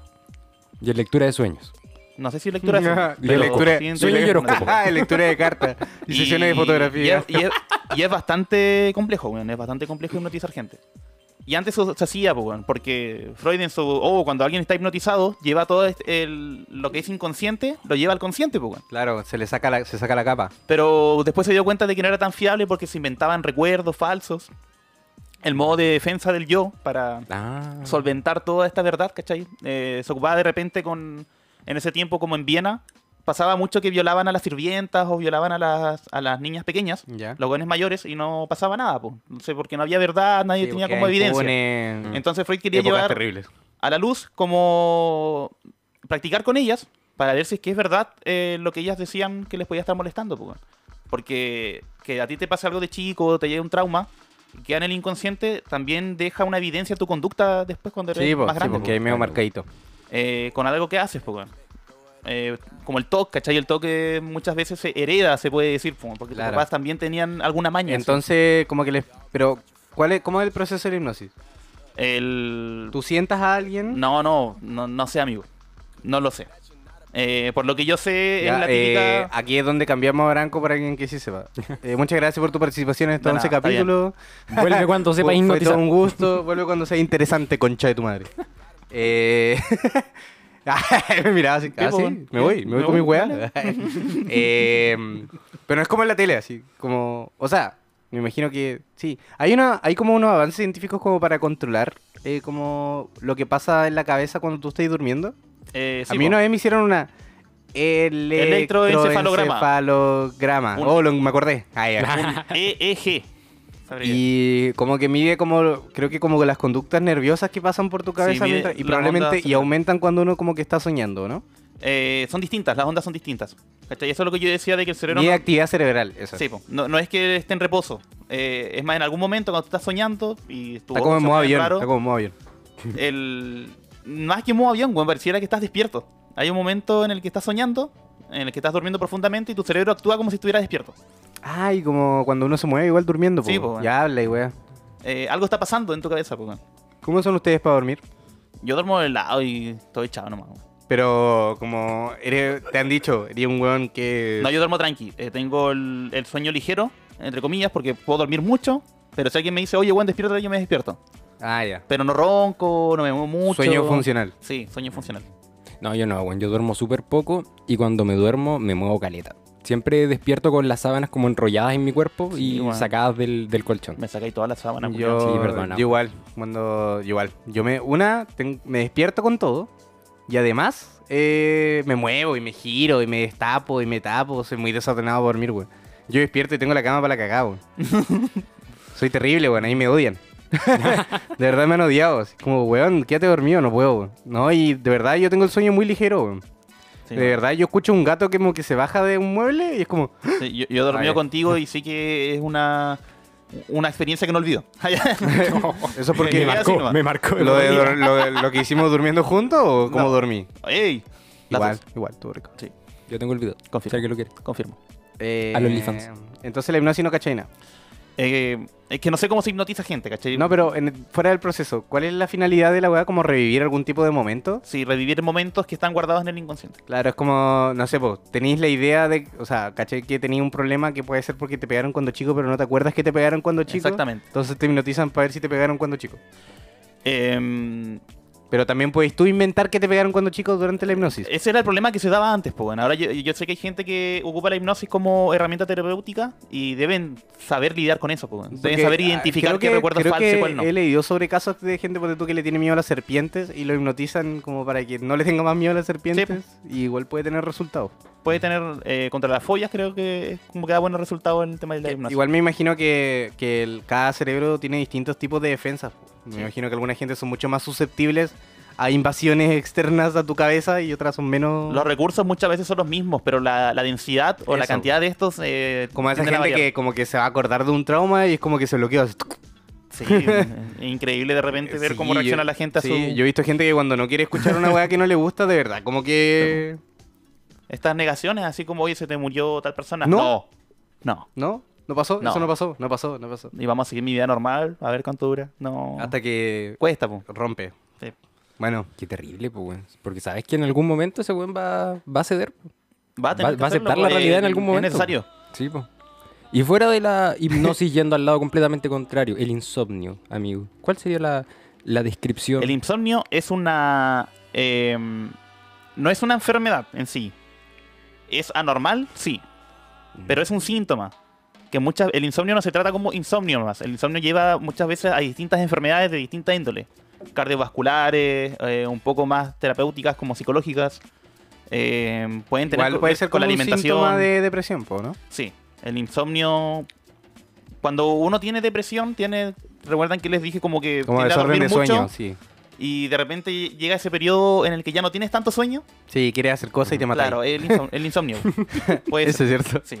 [SPEAKER 3] Y en lectura de sueños.
[SPEAKER 5] No sé si lectura de sueños,
[SPEAKER 4] De
[SPEAKER 5] pero
[SPEAKER 4] lectura,
[SPEAKER 5] sí en
[SPEAKER 3] sueño
[SPEAKER 5] terapia
[SPEAKER 3] y horóscopo.
[SPEAKER 5] hipnótica.
[SPEAKER 4] de lectura de cartas y sesiones de fotografía.
[SPEAKER 5] Y es, y es- y es bastante complejo, weón. Es bastante complejo hipnotizar gente. Y antes eso se hacía, pues, weón, porque Freud en su. Oh, cuando alguien está hipnotizado, lleva todo este- el- lo que es inconsciente, lo lleva al consciente, pues, weón.
[SPEAKER 4] Claro, se le saca la, se saca la capa.
[SPEAKER 5] Pero después se dio cuenta de que no era tan fiable porque se inventaban recuerdos falsos. El modo de defensa del yo para
[SPEAKER 3] Ah.
[SPEAKER 5] solventar toda esta verdad, ¿cachai? Eh, se ocupaba de repente con. En ese tiempo, como en Viena, pasaba mucho que violaban a las sirvientas o violaban a las, a las niñas pequeñas,
[SPEAKER 4] Ya.
[SPEAKER 5] los jóvenes mayores, y no pasaba nada, po. No sé, porque no había verdad, nadie tenía como evidencia. Entonces Freud quería llevar
[SPEAKER 4] terribles.
[SPEAKER 5] a la luz como practicar con ellas para ver si es que es verdad eh, lo que ellas decían que les podía estar molestando. po, weón. Porque que a ti te pase algo de chico, te llegue un trauma, y queda en el inconsciente, también deja una evidencia en tu conducta después cuando eres
[SPEAKER 4] Sí, po,
[SPEAKER 5] más
[SPEAKER 4] sí,
[SPEAKER 5] grande.
[SPEAKER 4] porque hay
[SPEAKER 5] po.
[SPEAKER 4] medio marcadito.
[SPEAKER 5] Eh, con algo que haces, po, weón. Eh, como el TOC, ¿cachai? El toque muchas veces se hereda, se puede decir, po, porque
[SPEAKER 4] Claro.
[SPEAKER 5] tus papás también tenían alguna maña. así.
[SPEAKER 4] Entonces, como que les... Pero, ¿cuál es, ¿cómo es el proceso de la hipnosis?
[SPEAKER 5] el...
[SPEAKER 4] ¿Tú sientas a alguien?
[SPEAKER 5] No, no, no, no sé, amigo. No lo sé. Eh, por lo que yo sé,
[SPEAKER 4] Ya,
[SPEAKER 5] es la
[SPEAKER 4] eh,
[SPEAKER 5] típica.
[SPEAKER 4] aquí es donde cambiamos a Branco para alguien que sí sepa. Eh, muchas gracias por tu participación en estos
[SPEAKER 5] De nada,
[SPEAKER 4] 11
[SPEAKER 5] está bien.
[SPEAKER 4] capítulos.
[SPEAKER 3] Vuelve cuando sepas
[SPEAKER 4] Fue- fue todo
[SPEAKER 3] hipnotizar.
[SPEAKER 4] un gusto. Vuelve cuando sea interesante, concha de tu madre. Eh... me miraba así.
[SPEAKER 5] Sí,
[SPEAKER 4] Ah,
[SPEAKER 5] po,
[SPEAKER 4] sí,
[SPEAKER 5] bueno.
[SPEAKER 4] me voy, me voy
[SPEAKER 5] Me
[SPEAKER 4] con mi
[SPEAKER 5] voy,
[SPEAKER 4] weá. Eh, pero no es como en la tele, así. Como, o sea, me imagino que sí. Hay una, hay como unos avances científicos como para controlar eh, como lo que pasa en la cabeza cuando tú estás durmiendo.
[SPEAKER 5] Eh, sí,
[SPEAKER 4] a mí
[SPEAKER 5] po.
[SPEAKER 4] una vez me hicieron una
[SPEAKER 5] Electroencefalograma.
[SPEAKER 4] electroencefalograma.
[SPEAKER 5] Un-
[SPEAKER 4] Oh, lo, me acordé. Ah, ya.
[SPEAKER 5] EEG. Sabría.
[SPEAKER 4] Y como que mide como, creo que como las conductas nerviosas que pasan por tu cabeza
[SPEAKER 5] mide
[SPEAKER 4] mientras- y
[SPEAKER 5] las
[SPEAKER 4] probablemente,
[SPEAKER 5] ondas
[SPEAKER 4] y
[SPEAKER 5] cerebrales.
[SPEAKER 4] aumentan cuando uno como que está soñando, ¿no?
[SPEAKER 5] Eh, son distintas, las ondas son distintas. ¿Cachai? Eso es lo que yo decía de que el cerebro.
[SPEAKER 4] Mide
[SPEAKER 5] no-
[SPEAKER 4] actividad cerebral, eso.
[SPEAKER 5] Sí, pues, po. no, no es que esté en reposo. Eh, es más, en algún momento cuando tú estás soñando y tu
[SPEAKER 4] Está
[SPEAKER 5] voz
[SPEAKER 4] como en
[SPEAKER 5] se
[SPEAKER 4] modo
[SPEAKER 5] pone
[SPEAKER 4] avión,
[SPEAKER 5] raro,
[SPEAKER 4] está como en modo avión.
[SPEAKER 5] el- Más que en modo avión, weón, pareciera que estás despierto. Hay un momento en el que estás soñando, en el que estás durmiendo profundamente y tu cerebro actúa como si estuviera despierto.
[SPEAKER 4] Ay, como cuando uno se mueve igual durmiendo,
[SPEAKER 5] Sí,
[SPEAKER 4] po.
[SPEAKER 5] po,
[SPEAKER 4] Ya habla y weá.
[SPEAKER 5] Eh, algo está pasando en tu cabeza, po, weón.
[SPEAKER 4] ¿Cómo son ustedes para dormir?
[SPEAKER 5] Yo duermo de lado y estoy echado nomás. weón.
[SPEAKER 4] Pero como eres, te han dicho, eres un weón que...
[SPEAKER 5] No, yo duermo tranqui. Eh, tengo el, el sueño ligero, entre comillas, porque puedo dormir mucho. Pero si alguien me dice, oye, weón, despierta, yo me despierto.
[SPEAKER 4] Ah, ya.
[SPEAKER 5] Pero no ronco, no me muevo mucho.
[SPEAKER 4] Sueño funcional.
[SPEAKER 5] Sí, sueño funcional.
[SPEAKER 3] No, yo no, weón. Yo duermo súper poco y cuando me duermo me muevo caleta. Siempre despierto con las sábanas como enrolladas en mi cuerpo
[SPEAKER 5] Sí,
[SPEAKER 3] y
[SPEAKER 5] weón.
[SPEAKER 3] sacadas del, del colchón.
[SPEAKER 5] Me sacáis toda la sábana.
[SPEAKER 4] Yo,
[SPEAKER 5] culiao.
[SPEAKER 3] Sí, perdona.
[SPEAKER 4] yo igual, cuando yo igual. Yo me una ten- me despierto con todo y además eh, me muevo y me giro y me destapo y me tapo, soy muy desordenado para dormir, güey. Yo despierto y tengo la cama para la cagada, güey. soy terrible, güey, ahí me odian. de verdad me han odiado, así como, weón, quédate dormido, no puedo, güey. No, y de verdad yo tengo el sueño muy ligero, güey.
[SPEAKER 5] Sí,
[SPEAKER 4] de
[SPEAKER 5] weón.
[SPEAKER 4] verdad, yo escucho un gato que como que se baja de un mueble y es como,
[SPEAKER 5] Sí, yo, yo he dormido
[SPEAKER 4] Ah, ya.
[SPEAKER 5] contigo y sí que es una, una experiencia que no olvido.
[SPEAKER 4] eso es porque
[SPEAKER 5] Me marcó,
[SPEAKER 4] Sí, nomás.
[SPEAKER 3] me marcó.
[SPEAKER 4] lo, de, dor- lo, de- lo que hicimos durmiendo juntos o cómo
[SPEAKER 5] No.
[SPEAKER 4] dormí.
[SPEAKER 5] ¡Ey! Las
[SPEAKER 4] Igual,
[SPEAKER 5] dos.
[SPEAKER 4] igual, todo rico.
[SPEAKER 5] Sí,
[SPEAKER 3] Yo tengo el video.
[SPEAKER 5] Confirmo.
[SPEAKER 3] ¿Sabes que lo quieres?
[SPEAKER 5] confirmo.
[SPEAKER 4] Eh,
[SPEAKER 3] A los OnlyFans.
[SPEAKER 4] Entonces la hipnosis no cachaina.
[SPEAKER 5] Eh, es que no sé cómo se hipnotiza gente, ¿cachai?
[SPEAKER 4] No, pero en- fuera del proceso, ¿cuál es la finalidad de la weá? ¿Como revivir algún tipo de momento?
[SPEAKER 5] Sí, revivir momentos que están guardados en el inconsciente.
[SPEAKER 4] Claro, es como, no sé, pues, tenéis la idea de, o sea, caché que tenéis un problema que puede ser porque te pegaron cuando chico, pero no te acuerdas que te pegaron cuando chico.
[SPEAKER 5] Exactamente.
[SPEAKER 4] Entonces te hipnotizan para ver si te pegaron cuando chico.
[SPEAKER 5] Em,
[SPEAKER 4] Pero también puedes tú inventar que te pegaron cuando chicos durante la hipnosis.
[SPEAKER 5] Ese era el problema que se daba antes, pues bueno. Ahora yo, yo sé que hay gente que ocupa la hipnosis como herramienta terapéutica y deben saber lidiar con eso, pues bueno. Deben
[SPEAKER 4] Porque,
[SPEAKER 5] saber
[SPEAKER 4] ah,
[SPEAKER 5] identificar
[SPEAKER 4] creo
[SPEAKER 5] qué recuerdo es
[SPEAKER 4] creo
[SPEAKER 5] falso y
[SPEAKER 4] que
[SPEAKER 5] cuál no.
[SPEAKER 4] He leído sobre casos de gente por tú que le tiene miedo a las serpientes y lo hipnotizan como para que no le tenga más miedo a las serpientes y igual puede tener resultados.
[SPEAKER 5] Puede tener eh, contra las follas, creo que es como que da buenos resultados en el tema de la hipnosis.
[SPEAKER 4] Eh, Igual me imagino que, que el- cada cerebro tiene distintos tipos de defensas. po. Me imagino que algunas gentes son mucho más susceptibles a invasiones externas a tu cabeza y otras son menos...
[SPEAKER 5] Los recursos muchas veces son los mismos, pero la, la densidad o la
[SPEAKER 4] Eso.
[SPEAKER 5] cantidad de estos. eh,
[SPEAKER 4] Como esa
[SPEAKER 5] tienden a
[SPEAKER 4] gente
[SPEAKER 5] variar.
[SPEAKER 4] que como que se va a acordar de un trauma y es como que se bloquea. así, tuc.
[SPEAKER 5] Sí, es increíble de repente ver
[SPEAKER 4] Sí,
[SPEAKER 5] cómo reacciona
[SPEAKER 4] yo-
[SPEAKER 5] la gente a
[SPEAKER 4] sí,
[SPEAKER 5] su-
[SPEAKER 4] yo he visto gente que cuando no quiere escuchar una weá que no le gusta, de verdad, como que...
[SPEAKER 5] estas negaciones, así como oye, se te murió tal persona.
[SPEAKER 4] No.
[SPEAKER 5] No.
[SPEAKER 4] ¿No? ¿No pasó?
[SPEAKER 5] No.
[SPEAKER 4] Eso no pasó, no pasó, no pasó.
[SPEAKER 5] no. Y vamos a seguir mi vida normal, a ver cuánto dura. No.
[SPEAKER 4] Hasta que
[SPEAKER 5] cuesta, po.
[SPEAKER 4] rompe.
[SPEAKER 5] Sí.
[SPEAKER 4] Bueno,
[SPEAKER 3] Qué terrible, pues, weón. Porque sabes que en algún momento ese weón va, va a ceder. po.
[SPEAKER 5] Va a, tener
[SPEAKER 3] Va-
[SPEAKER 5] que
[SPEAKER 3] va a
[SPEAKER 5] hacerlo,
[SPEAKER 3] aceptar la
[SPEAKER 5] po.
[SPEAKER 3] realidad en
[SPEAKER 5] Eh,
[SPEAKER 3] algún momento.
[SPEAKER 5] Es necesario.
[SPEAKER 3] Sí, pues. Y fuera de la hipnosis yendo al lado completamente contrario, el insomnio, amigo. ¿Cuál sería la, la descripción?
[SPEAKER 5] El insomnio es una. em, no es una enfermedad en sí. ¿Es anormal? Sí. Pero es un síntoma. Que muchas, el insomnio no se trata como insomnio más. El insomnio lleva muchas veces a distintas enfermedades de distinta índole. Cardiovasculares, eh, un poco más terapéuticas como psicológicas. Em, pueden tener
[SPEAKER 4] igual
[SPEAKER 5] co-
[SPEAKER 4] puede ser
[SPEAKER 5] con
[SPEAKER 4] como
[SPEAKER 5] la
[SPEAKER 4] un síntoma
[SPEAKER 5] alimentación.
[SPEAKER 4] de depresión, po, ¿no?
[SPEAKER 5] Sí, el insomnio. Cuando uno tiene depresión, tiene. Recuerdan que les dije como que
[SPEAKER 4] Como
[SPEAKER 5] tiende a
[SPEAKER 4] desorden
[SPEAKER 5] dormir
[SPEAKER 4] de
[SPEAKER 5] mucho
[SPEAKER 4] sueño, sí.
[SPEAKER 5] y de repente llega ese periodo en el que ya no tienes tanto sueño.
[SPEAKER 4] Sí, quiere hacer cosas y te mata.
[SPEAKER 5] Claro, el, insom- el insomnio. Puede
[SPEAKER 4] Eso es
[SPEAKER 5] ser.
[SPEAKER 4] cierto.
[SPEAKER 5] Sí.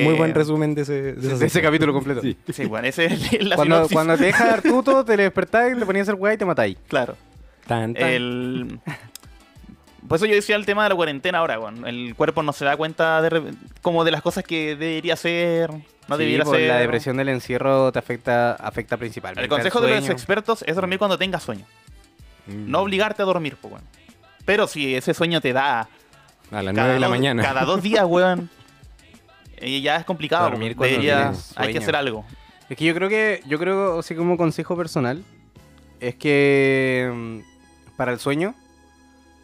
[SPEAKER 3] Mu- Muy buen
[SPEAKER 5] Eh,
[SPEAKER 3] resumen de ese,
[SPEAKER 4] De
[SPEAKER 3] de
[SPEAKER 4] ese,
[SPEAKER 3] esa sección.
[SPEAKER 4] capítulo completo.
[SPEAKER 3] Sí.
[SPEAKER 5] Sí, bueno, ese es el- la
[SPEAKER 4] Cuando,
[SPEAKER 5] sinopsis.
[SPEAKER 4] cuando te deja dar tuto, te le despertáis, le ponías el weá y te matáis.
[SPEAKER 5] Claro.
[SPEAKER 3] Tan, tan.
[SPEAKER 5] El... Por eso yo decía el tema de la cuarentena ahora, weón. El cuerpo no se da cuenta de re- como de las cosas que debería hacer, no
[SPEAKER 4] Sí,
[SPEAKER 5] debería
[SPEAKER 4] pues,
[SPEAKER 5] hacer.
[SPEAKER 4] La depresión del encierro te afecta, afecta principalmente.
[SPEAKER 5] El
[SPEAKER 4] al
[SPEAKER 5] consejo de los
[SPEAKER 4] sueño.
[SPEAKER 5] expertos es dormir cuando tengas sueño.
[SPEAKER 3] Mm.
[SPEAKER 5] No obligarte a dormir, pues, weón. Pero si ese sueño te da
[SPEAKER 3] A las 9
[SPEAKER 5] cada
[SPEAKER 3] de la
[SPEAKER 5] dos-
[SPEAKER 3] mañana.
[SPEAKER 5] Cada dos días, weón. Y ya es complicado.
[SPEAKER 4] Dormir
[SPEAKER 5] weón.
[SPEAKER 4] cuando
[SPEAKER 5] Debería-
[SPEAKER 4] tienes
[SPEAKER 5] hay que
[SPEAKER 4] sueño.
[SPEAKER 5] hacer algo.
[SPEAKER 4] Es que yo creo que, yo creo, así como consejo personal, es que mm, para el sueño,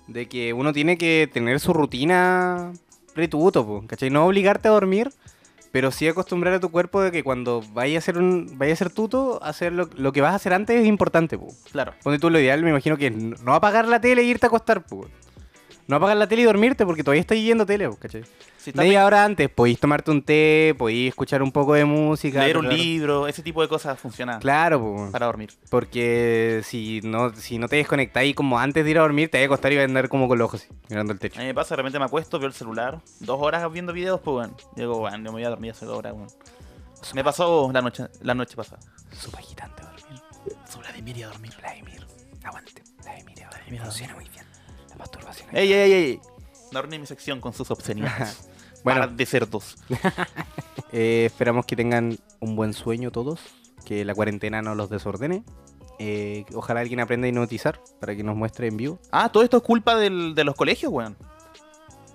[SPEAKER 4] de que uno tiene que tener su rutina retuto, po, ¿cachai? No obligarte a dormir, pero sí acostumbrar a tu cuerpo de que cuando vaya a hacer un, vaya a hacer tuto, hacer lo, lo que vas a hacer antes es importante, po.
[SPEAKER 5] Claro.
[SPEAKER 4] Ponte tú lo ideal, me imagino que es n- no apagar la tele e irte a acostar, po. No apagar la tele y dormirte porque todavía estás yendo tele, po, ¿cachai?
[SPEAKER 5] Si estás
[SPEAKER 4] Media hora antes, podéis tomarte un té, podéis escuchar un poco de música.
[SPEAKER 5] leer un
[SPEAKER 4] tocar-
[SPEAKER 5] libro, ese tipo de cosas funciona
[SPEAKER 4] Claro, po.
[SPEAKER 5] para dormir.
[SPEAKER 4] Porque si no, si no te desconectáis como antes de ir a dormir, te vas a acostar y vas a andar como con los ojos, así, mirando el
[SPEAKER 5] A
[SPEAKER 4] techo.
[SPEAKER 5] mí me pasa, de repente me acuesto, veo el celular, dos horas viendo videos, pues weón. Digo, weón, no me voy a dormir hace dos horas, weón. Me pasó la noche, la noche pasada.
[SPEAKER 4] Súper agitante dormir.
[SPEAKER 5] Sobre de a dormir. Vladimir.
[SPEAKER 4] Aguante. La de mira,
[SPEAKER 5] Vladimir a dormir.
[SPEAKER 4] muy bien. La masturbación.
[SPEAKER 5] Ey, ey, ey. No arruiné mi sección con sus obscenidades.
[SPEAKER 4] Bueno.
[SPEAKER 5] Par de cerdos.
[SPEAKER 4] Eh, esperamos que tengan un buen sueño todos, que la cuarentena no los desordene. Eh, ojalá alguien aprenda a hipnotizar para que nos muestre en vivo.
[SPEAKER 5] Ah, todo esto es culpa del- de los colegios, weón.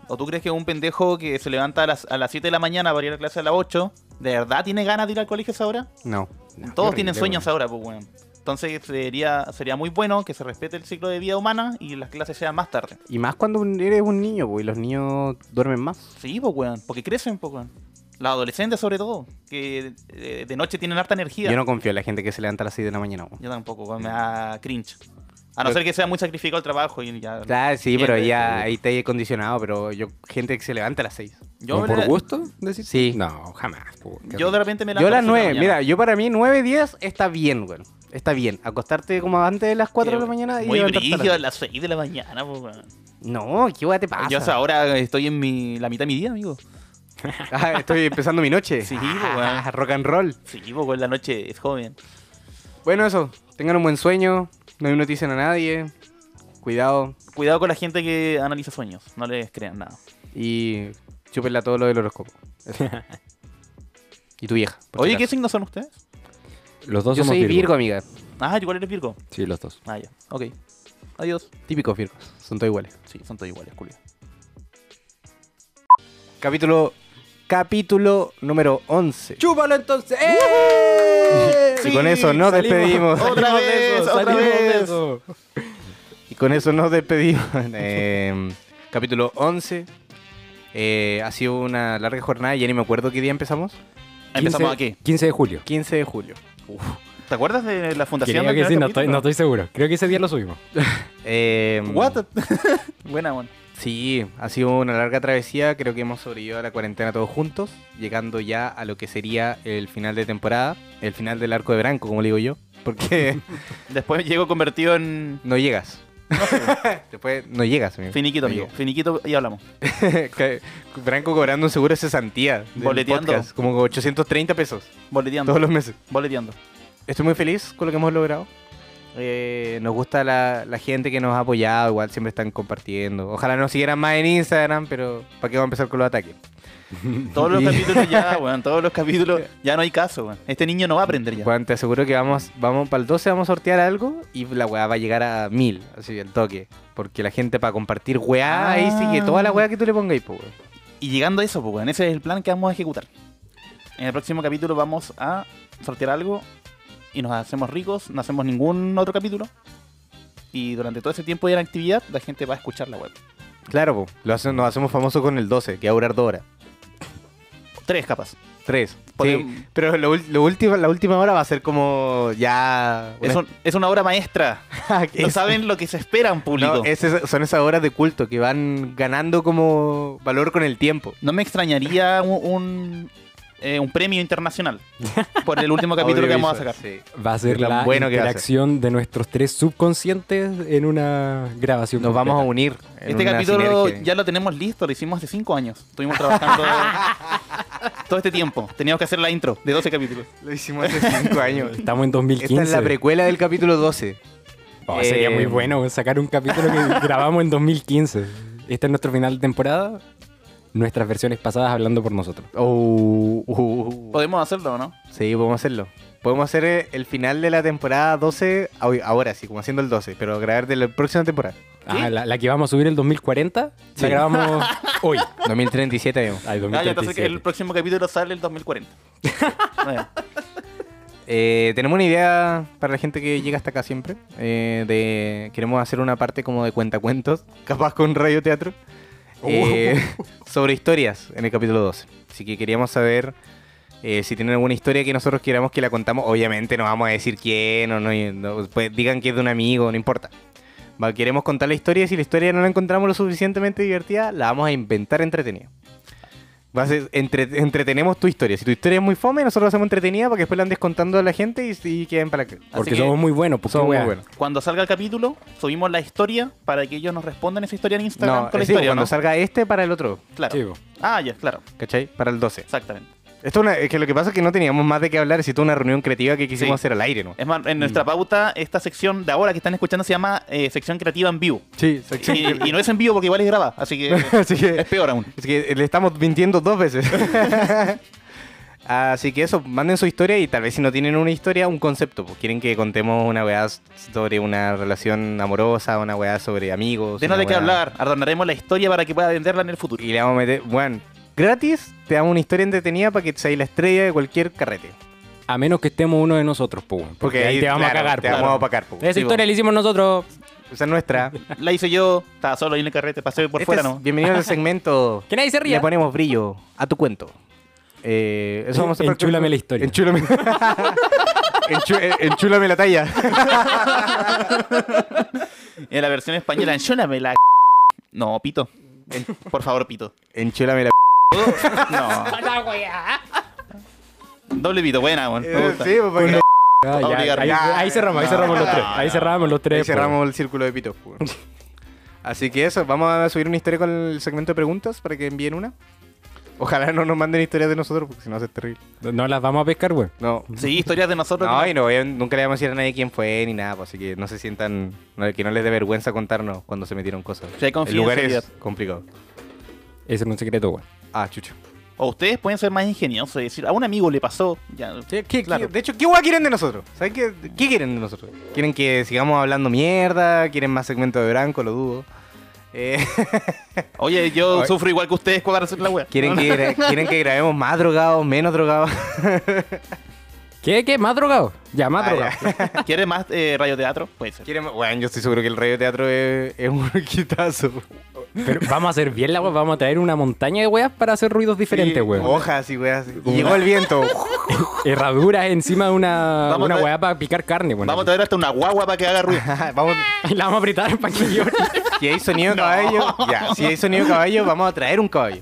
[SPEAKER 5] ¿O tú crees que un pendejo que se levanta a las, a las 7 de la mañana para ir a clase a las 8, ¿de verdad tiene ganas de ir al colegio a esa hora?
[SPEAKER 4] No.
[SPEAKER 5] Todos tienen sueños ahora, pues, weón. Entonces sería, sería muy bueno que se respete el ciclo de vida humana y las clases sean más tarde.
[SPEAKER 4] Y más cuando un- eres un niño, pues, y los niños duermen más.
[SPEAKER 5] Sí, pues, weón. Porque crecen, pues, weón. Los adolescentes, sobre todo, que eh, de noche tienen harta energía.
[SPEAKER 4] Yo no confío en la gente que se levanta a las 6 de la mañana. pues.
[SPEAKER 5] Yo tampoco, weón. Me da cringe. A no
[SPEAKER 4] Pero-
[SPEAKER 5] ser que sea muy sacrificado el trabajo y ya.
[SPEAKER 4] Claro, sí,
[SPEAKER 5] Bien,
[SPEAKER 4] pero
[SPEAKER 5] bien,
[SPEAKER 4] ya ahí está ahí acondicionado, pero yo, gente que se levanta a las 6.
[SPEAKER 5] Yo,
[SPEAKER 3] ¿Como
[SPEAKER 5] me-
[SPEAKER 3] por gusto? decir?
[SPEAKER 4] Sí.
[SPEAKER 3] No, jamás. po, qué
[SPEAKER 5] yo de repente me
[SPEAKER 4] Yo a
[SPEAKER 5] levanto
[SPEAKER 4] las
[SPEAKER 5] ocho de la mañana.
[SPEAKER 4] 9, mira, yo para mí 9, 10 está bien, güey. Está bien. Acostarte como antes de las 4 de la
[SPEAKER 5] Eh,
[SPEAKER 4] mañana y
[SPEAKER 5] Muy
[SPEAKER 4] levantarte a las
[SPEAKER 5] brillo a
[SPEAKER 4] seis.
[SPEAKER 5] las 6 de la mañana, pues, weón.
[SPEAKER 4] No, ¿qué hueá te pasa?
[SPEAKER 5] Yo hasta ahora estoy en mi, la mitad de mi día, amigo.
[SPEAKER 4] Ah, estoy empezando mi noche. Ah,
[SPEAKER 5] Sí, pues, weón.
[SPEAKER 4] rock and roll.
[SPEAKER 5] Sí, pues, weón, la noche es joven.
[SPEAKER 4] Bueno, eso. Tengan un buen sueño. No hipnoticen a nadie. Cuidado.
[SPEAKER 5] Cuidado con la gente que analiza sueños. No les crean nada.
[SPEAKER 4] Y chúpenla todo lo del horóscopo. Eso. y tu vieja. por
[SPEAKER 5] Oye,
[SPEAKER 4] si
[SPEAKER 5] ¿qué
[SPEAKER 4] acaso.
[SPEAKER 5] signo son ustedes?
[SPEAKER 3] Los dos
[SPEAKER 4] Yo
[SPEAKER 3] somos
[SPEAKER 4] soy Virgo, amiga.
[SPEAKER 5] Ah, igual eres Virgo.
[SPEAKER 3] Sí, los dos.
[SPEAKER 5] Ah, ya. Ok. Adiós.
[SPEAKER 4] Típicos Virgos. Son todos iguales.
[SPEAKER 5] Sí, son todos iguales, Julio.
[SPEAKER 4] Capítulo. Capítulo número 11.
[SPEAKER 3] ¡Chúpalo entonces!
[SPEAKER 4] y con eso nos despedimos.
[SPEAKER 5] Otra
[SPEAKER 3] Oh.
[SPEAKER 4] Salimos de
[SPEAKER 5] vez, otra
[SPEAKER 4] eso, salimos de
[SPEAKER 5] vez.
[SPEAKER 4] eso.
[SPEAKER 2] con eso nos despedimos. Eh, capítulo 11. Eh, ha sido una larga jornada, ya ni me acuerdo qué día empezamos.
[SPEAKER 3] 15
[SPEAKER 5] Empezamos aquí.
[SPEAKER 3] 15 de julio.
[SPEAKER 2] 15 de julio.
[SPEAKER 5] ¿Te acuerdas de la fundación?
[SPEAKER 3] Creo
[SPEAKER 5] del
[SPEAKER 3] que sí,
[SPEAKER 5] primer
[SPEAKER 3] no estoy, no
[SPEAKER 5] capítulo?
[SPEAKER 3] estoy seguro. Creo que ese día lo subimos.
[SPEAKER 2] Eh,
[SPEAKER 5] What? Buena, bueno.
[SPEAKER 2] Sí, ha sido una larga travesía. Creo que hemos sobrevivido a la cuarentena todos juntos, llegando ya a lo que sería el final de temporada, el final del arco de Branco, como le digo yo, porque
[SPEAKER 5] Después llego convertido en
[SPEAKER 2] no llegas. Después no llegas, amigo.
[SPEAKER 5] finiquito,
[SPEAKER 2] No
[SPEAKER 5] amigo. Finiquito y hablamos.
[SPEAKER 2] Que- Branco cobrando un seguro de cesantía. del
[SPEAKER 5] Boleteando.
[SPEAKER 2] podcast, como 830 pesos
[SPEAKER 5] Boleteando.
[SPEAKER 2] todos los meses.
[SPEAKER 5] Boleteando.
[SPEAKER 2] Estoy muy feliz con lo que hemos logrado. Eh, nos gusta la, la gente que nos ha apoyado, igual siempre están compartiendo. Ojalá nos siguieran más en Instagram, pero ¿para qué vamos a empezar con los ataques?
[SPEAKER 5] Todos los
[SPEAKER 2] Y-
[SPEAKER 5] capítulos ya, weón. Todos los capítulos ya no hay caso, weón. Este niño no va a aprender ya.
[SPEAKER 2] Juan, te aseguro que vamos, vamos para el 12 vamos a sortear algo y la weá va a llegar a mil, así al toque. Porque la gente para compartir weá
[SPEAKER 5] Ah.
[SPEAKER 2] ahí sigue toda la weá que tú le pongas ahí, po, weón.
[SPEAKER 5] Y llegando a eso, pues, weón, ese es el plan que vamos a ejecutar. En el próximo capítulo vamos a sortear algo y nos hacemos ricos, no hacemos ningún otro capítulo. Y durante todo ese tiempo de la actividad, la gente va a escuchar la web.
[SPEAKER 2] Claro, po, lo hace- nos hacemos famosos con el 12, que va a durar dos horas.
[SPEAKER 5] Tres capas.
[SPEAKER 2] Tres.
[SPEAKER 5] Podemos-
[SPEAKER 2] Sí, pero lo, ul- lo último, la última hora va a ser como ya... una- Ah,
[SPEAKER 5] Es, un- es una obra maestra.
[SPEAKER 2] Es-
[SPEAKER 5] No saben lo que se espera un público.
[SPEAKER 2] no,
[SPEAKER 5] No,
[SPEAKER 2] es esa- son esas horas de culto que van ganando como valor con el tiempo.
[SPEAKER 5] me extrañaría un, un, eh, un premio internacional por el último capítulo que vamos a sacar.
[SPEAKER 2] Audiovisual, sí.
[SPEAKER 3] Va a ser
[SPEAKER 2] Es tan
[SPEAKER 3] la
[SPEAKER 2] bueno que va a ser.
[SPEAKER 3] interacción de nuestros tres subconscientes en una grabación.
[SPEAKER 2] Nos vamos a unir.
[SPEAKER 3] completa.
[SPEAKER 2] en
[SPEAKER 5] Este
[SPEAKER 2] una
[SPEAKER 5] capítulo
[SPEAKER 2] sinergia.
[SPEAKER 5] ya lo tenemos listo, lo hicimos hace 5 años. Estuvimos trabajando todo este tiempo. Teníamos que hacer la intro de 12 capítulos.
[SPEAKER 2] Lo hicimos hace cinco años.
[SPEAKER 3] Estamos en 2015.
[SPEAKER 2] Esta es la precuela del capítulo 12.
[SPEAKER 3] Oh, sería muy
[SPEAKER 2] Eh,
[SPEAKER 3] bueno sacar un capítulo que grabamos en 2015. Este es nuestro final de temporada. Nuestras versiones pasadas hablando por nosotros.
[SPEAKER 2] Oh, uh, uh, uh.
[SPEAKER 5] Podemos hacerlo, ¿no?
[SPEAKER 2] Sí, podemos hacerlo. Podemos hacer eh, el final de la temporada 12 hoy- ahora, sí, como haciendo el 12, pero grabar de la próxima temporada.
[SPEAKER 3] Ah, la, la que vamos a subir el 2040, la grabamos hoy.
[SPEAKER 2] 2037, digamos.
[SPEAKER 3] Ay,
[SPEAKER 5] Ah, ya, entonces
[SPEAKER 3] 2037.
[SPEAKER 5] el próximo capítulo sale el 2040. Bueno,
[SPEAKER 2] Eh, tenemos una idea para la gente que llega hasta acá siempre. eh, de Queremos hacer una parte como de cuentacuentos, capaz con radio teatro, eh, sobre historias en el capítulo 12. Así que queríamos saber eh, si tienen alguna historia que nosotros queramos que la contamos. Obviamente no vamos a decir quién o no, no- pues, digan que es de un amigo, no importa. Va, queremos contar la historia y si la historia no la encontramos lo suficientemente divertida, la vamos a inventar entretenida. Va a ser- entre- entretenemos tu historia. Si tu historia es muy fome, nosotros la hacemos entretenida para que después la andes contando a la gente y, y queden para la que.
[SPEAKER 3] Porque
[SPEAKER 5] que-
[SPEAKER 3] somos muy buenos. pues, qué
[SPEAKER 2] Somos muy
[SPEAKER 3] wea.
[SPEAKER 2] buenos.
[SPEAKER 5] cuando salga el capítulo, subimos la historia para que ellos nos respondan esa historia en Instagram
[SPEAKER 2] No,
[SPEAKER 5] con la
[SPEAKER 2] sí,
[SPEAKER 5] historia.
[SPEAKER 2] cuando
[SPEAKER 5] ¿no?
[SPEAKER 2] salga este para el otro, pues.
[SPEAKER 5] Claro.
[SPEAKER 3] Sí, po.
[SPEAKER 5] Ah, ya, claro.
[SPEAKER 2] ¿cachai? Para el 12.
[SPEAKER 5] Exactamente.
[SPEAKER 2] Esto es una- es que lo que pasa es que no teníamos más de qué hablar, si toda una reunión creativa que quisimos
[SPEAKER 5] Sí.
[SPEAKER 2] hacer al aire, ¿no?
[SPEAKER 5] Es más, en nuestra pauta, esta sección de ahora que están escuchando se llama eh, sección creativa en vivo.
[SPEAKER 2] Sí,
[SPEAKER 5] Y, y no es en vivo porque igual es grabada, así que
[SPEAKER 2] Así que
[SPEAKER 5] es peor aún.
[SPEAKER 2] Así que le estamos mintiendo dos veces. Así que eso, manden su historia y tal vez si no tienen una historia, un concepto. Pues quieren que contemos una weá sobre una relación amorosa, una weá sobre amigos.
[SPEAKER 5] Denos
[SPEAKER 2] una
[SPEAKER 5] de qué
[SPEAKER 2] weá-
[SPEAKER 5] hablar, adornaremos la historia para que pueda venderla en el futuro.
[SPEAKER 2] Y le vamos a meter, bueno, gratis, te damos una historia entretenida para que seas la estrella de cualquier carrete.
[SPEAKER 3] A menos que estemos uno de nosotros, pues. Porque, ahí te vamos
[SPEAKER 2] claro,
[SPEAKER 3] a cagar. pues,
[SPEAKER 2] Te
[SPEAKER 3] po.
[SPEAKER 2] vamos a opacar, po.
[SPEAKER 3] Esa
[SPEAKER 2] Sí,
[SPEAKER 3] historia la hicimos nosotros.
[SPEAKER 2] po. Esa es nuestra.
[SPEAKER 5] La hice yo, estaba solo ahí en el carrete, pasé por
[SPEAKER 2] Este
[SPEAKER 5] fuera,
[SPEAKER 2] es-
[SPEAKER 5] ¿no?
[SPEAKER 2] Bienvenido al segmento.
[SPEAKER 3] Que nadie se
[SPEAKER 2] Le
[SPEAKER 3] ría.
[SPEAKER 2] ponemos brillo a tu cuento. Eh, eso vamos a hacer-
[SPEAKER 3] Enchúlame la historia.
[SPEAKER 2] Enchúlame. Enchu- eh, enchúlame la talla.
[SPEAKER 5] En la versión española, enchúlame la. No, pito. En- Por favor, pito.
[SPEAKER 2] Enchúlame la.
[SPEAKER 5] No. Doble pito, buena, weón. Me
[SPEAKER 2] Eh,
[SPEAKER 5] gusta.
[SPEAKER 2] sí, pues, para que-
[SPEAKER 3] Ah, ya,
[SPEAKER 5] Obligar-
[SPEAKER 3] ahí, ahí cerramos, ahí
[SPEAKER 2] No,
[SPEAKER 3] cerramos los
[SPEAKER 2] no,
[SPEAKER 3] tres.
[SPEAKER 5] no.
[SPEAKER 3] Ahí cerramos los tres. pues.
[SPEAKER 2] Ahí
[SPEAKER 3] po.
[SPEAKER 2] cerramos el círculo de pitos. po. Así que eso, vamos a subir una historia con el segmento de preguntas para que envíen una. Ojalá no nos manden historias de nosotros porque si no, eso es terrible.
[SPEAKER 3] No las vamos a pescar, güey.
[SPEAKER 2] No,
[SPEAKER 5] Sí, historias de nosotros.
[SPEAKER 2] No,
[SPEAKER 5] que
[SPEAKER 2] y no voy a- nunca le vamos a decir a nadie quién fue ni nada, pues, así que no se sientan, no- que no les dé vergüenza contarnos cuando se metieron cosas.
[SPEAKER 5] Sí, hay
[SPEAKER 2] el lugar es
[SPEAKER 5] confidencialidad.
[SPEAKER 2] complicado.
[SPEAKER 3] Ese no es un secreto, güey.
[SPEAKER 2] Ah, chucho.
[SPEAKER 5] O ustedes pueden ser más ingeniosos y decir, a un amigo le pasó. Ya.
[SPEAKER 2] ¿Qué-
[SPEAKER 5] Claro.
[SPEAKER 2] qué- de hecho, ¿qué hueá quieren de nosotros? ¿Saben qué, qué quieren de nosotros? ¿Quieren que sigamos hablando mierda? ¿Quieren más segmento de Branco? Lo dudo. Eh,
[SPEAKER 5] Oye, yo
[SPEAKER 2] Oye.
[SPEAKER 5] sufro igual que ustedes cuando hacen la wea.
[SPEAKER 2] ¿quieren, que gra- ¿Quieren que grabemos más drogados, menos drogados?
[SPEAKER 3] ¿Qué? ¿Qué? ¿Más drogado? Ya, más
[SPEAKER 2] Ah,
[SPEAKER 3] drogado.
[SPEAKER 5] ¿Quieres más eh, radioteatro? Puede ser.
[SPEAKER 2] Quiere más- Bueno, yo estoy seguro que el radio teatro es, es un quitazo.
[SPEAKER 3] Pero vamos a hacer bien la wea, vamos a traer una montaña de weas para hacer ruidos diferentes,
[SPEAKER 2] Sí,
[SPEAKER 3] weón.
[SPEAKER 5] oh.
[SPEAKER 2] Hojas y weas. así. Y llegó el viento.
[SPEAKER 3] Herraduras encima de una,
[SPEAKER 5] Vamos
[SPEAKER 3] una
[SPEAKER 5] a traer-
[SPEAKER 3] weá para picar carne, weón.
[SPEAKER 5] Vamos a traer hasta una guagua para que haga ruido.
[SPEAKER 2] vamos.
[SPEAKER 3] Y la vamos a apretar para que llore.
[SPEAKER 2] Si hay sonido de caballo, ya. Si hay sonido de caballo, vamos a traer un caballo.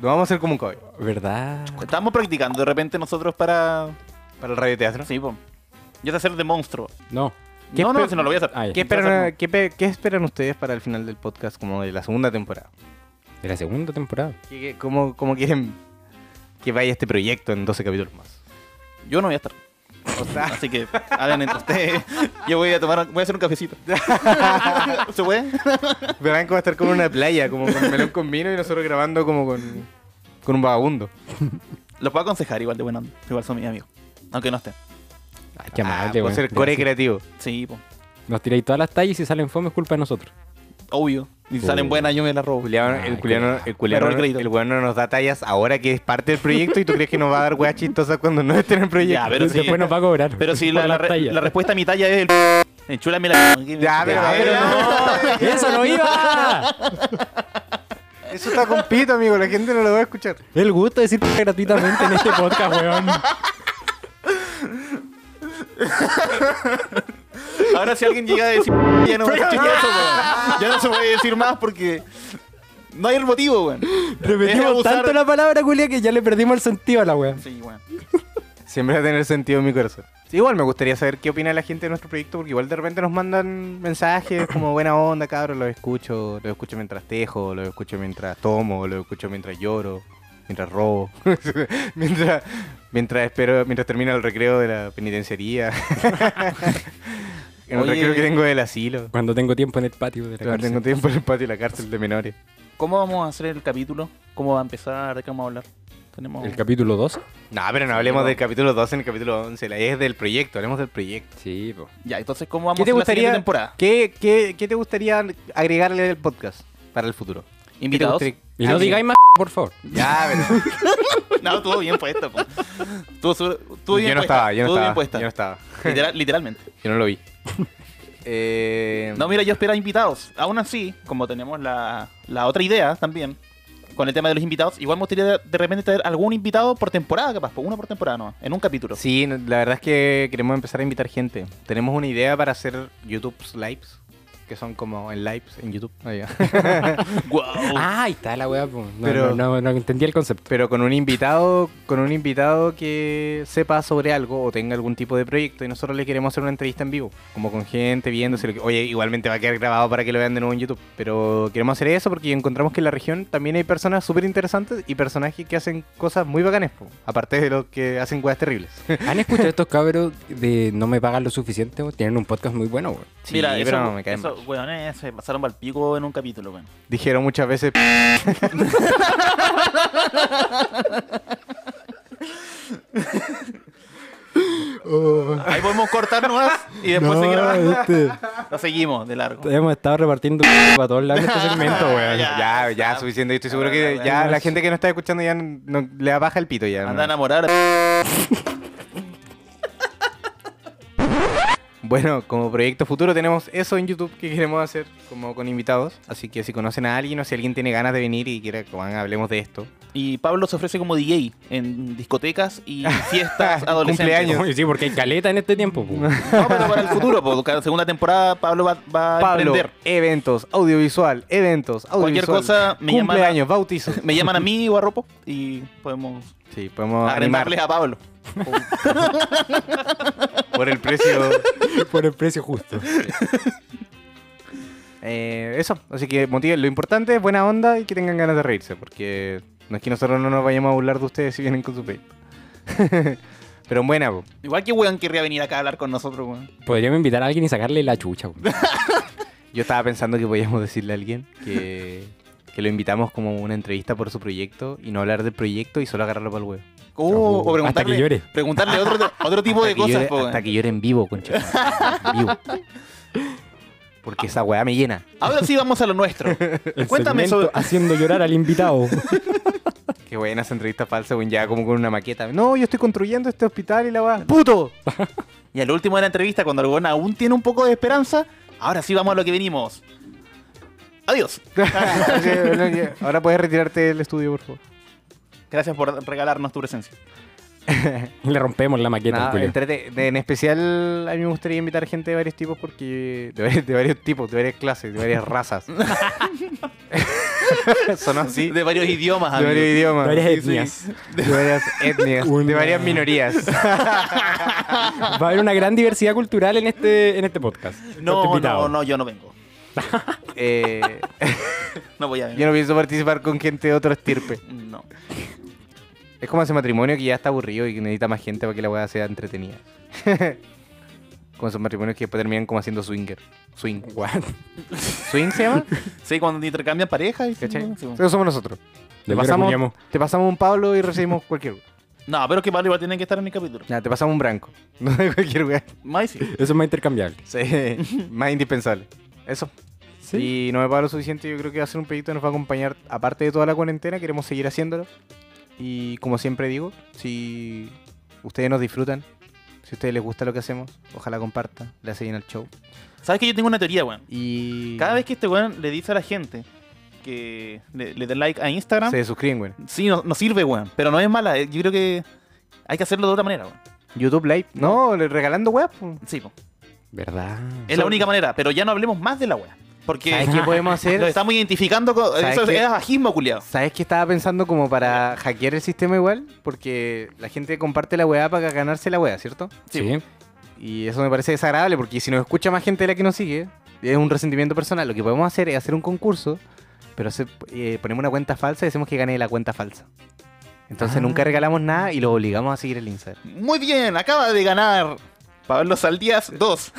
[SPEAKER 2] Lo vamos a hacer como un caballo.
[SPEAKER 3] ¿Verdad?
[SPEAKER 5] Estamos practicando de repente nosotros para.
[SPEAKER 2] Para el radio teatro.
[SPEAKER 5] Sí, po. Yo sé hacer de monstruo.
[SPEAKER 3] No. ¿Qué
[SPEAKER 5] No, no,
[SPEAKER 3] esper-
[SPEAKER 5] si no lo voy a hacer.
[SPEAKER 3] Ah, ya.
[SPEAKER 2] ¿Qué esperan, qué pe- qué esperan ustedes para el final del podcast, como de la segunda temporada?
[SPEAKER 3] De la segunda temporada.
[SPEAKER 2] ¿Qué- qué- cómo, cómo quieren que vaya este proyecto en 12 capítulos más?
[SPEAKER 5] Yo no voy a estar. Así que hablen entre ustedes. Yo voy a tomar, voy a hacer un cafecito. ¿Se puede?
[SPEAKER 2] Verán cómo va a estar como en una playa, como con melón con vino y nosotros grabando como con, con un vagabundo.
[SPEAKER 5] Los puedo aconsejar igual de buena onda. Igual son mis amigos. Aunque no estén.
[SPEAKER 3] Ay, qué
[SPEAKER 2] Ah,
[SPEAKER 3] amable,
[SPEAKER 2] puedo
[SPEAKER 3] weón.
[SPEAKER 2] ser core
[SPEAKER 3] Gracias.
[SPEAKER 2] creativo.
[SPEAKER 5] Sí, po.
[SPEAKER 3] Nos tiráis todas las tallas y si salen fome es culpa de nosotros.
[SPEAKER 5] Obvio. Y si salen
[SPEAKER 3] Oh.
[SPEAKER 5] buenas, yo me las robo.
[SPEAKER 2] Julián,
[SPEAKER 3] Ah,
[SPEAKER 2] el
[SPEAKER 3] qué
[SPEAKER 2] Julián,
[SPEAKER 3] lata.
[SPEAKER 2] el Julián,
[SPEAKER 5] Me robó el crédito.
[SPEAKER 2] el weón no nos da tallas ahora que es parte del proyecto y tú crees que nos va a dar weas chistosas cuando no esté en el proyecto.
[SPEAKER 5] Ya, pero sí.
[SPEAKER 3] Después nos va a cobrar.
[SPEAKER 5] Pero si
[SPEAKER 3] por
[SPEAKER 5] la, la
[SPEAKER 3] las
[SPEAKER 5] re-
[SPEAKER 3] tallas.
[SPEAKER 5] la respuesta a mi talla es el. Enchúlame la.
[SPEAKER 2] Ya, pero-
[SPEAKER 5] Ya,
[SPEAKER 2] pero no.
[SPEAKER 3] ¡Y eso no iba!
[SPEAKER 2] Eso está con pito, amigo, la gente no lo va a escuchar.
[SPEAKER 3] El gusto de decir p- gratuitamente en este podcast, weón.
[SPEAKER 5] Ahora si alguien llega a decir ya no voy a decir eso, weón. Ya no se puede decir más porque no hay el motivo, weón. Es
[SPEAKER 3] Repetimos
[SPEAKER 5] abusar-
[SPEAKER 3] tanto la palabra, Julia, que ya le perdimos el sentido a la weón.
[SPEAKER 5] Sí, weón.
[SPEAKER 2] Siempre va a tener sentido en mi corazón. Sí, igual me gustaría saber qué opina la gente de nuestro proyecto, porque igual de repente nos mandan mensajes como buena onda, cabrón, los escucho, los escucho mientras tejo, los escucho mientras tomo, los escucho mientras lloro, mientras robo, mientras, mientras espero, mientras termina el recreo de la penitenciaría. en el
[SPEAKER 5] Oye.
[SPEAKER 2] recreo que tengo del asilo.
[SPEAKER 3] Cuando tengo tiempo en el patio de la
[SPEAKER 2] Claro,
[SPEAKER 3] cárcel.
[SPEAKER 2] tengo tiempo en el patio de la cárcel de menores.
[SPEAKER 5] ¿Cómo vamos a hacer el capítulo? ¿Cómo va a empezar? ¿De qué vamos a hablar? Tenemos...
[SPEAKER 3] ¿El capítulo 2?
[SPEAKER 2] No, pero no hablemos del capítulo 12 en el capítulo 11, la es del proyecto, hablemos del proyecto.
[SPEAKER 3] Sí, po.
[SPEAKER 5] ya, entonces, ¿cómo vamos
[SPEAKER 2] ¿Qué te
[SPEAKER 5] a hacer la siguiente
[SPEAKER 2] gustaría,
[SPEAKER 5] temporada?
[SPEAKER 2] ¿qué, qué, qué te gustaría agregarle al podcast para el futuro?
[SPEAKER 5] ¿Invitados?
[SPEAKER 2] ¿Qué te
[SPEAKER 3] Y no
[SPEAKER 2] Ah,
[SPEAKER 3] digáis más, por favor.
[SPEAKER 2] gustaría- Ya, pero
[SPEAKER 5] No, estuvo bien puesto, po. Estuvo, su- estuvo bien
[SPEAKER 2] yo no
[SPEAKER 5] puesta,
[SPEAKER 2] estaba, yo no
[SPEAKER 5] estuvo bien
[SPEAKER 2] estaba,
[SPEAKER 5] puesta.
[SPEAKER 2] yo no estaba,
[SPEAKER 5] Literal- literalmente.
[SPEAKER 2] yo no lo vi. Eh,
[SPEAKER 5] No, mira, yo esperaba invitados. Aún así, como tenemos la, la otra idea también, con el tema de los invitados, igual me gustaría de repente traer algún invitado por temporada, capaz, po, uno por temporada, no, en un capítulo.
[SPEAKER 2] Sí, no, la verdad es que queremos empezar a invitar gente. Tenemos una idea para hacer YouTube Lives, que son como en lives en YouTube. Ah, ya.
[SPEAKER 5] Wow.
[SPEAKER 3] Ah, ahí está la weá, po. No,
[SPEAKER 2] Pero-
[SPEAKER 3] no, no, no entendí el concepto.
[SPEAKER 2] Pero con un invitado, con un invitado que sepa sobre algo o tenga algún tipo de proyecto y nosotros le queremos hacer una entrevista en vivo, como con gente viéndose. lo que- Oye, igualmente va a quedar grabado para que lo vean de nuevo en YouTube, pero queremos hacer eso porque encontramos que en la región también hay personas súper interesantes y personajes que hacen cosas muy bacanes, po, aparte de los que hacen cosas terribles.
[SPEAKER 3] ¿Han escuchado estos cabros de No me pagan lo suficiente? weón? Tienen un podcast muy bueno, weón.
[SPEAKER 2] Sí,
[SPEAKER 5] Mira,
[SPEAKER 2] pero
[SPEAKER 5] eso,
[SPEAKER 2] no me caen
[SPEAKER 5] esos weones se pasaron para el pico en un capítulo, weón.
[SPEAKER 2] Dijeron muchas veces.
[SPEAKER 5] Ahí podemos cortar nomás y después seguir hablando.
[SPEAKER 3] este-
[SPEAKER 5] Lo seguimos de largo.
[SPEAKER 3] Hemos estado repartiendo para todos lados en este segmento, weón.
[SPEAKER 5] Ah, Ya,
[SPEAKER 2] Ya, ya,
[SPEAKER 5] está.
[SPEAKER 2] suficiente. Yo estoy seguro que
[SPEAKER 5] Ya,
[SPEAKER 2] ya
[SPEAKER 3] ya.
[SPEAKER 2] la gente que nos está escuchando ya no- le baja el pito ya.
[SPEAKER 5] Anda a
[SPEAKER 2] ¿no?
[SPEAKER 5] enamorar.
[SPEAKER 2] Bueno, como proyecto futuro tenemos eso en YouTube que queremos hacer, como con invitados. Así que si conocen a alguien o si alguien tiene ganas de venir y quiera que van, hablemos de esto.
[SPEAKER 5] Y Pablo se ofrece como DJ en discotecas y fiestas adolescentes.
[SPEAKER 2] Cumpleaños.
[SPEAKER 3] Uy, Sí, porque hay caleta en este tiempo, po.
[SPEAKER 5] No, pero para el futuro, porque la segunda temporada Pablo va, va a
[SPEAKER 2] Pablo,
[SPEAKER 5] emprender. Eh,
[SPEAKER 2] eventos, audiovisual, eventos,
[SPEAKER 5] Cualquier
[SPEAKER 2] audiovisual.
[SPEAKER 5] cosa, me llaman a-
[SPEAKER 2] Cumpleaños, bautizo.
[SPEAKER 5] Me llaman a mí o a Ropo y podemos
[SPEAKER 2] Sí, podemos animar
[SPEAKER 5] arrendarles a Pablo.
[SPEAKER 2] por el precio.
[SPEAKER 3] Por el precio justo.
[SPEAKER 2] Eh, eso, así que motiven. Lo importante es buena onda y que tengan ganas de reírse, porque no es que nosotros no nos vayamos a burlar de ustedes si vienen con su proyecto. Pero en buena, po.
[SPEAKER 5] Igual que weón querría venir acá a hablar con nosotros, weón.
[SPEAKER 3] Podríamos invitar a alguien y sacarle la chucha, weón.
[SPEAKER 2] Yo estaba pensando que podíamos decirle a alguien que, que lo invitamos como una entrevista por su proyecto y no hablar del proyecto y solo agarrarlo para el huevo.
[SPEAKER 5] O- o preguntarle,
[SPEAKER 3] Hasta que llore.
[SPEAKER 5] preguntarle otro, otro tipo de
[SPEAKER 2] Hasta que llore-
[SPEAKER 5] cosas, po,
[SPEAKER 2] Hasta
[SPEAKER 5] weón.
[SPEAKER 2] que llore en vivo, concha. En vivo. Porque esa weá me llena.
[SPEAKER 5] Ahora sí vamos a lo nuestro.
[SPEAKER 3] El
[SPEAKER 5] Cuéntame
[SPEAKER 3] segmento
[SPEAKER 5] sobre-
[SPEAKER 3] haciendo llorar al invitado.
[SPEAKER 4] Qué buena esa entrevista falsa, weón. Ya como con una maqueta. No, yo estoy construyendo este hospital y la va. ¡Puto!
[SPEAKER 5] Y al último de la entrevista, cuando el weón aún tiene un poco de esperanza, ahora sí vamos a lo que venimos. Adiós.
[SPEAKER 4] Ahora puedes retirarte del estudio, por favor.
[SPEAKER 5] Gracias por regalarnos tu presencia.
[SPEAKER 3] Le rompemos la maqueta,
[SPEAKER 4] Nada,
[SPEAKER 3] al culiao.
[SPEAKER 4] entrete- de- en especial, a mí me gustaría invitar gente de varios tipos porque. De varios, de varios tipos, de varias clases, de varias razas. Sonó así.
[SPEAKER 5] De varios idiomas,
[SPEAKER 4] De
[SPEAKER 5] amigo.
[SPEAKER 4] varios idiomas.
[SPEAKER 3] Varias
[SPEAKER 4] Sí,
[SPEAKER 3] etnias.
[SPEAKER 4] sí. De varias etnias. De
[SPEAKER 3] Una-
[SPEAKER 4] varias minorías.
[SPEAKER 3] Va a haber una gran diversidad cultural en este, en este podcast. Estás
[SPEAKER 5] No,
[SPEAKER 3] invitado.
[SPEAKER 5] no, no, yo no vengo.
[SPEAKER 4] Eh,
[SPEAKER 5] No voy a venir.
[SPEAKER 4] yo no pienso participar con gente de otro estirpe.
[SPEAKER 5] No.
[SPEAKER 4] Es como ese matrimonio que ya está aburrido y que necesita más gente para que la weá sea entretenida. como esos matrimonios que después terminan como haciendo swinger. Swing.
[SPEAKER 3] What?
[SPEAKER 4] ¿Swing se llama?
[SPEAKER 5] Sí, cuando intercambian parejas. Y...
[SPEAKER 4] ¿Cachai?
[SPEAKER 5] Sí.
[SPEAKER 4] Eso somos nosotros. Te
[SPEAKER 3] Lo
[SPEAKER 4] pasamos,
[SPEAKER 3] culiamos.
[SPEAKER 4] te pasamos un Pablo y recibimos cualquier weá.
[SPEAKER 5] No, pero es que Pablo igual tiene que estar en mi capítulo.
[SPEAKER 4] Ya, te pasamos un branco. No de cualquier weá.
[SPEAKER 5] Más sí.
[SPEAKER 3] Eso es más intercambiable.
[SPEAKER 4] Sí. más indispensable. Eso. Y no me paga lo suficiente, yo creo que va a ser un proyecto que nos va a acompañar, aparte de toda la cuarentena, queremos seguir haciéndolo. Y como siempre digo, si ustedes nos disfrutan, si a ustedes les gusta lo que hacemos, ojalá compartan, le hace bien al show.
[SPEAKER 5] ¿Sabes que yo tengo una teoría, weón?
[SPEAKER 4] Y
[SPEAKER 5] Cada vez que este weón le dice a la gente que le, le den like a Instagram,
[SPEAKER 4] se suscriben, güey.
[SPEAKER 5] sí, no, no sirve, weón. Pero no es mala. eh, Yo creo que hay que hacerlo de otra manera, weón.
[SPEAKER 4] YouTube Live, no, le- regalando web.
[SPEAKER 5] Sí, po.
[SPEAKER 3] ¿Verdad?
[SPEAKER 5] es la única manera. Pero ya no hablemos más de la weá. Porque
[SPEAKER 4] ¿Sabes qué podemos
[SPEAKER 5] lo
[SPEAKER 4] hacer?
[SPEAKER 5] estamos identificando con.
[SPEAKER 4] ¿Sabes
[SPEAKER 5] Eso
[SPEAKER 4] qué?
[SPEAKER 5] es ajismo, culiado.
[SPEAKER 4] ¿Sabes qué estaba pensando como para hackear el sistema igual? Porque la gente comparte la weá para ganarse la weá, ¿cierto?
[SPEAKER 3] Sí.
[SPEAKER 4] Y eso me parece desagradable porque si nos escucha más gente de la que nos sigue, es un resentimiento personal. Lo que podemos hacer es hacer un concurso, pero hacer- eh, ponemos una cuenta falsa y decimos que gane la cuenta falsa. Entonces nunca regalamos nada y lo obligamos a seguir el Instagram.
[SPEAKER 5] Muy bien, acaba de ganar Pablo Saldías 2.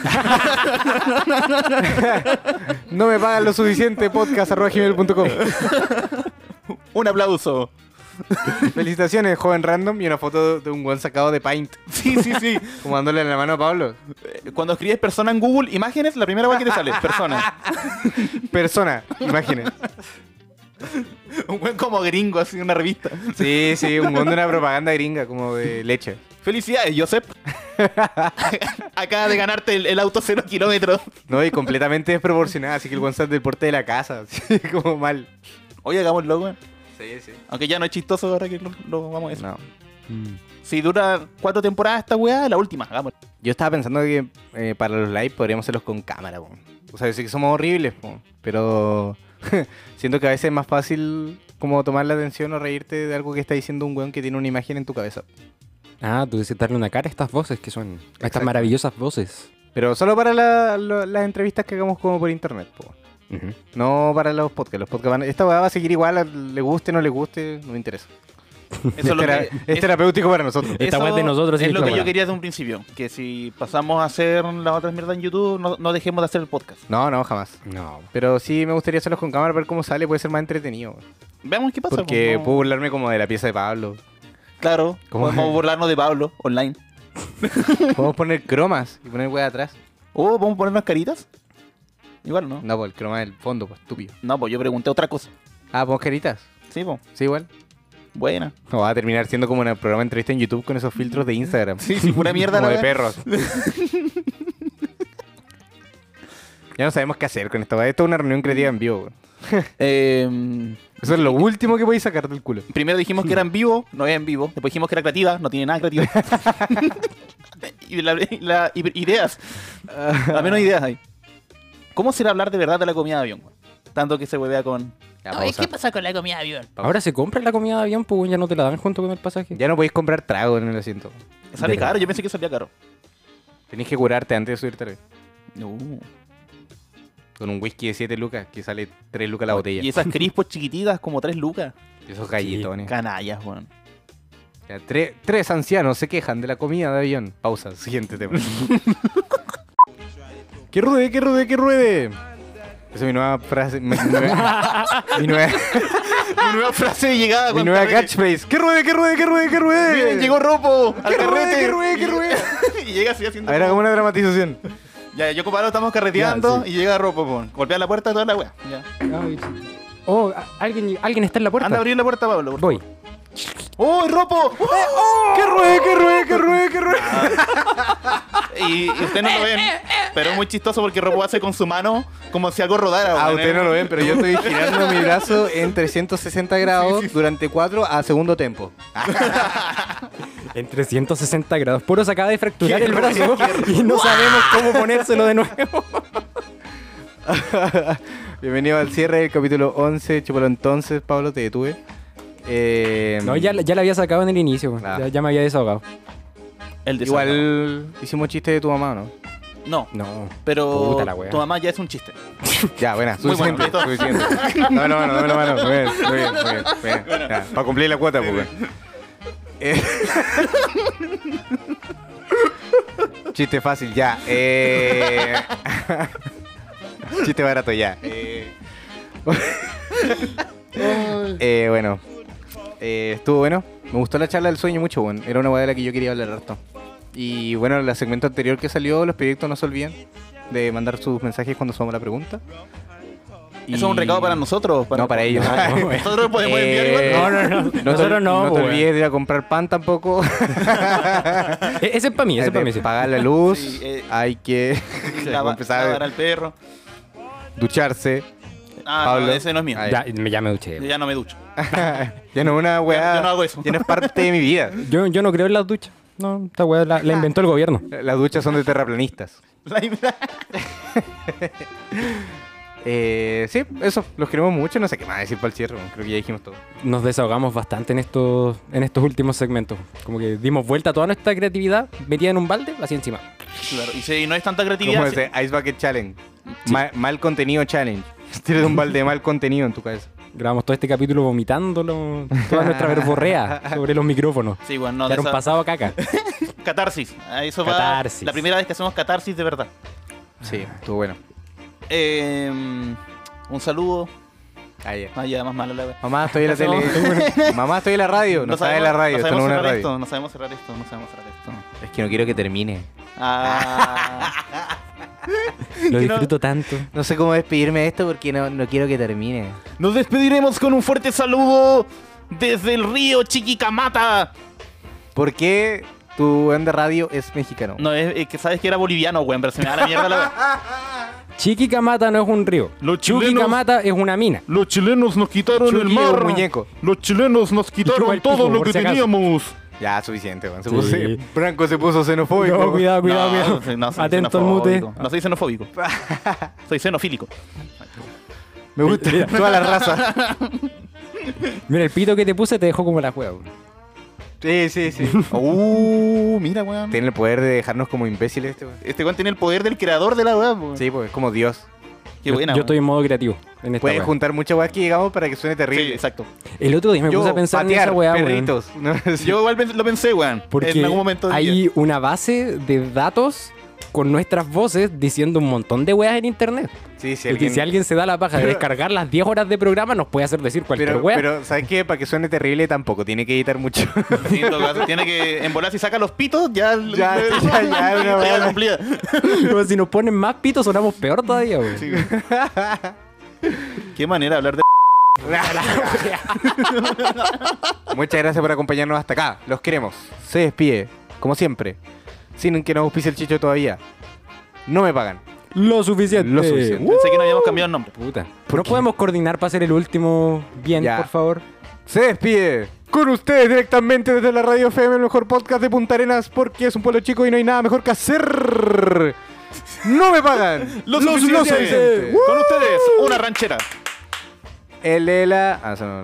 [SPEAKER 4] No me pagan lo suficiente, podcast.gmail.com.
[SPEAKER 5] Un aplauso.
[SPEAKER 4] Felicitaciones, joven random, y una foto de un buen sacado de Paint,
[SPEAKER 5] Sí, sí, sí.
[SPEAKER 4] como dándole la mano a Pablo.
[SPEAKER 5] Eh, Cuando escribes persona en Google, imágenes, la primera weá que te sale, persona.
[SPEAKER 4] Persona, imagínense.
[SPEAKER 5] Un buen como gringo, así, una revista.
[SPEAKER 4] Sí, sí, un buen de una propaganda gringa, como de leche.
[SPEAKER 5] Felicidades, Josep. acaba de ganarte el, el auto cero kilómetros.
[SPEAKER 4] No, y completamente desproporcionada, así que el WhatsApp del porte de la casa, así como mal.
[SPEAKER 5] Oye, hagámoslo, weón.
[SPEAKER 4] Sí, sí.
[SPEAKER 5] Aunque ya no es chistoso ahora que lo, lo vamos a decir.
[SPEAKER 4] No.
[SPEAKER 5] Si dura cuatro temporadas esta weá, la última, hagámoslo.
[SPEAKER 4] Yo estaba pensando que eh, para los live podríamos hacerlos con cámara, po. O sea, yo sé que somos horribles, po, pero siento que a veces es más fácil como tomar la atención o reírte de algo que está diciendo un weón que tiene una imagen en tu cabeza.
[SPEAKER 3] Ah, tú dices darle una cara a estas voces que son. A estas
[SPEAKER 4] Exacto.
[SPEAKER 3] maravillosas voces.
[SPEAKER 4] Pero solo para la- lo- las entrevistas que hagamos como por internet, po. No para los podcasts. Los podcasts van, esta weá va a seguir igual, le guste, no le guste, no me interesa. Este
[SPEAKER 5] Eso es lo
[SPEAKER 4] Tera-
[SPEAKER 5] que.
[SPEAKER 4] es
[SPEAKER 5] es-
[SPEAKER 4] terapéutico para nosotros.
[SPEAKER 3] Esta
[SPEAKER 5] eso
[SPEAKER 3] weá es de nosotros, sí,
[SPEAKER 5] Es lo
[SPEAKER 3] esta
[SPEAKER 5] que yo
[SPEAKER 3] weá.
[SPEAKER 5] quería desde un principio. Que si pasamos a hacer las otras mierdas en YouTube, no, no dejemos de hacer el podcast.
[SPEAKER 4] No, no, jamás.
[SPEAKER 3] No.
[SPEAKER 4] Pero sí me gustaría hacerlos con cámara, ver cómo sale, puede ser más entretenido.
[SPEAKER 5] Veamos qué pasa.
[SPEAKER 4] Porque
[SPEAKER 5] pues, no-
[SPEAKER 4] puedo burlarme como de la pieza de Pablo.
[SPEAKER 5] Claro,
[SPEAKER 4] ¿Cómo?
[SPEAKER 5] podemos burlarnos de Pablo online.
[SPEAKER 4] Podemos poner cromas y poner weá atrás.
[SPEAKER 5] ¿O vamos a ponernos caritas? Igual, ¿no?
[SPEAKER 4] No, pues el croma del fondo, pues estúpido.
[SPEAKER 5] No, pues yo pregunté otra cosa.
[SPEAKER 4] Ah, pues caritas.
[SPEAKER 5] Sí, pues.
[SPEAKER 4] Sí, igual.
[SPEAKER 5] Buena.
[SPEAKER 4] No, va a terminar siendo como un programa de entrevista en YouTube con esos filtros de Instagram.
[SPEAKER 5] Sí, sí, pura mierda.
[SPEAKER 4] como
[SPEAKER 5] la
[SPEAKER 4] de
[SPEAKER 5] verdad.
[SPEAKER 4] perros. ya no sabemos qué hacer con esto. Esto es una reunión creativa en vivo. weón.
[SPEAKER 5] Eh,
[SPEAKER 4] Eso es lo último que podéis sacar del culo.
[SPEAKER 5] primero dijimos que era en vivo, no es en vivo. Después dijimos que era creativa, no tiene nada creativa. y, la- y la- y ideas. Al menos ideas hay. ¿Cómo será hablar de verdad de la comida de avión? güey? Tanto que se huevea con...
[SPEAKER 4] Ya,
[SPEAKER 6] Oye,
[SPEAKER 4] pausa.
[SPEAKER 6] ¿qué pasa con la comida de avión?
[SPEAKER 3] Ahora se compra la comida de avión, pues weón, ya no te la dan junto con el pasaje.
[SPEAKER 4] Ya no podéis comprar trago en el asiento.
[SPEAKER 5] Sale
[SPEAKER 3] Verdad.
[SPEAKER 5] caro, yo pensé que salía caro.
[SPEAKER 4] Tenéis que curarte antes de subirte al avión.
[SPEAKER 5] Uh.
[SPEAKER 4] Con un whisky de 7 lucas que sale 3 lucas la botella. Eh.
[SPEAKER 5] Y esas crispos chiquititas como tres lucas.
[SPEAKER 4] Esos galletones.
[SPEAKER 5] Canallas, weón.
[SPEAKER 4] Ya, tre- tres ancianos se quejan de la comida de avión. Pausa, siguiente tema. ¡Que ruede, que ruede, que ruede! Esa es mi nueva frase. Mi, mi nueva, mi nueva,
[SPEAKER 5] Mi nueva frase de llegada.
[SPEAKER 4] mi
[SPEAKER 5] con
[SPEAKER 4] nueva
[SPEAKER 5] carrete.
[SPEAKER 4] catchphrase. ¡Que ruede, que ruede, que ruede, que ruede!
[SPEAKER 5] Miren, llegó Ropo.
[SPEAKER 4] ¡Que
[SPEAKER 5] al
[SPEAKER 4] ruede,
[SPEAKER 5] carrete.
[SPEAKER 4] que ruede, que ruede!
[SPEAKER 5] y llega así haciendo.
[SPEAKER 4] A ver, hagamos una dramatización.
[SPEAKER 5] Ya, yo compadre estamos carreteando
[SPEAKER 3] Ya, sí.
[SPEAKER 5] y llega Ropo, pon. Golpea la puerta de toda la wea. Ya.
[SPEAKER 3] Ay, sí. Oh, a- alguien, alguien está en la puerta.
[SPEAKER 5] Anda a abrir la puerta, Pablo. por
[SPEAKER 3] Voy.
[SPEAKER 5] ¡Oh, el ropo! ¡Oh!
[SPEAKER 4] ¡Que ruede, que ruede, que ruede, que ruede!
[SPEAKER 5] Y, y ustedes no lo ven, pero es muy chistoso porque Ropo hace con su mano como si algo rodara.
[SPEAKER 4] Ah,
[SPEAKER 5] weón,
[SPEAKER 4] ustedes
[SPEAKER 5] ¿eh?
[SPEAKER 4] no lo ven, pero yo estoy girando mi brazo en 360 grados durante 4 a segundo tiempo.
[SPEAKER 3] En 360 grados. Poro se acaba de fracturar el brazo y no sabemos cómo ponérselo de nuevo.
[SPEAKER 4] Bienvenido al cierre del capítulo 11. Chúpalo entonces, Pablo, te detuve. Eh,
[SPEAKER 3] No, ya, la- ya la había sacado en el inicio.
[SPEAKER 4] Ah.
[SPEAKER 3] Ya, ya me había desahogado.
[SPEAKER 5] El desagradable.
[SPEAKER 4] Igual hicimos chiste de tu mamá, ¿no?
[SPEAKER 5] No,
[SPEAKER 3] No.
[SPEAKER 5] pero
[SPEAKER 3] Puta la wea.
[SPEAKER 5] tu mamá ya es un chiste.
[SPEAKER 4] Ya, buena,
[SPEAKER 5] Muy bueno,
[SPEAKER 4] Ah, suficiente,
[SPEAKER 5] listo.
[SPEAKER 4] suficiente. No, no, no, dame la mano. Muy bien, muy bien, muy bien. muy bien. Ya, para cumplir la cuota, pues. Eh. Chiste fácil, ya. Eh. Chiste barato, ya. Eh. Eh, bueno. Eh, estuvo bueno. Me gustó la charla del sueño mucho, bueno. Era una hueá de la que yo quería hablar harto. Y bueno, en el segmento anterior que salió, los proyectos no se olviden de mandar sus mensajes cuando subamos la pregunta.
[SPEAKER 5] Eso es un recado para nosotros.
[SPEAKER 4] No, para ellos.
[SPEAKER 5] Nosotros podemos enviar
[SPEAKER 4] Eh,
[SPEAKER 5] igual.
[SPEAKER 3] No, no, no.
[SPEAKER 4] te-
[SPEAKER 3] Nosotros no,
[SPEAKER 4] No te
[SPEAKER 3] pues,
[SPEAKER 5] eh.
[SPEAKER 4] olvides de ir a comprar pan tampoco.
[SPEAKER 3] E- Ese es para mí, ese
[SPEAKER 4] Hay
[SPEAKER 3] es para mí.
[SPEAKER 4] que
[SPEAKER 3] sí.
[SPEAKER 4] pagar la luz.
[SPEAKER 5] Sí, eh,
[SPEAKER 4] hay que
[SPEAKER 5] Lava-
[SPEAKER 4] empezar
[SPEAKER 5] lavar
[SPEAKER 4] a
[SPEAKER 5] al perro.
[SPEAKER 4] ducharse.
[SPEAKER 5] Ah,
[SPEAKER 4] Pablo.
[SPEAKER 5] no, ese no es mío.
[SPEAKER 4] Ahí.
[SPEAKER 3] Ya, me- ya me duché.
[SPEAKER 5] Yo ya no me ducho.
[SPEAKER 4] Ya no es una weá.
[SPEAKER 5] yo no hago eso.
[SPEAKER 4] Ya no es parte de mi vida.
[SPEAKER 3] Yo, yo no creo en las duchas. No, esta weá la, la inventó el gobierno.
[SPEAKER 4] Las duchas son de terraplanistas. Eh, sí, eso. Los queremos mucho. No sé qué más decir para el cierre. bueno, Creo que ya dijimos todo.
[SPEAKER 3] Nos desahogamos bastante en estos, en estos últimos segmentos. Como que dimos vuelta a toda nuestra creatividad metida en un balde, así encima.
[SPEAKER 5] Claro, Y si no es tanta
[SPEAKER 4] Como
[SPEAKER 5] creatividad. si-
[SPEAKER 4] ese Ice Bucket Challenge. Ma- mal contenido challenge. Tienes un balde de mal contenido en tu cabeza.
[SPEAKER 3] Grabamos todo este capítulo vomitándolo, toda nuestra verborrea sobre los micrófonos.
[SPEAKER 5] Sí, bueno, no, de
[SPEAKER 3] Era un
[SPEAKER 5] esa-
[SPEAKER 3] pasado a caca.
[SPEAKER 5] Catarsis. A Eso va.
[SPEAKER 3] Catarsis.
[SPEAKER 5] La primera vez que hacemos catarsis de verdad.
[SPEAKER 4] Sí, estuvo bueno.
[SPEAKER 5] Eh, un saludo.
[SPEAKER 4] Ayer.
[SPEAKER 5] Ah, ya, más mala la wea.
[SPEAKER 4] Mamá, estoy en la
[SPEAKER 3] Pasamos.
[SPEAKER 4] tele. Mamá, estoy en la radio. No, sabe la radio,
[SPEAKER 5] no
[SPEAKER 4] esto no
[SPEAKER 5] sabemos
[SPEAKER 4] es una
[SPEAKER 5] cerrar
[SPEAKER 4] radio.
[SPEAKER 5] esto, no sabemos cerrar esto, no sabemos cerrar esto.
[SPEAKER 4] Es que no quiero que termine.
[SPEAKER 5] Ah,
[SPEAKER 3] Lo
[SPEAKER 5] Que no-
[SPEAKER 3] disfruto tanto.
[SPEAKER 4] No sé cómo despedirme de esto porque no, no quiero que termine.
[SPEAKER 5] nos despediremos con un fuerte saludo desde el río Chiquicamata.
[SPEAKER 4] ¿Por qué tu band de radio es mexicano?
[SPEAKER 5] No, es, es que sabes que era boliviano, weón, pero se me da la mierda la
[SPEAKER 3] Ah,
[SPEAKER 5] wea.
[SPEAKER 3] Chiquicamata no es un río.
[SPEAKER 5] Los
[SPEAKER 3] Chuquicamata es una mina.
[SPEAKER 6] Los chilenos nos quitaron
[SPEAKER 4] Chucky
[SPEAKER 6] el
[SPEAKER 4] o
[SPEAKER 6] mar.
[SPEAKER 4] muñeco.
[SPEAKER 6] Los chilenos nos
[SPEAKER 3] chupa
[SPEAKER 6] quitaron
[SPEAKER 3] el pico,
[SPEAKER 6] todo lo
[SPEAKER 3] por
[SPEAKER 6] que
[SPEAKER 3] si acaso.
[SPEAKER 6] teníamos.
[SPEAKER 4] Ya, suficiente, weón. Se
[SPEAKER 3] Sí.
[SPEAKER 4] puso- Franco se puso xenofóbico.
[SPEAKER 3] No, cuidado, cuidado,
[SPEAKER 5] No,
[SPEAKER 3] cuidado.
[SPEAKER 5] no, soy
[SPEAKER 3] Atento al
[SPEAKER 5] xenofóbico.
[SPEAKER 3] mute.
[SPEAKER 5] No soy xenofóbico. soy xenofílico.
[SPEAKER 4] Me gusta toda la raza.
[SPEAKER 3] Mira, el pito que te puse te dejó como la juega. güey.
[SPEAKER 4] Sí, sí, sí.
[SPEAKER 5] Uh, mira, weón.
[SPEAKER 4] Tiene el poder de dejarnos como imbéciles este, weón.
[SPEAKER 5] Este weón tiene el poder del creador de la wea, weón.
[SPEAKER 4] Sí, pues, es como Dios.
[SPEAKER 5] Qué
[SPEAKER 3] yo,
[SPEAKER 5] buena.
[SPEAKER 3] yo
[SPEAKER 5] weón.
[SPEAKER 3] estoy en modo creativo. En esta
[SPEAKER 4] Puede
[SPEAKER 3] weá.
[SPEAKER 4] juntar muchas weas que llegamos para que suene
[SPEAKER 5] Sí,
[SPEAKER 4] terrible.
[SPEAKER 5] exacto.
[SPEAKER 3] El otro día me
[SPEAKER 4] Yo,
[SPEAKER 3] puse a pensar
[SPEAKER 4] patear,
[SPEAKER 3] en esa weá, güey.
[SPEAKER 4] perritos. No, sí.
[SPEAKER 5] Yo igual pen- lo pensé, weón.
[SPEAKER 3] Porque
[SPEAKER 5] en algún momento. del día.
[SPEAKER 3] hay una base de datos con nuestras voces diciendo un montón de weas en internet.
[SPEAKER 4] sí, sí,
[SPEAKER 3] Porque si alguien se da la paja de
[SPEAKER 4] Pero-
[SPEAKER 3] descargar las 10 horas de programa, nos puede hacer decir cualquier
[SPEAKER 4] Pero,
[SPEAKER 3] wea.
[SPEAKER 4] pero, ¿sabes qué? Para que suene terrible tampoco, tiene que editar mucho.
[SPEAKER 5] Sí, en todo caso, tiene que en volar si saca los pitos, ya
[SPEAKER 4] Ya, ya, ya, una
[SPEAKER 5] tarea
[SPEAKER 4] buena.
[SPEAKER 5] cumplida.
[SPEAKER 3] Pero si nos ponen más pitos, sonamos peor todavía, güey.
[SPEAKER 5] Qué manera de hablar de
[SPEAKER 4] Muchas gracias por acompañarnos hasta acá. Los queremos. Se despide, como siempre. Sin que nos auspice el chicho todavía. No me pagan.
[SPEAKER 3] Lo suficiente. Uh,
[SPEAKER 4] Lo suficiente.
[SPEAKER 5] pensé que no habíamos cambiado el nombre.
[SPEAKER 3] Puta. ¿No podemos coordinar para hacer el último bien,
[SPEAKER 4] Ya.
[SPEAKER 3] por favor?
[SPEAKER 4] Se despide. Con ustedes directamente desde la Radio FM, el mejor podcast de Punta Arenas, porque es un pueblo chico y no hay nada mejor que hacer. No me pagan.
[SPEAKER 5] Los
[SPEAKER 4] Lo
[SPEAKER 5] suficiente.
[SPEAKER 4] suficiente.
[SPEAKER 5] Con ustedes, una ranchera.
[SPEAKER 4] El de la... Ah, eso no,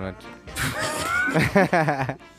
[SPEAKER 4] no.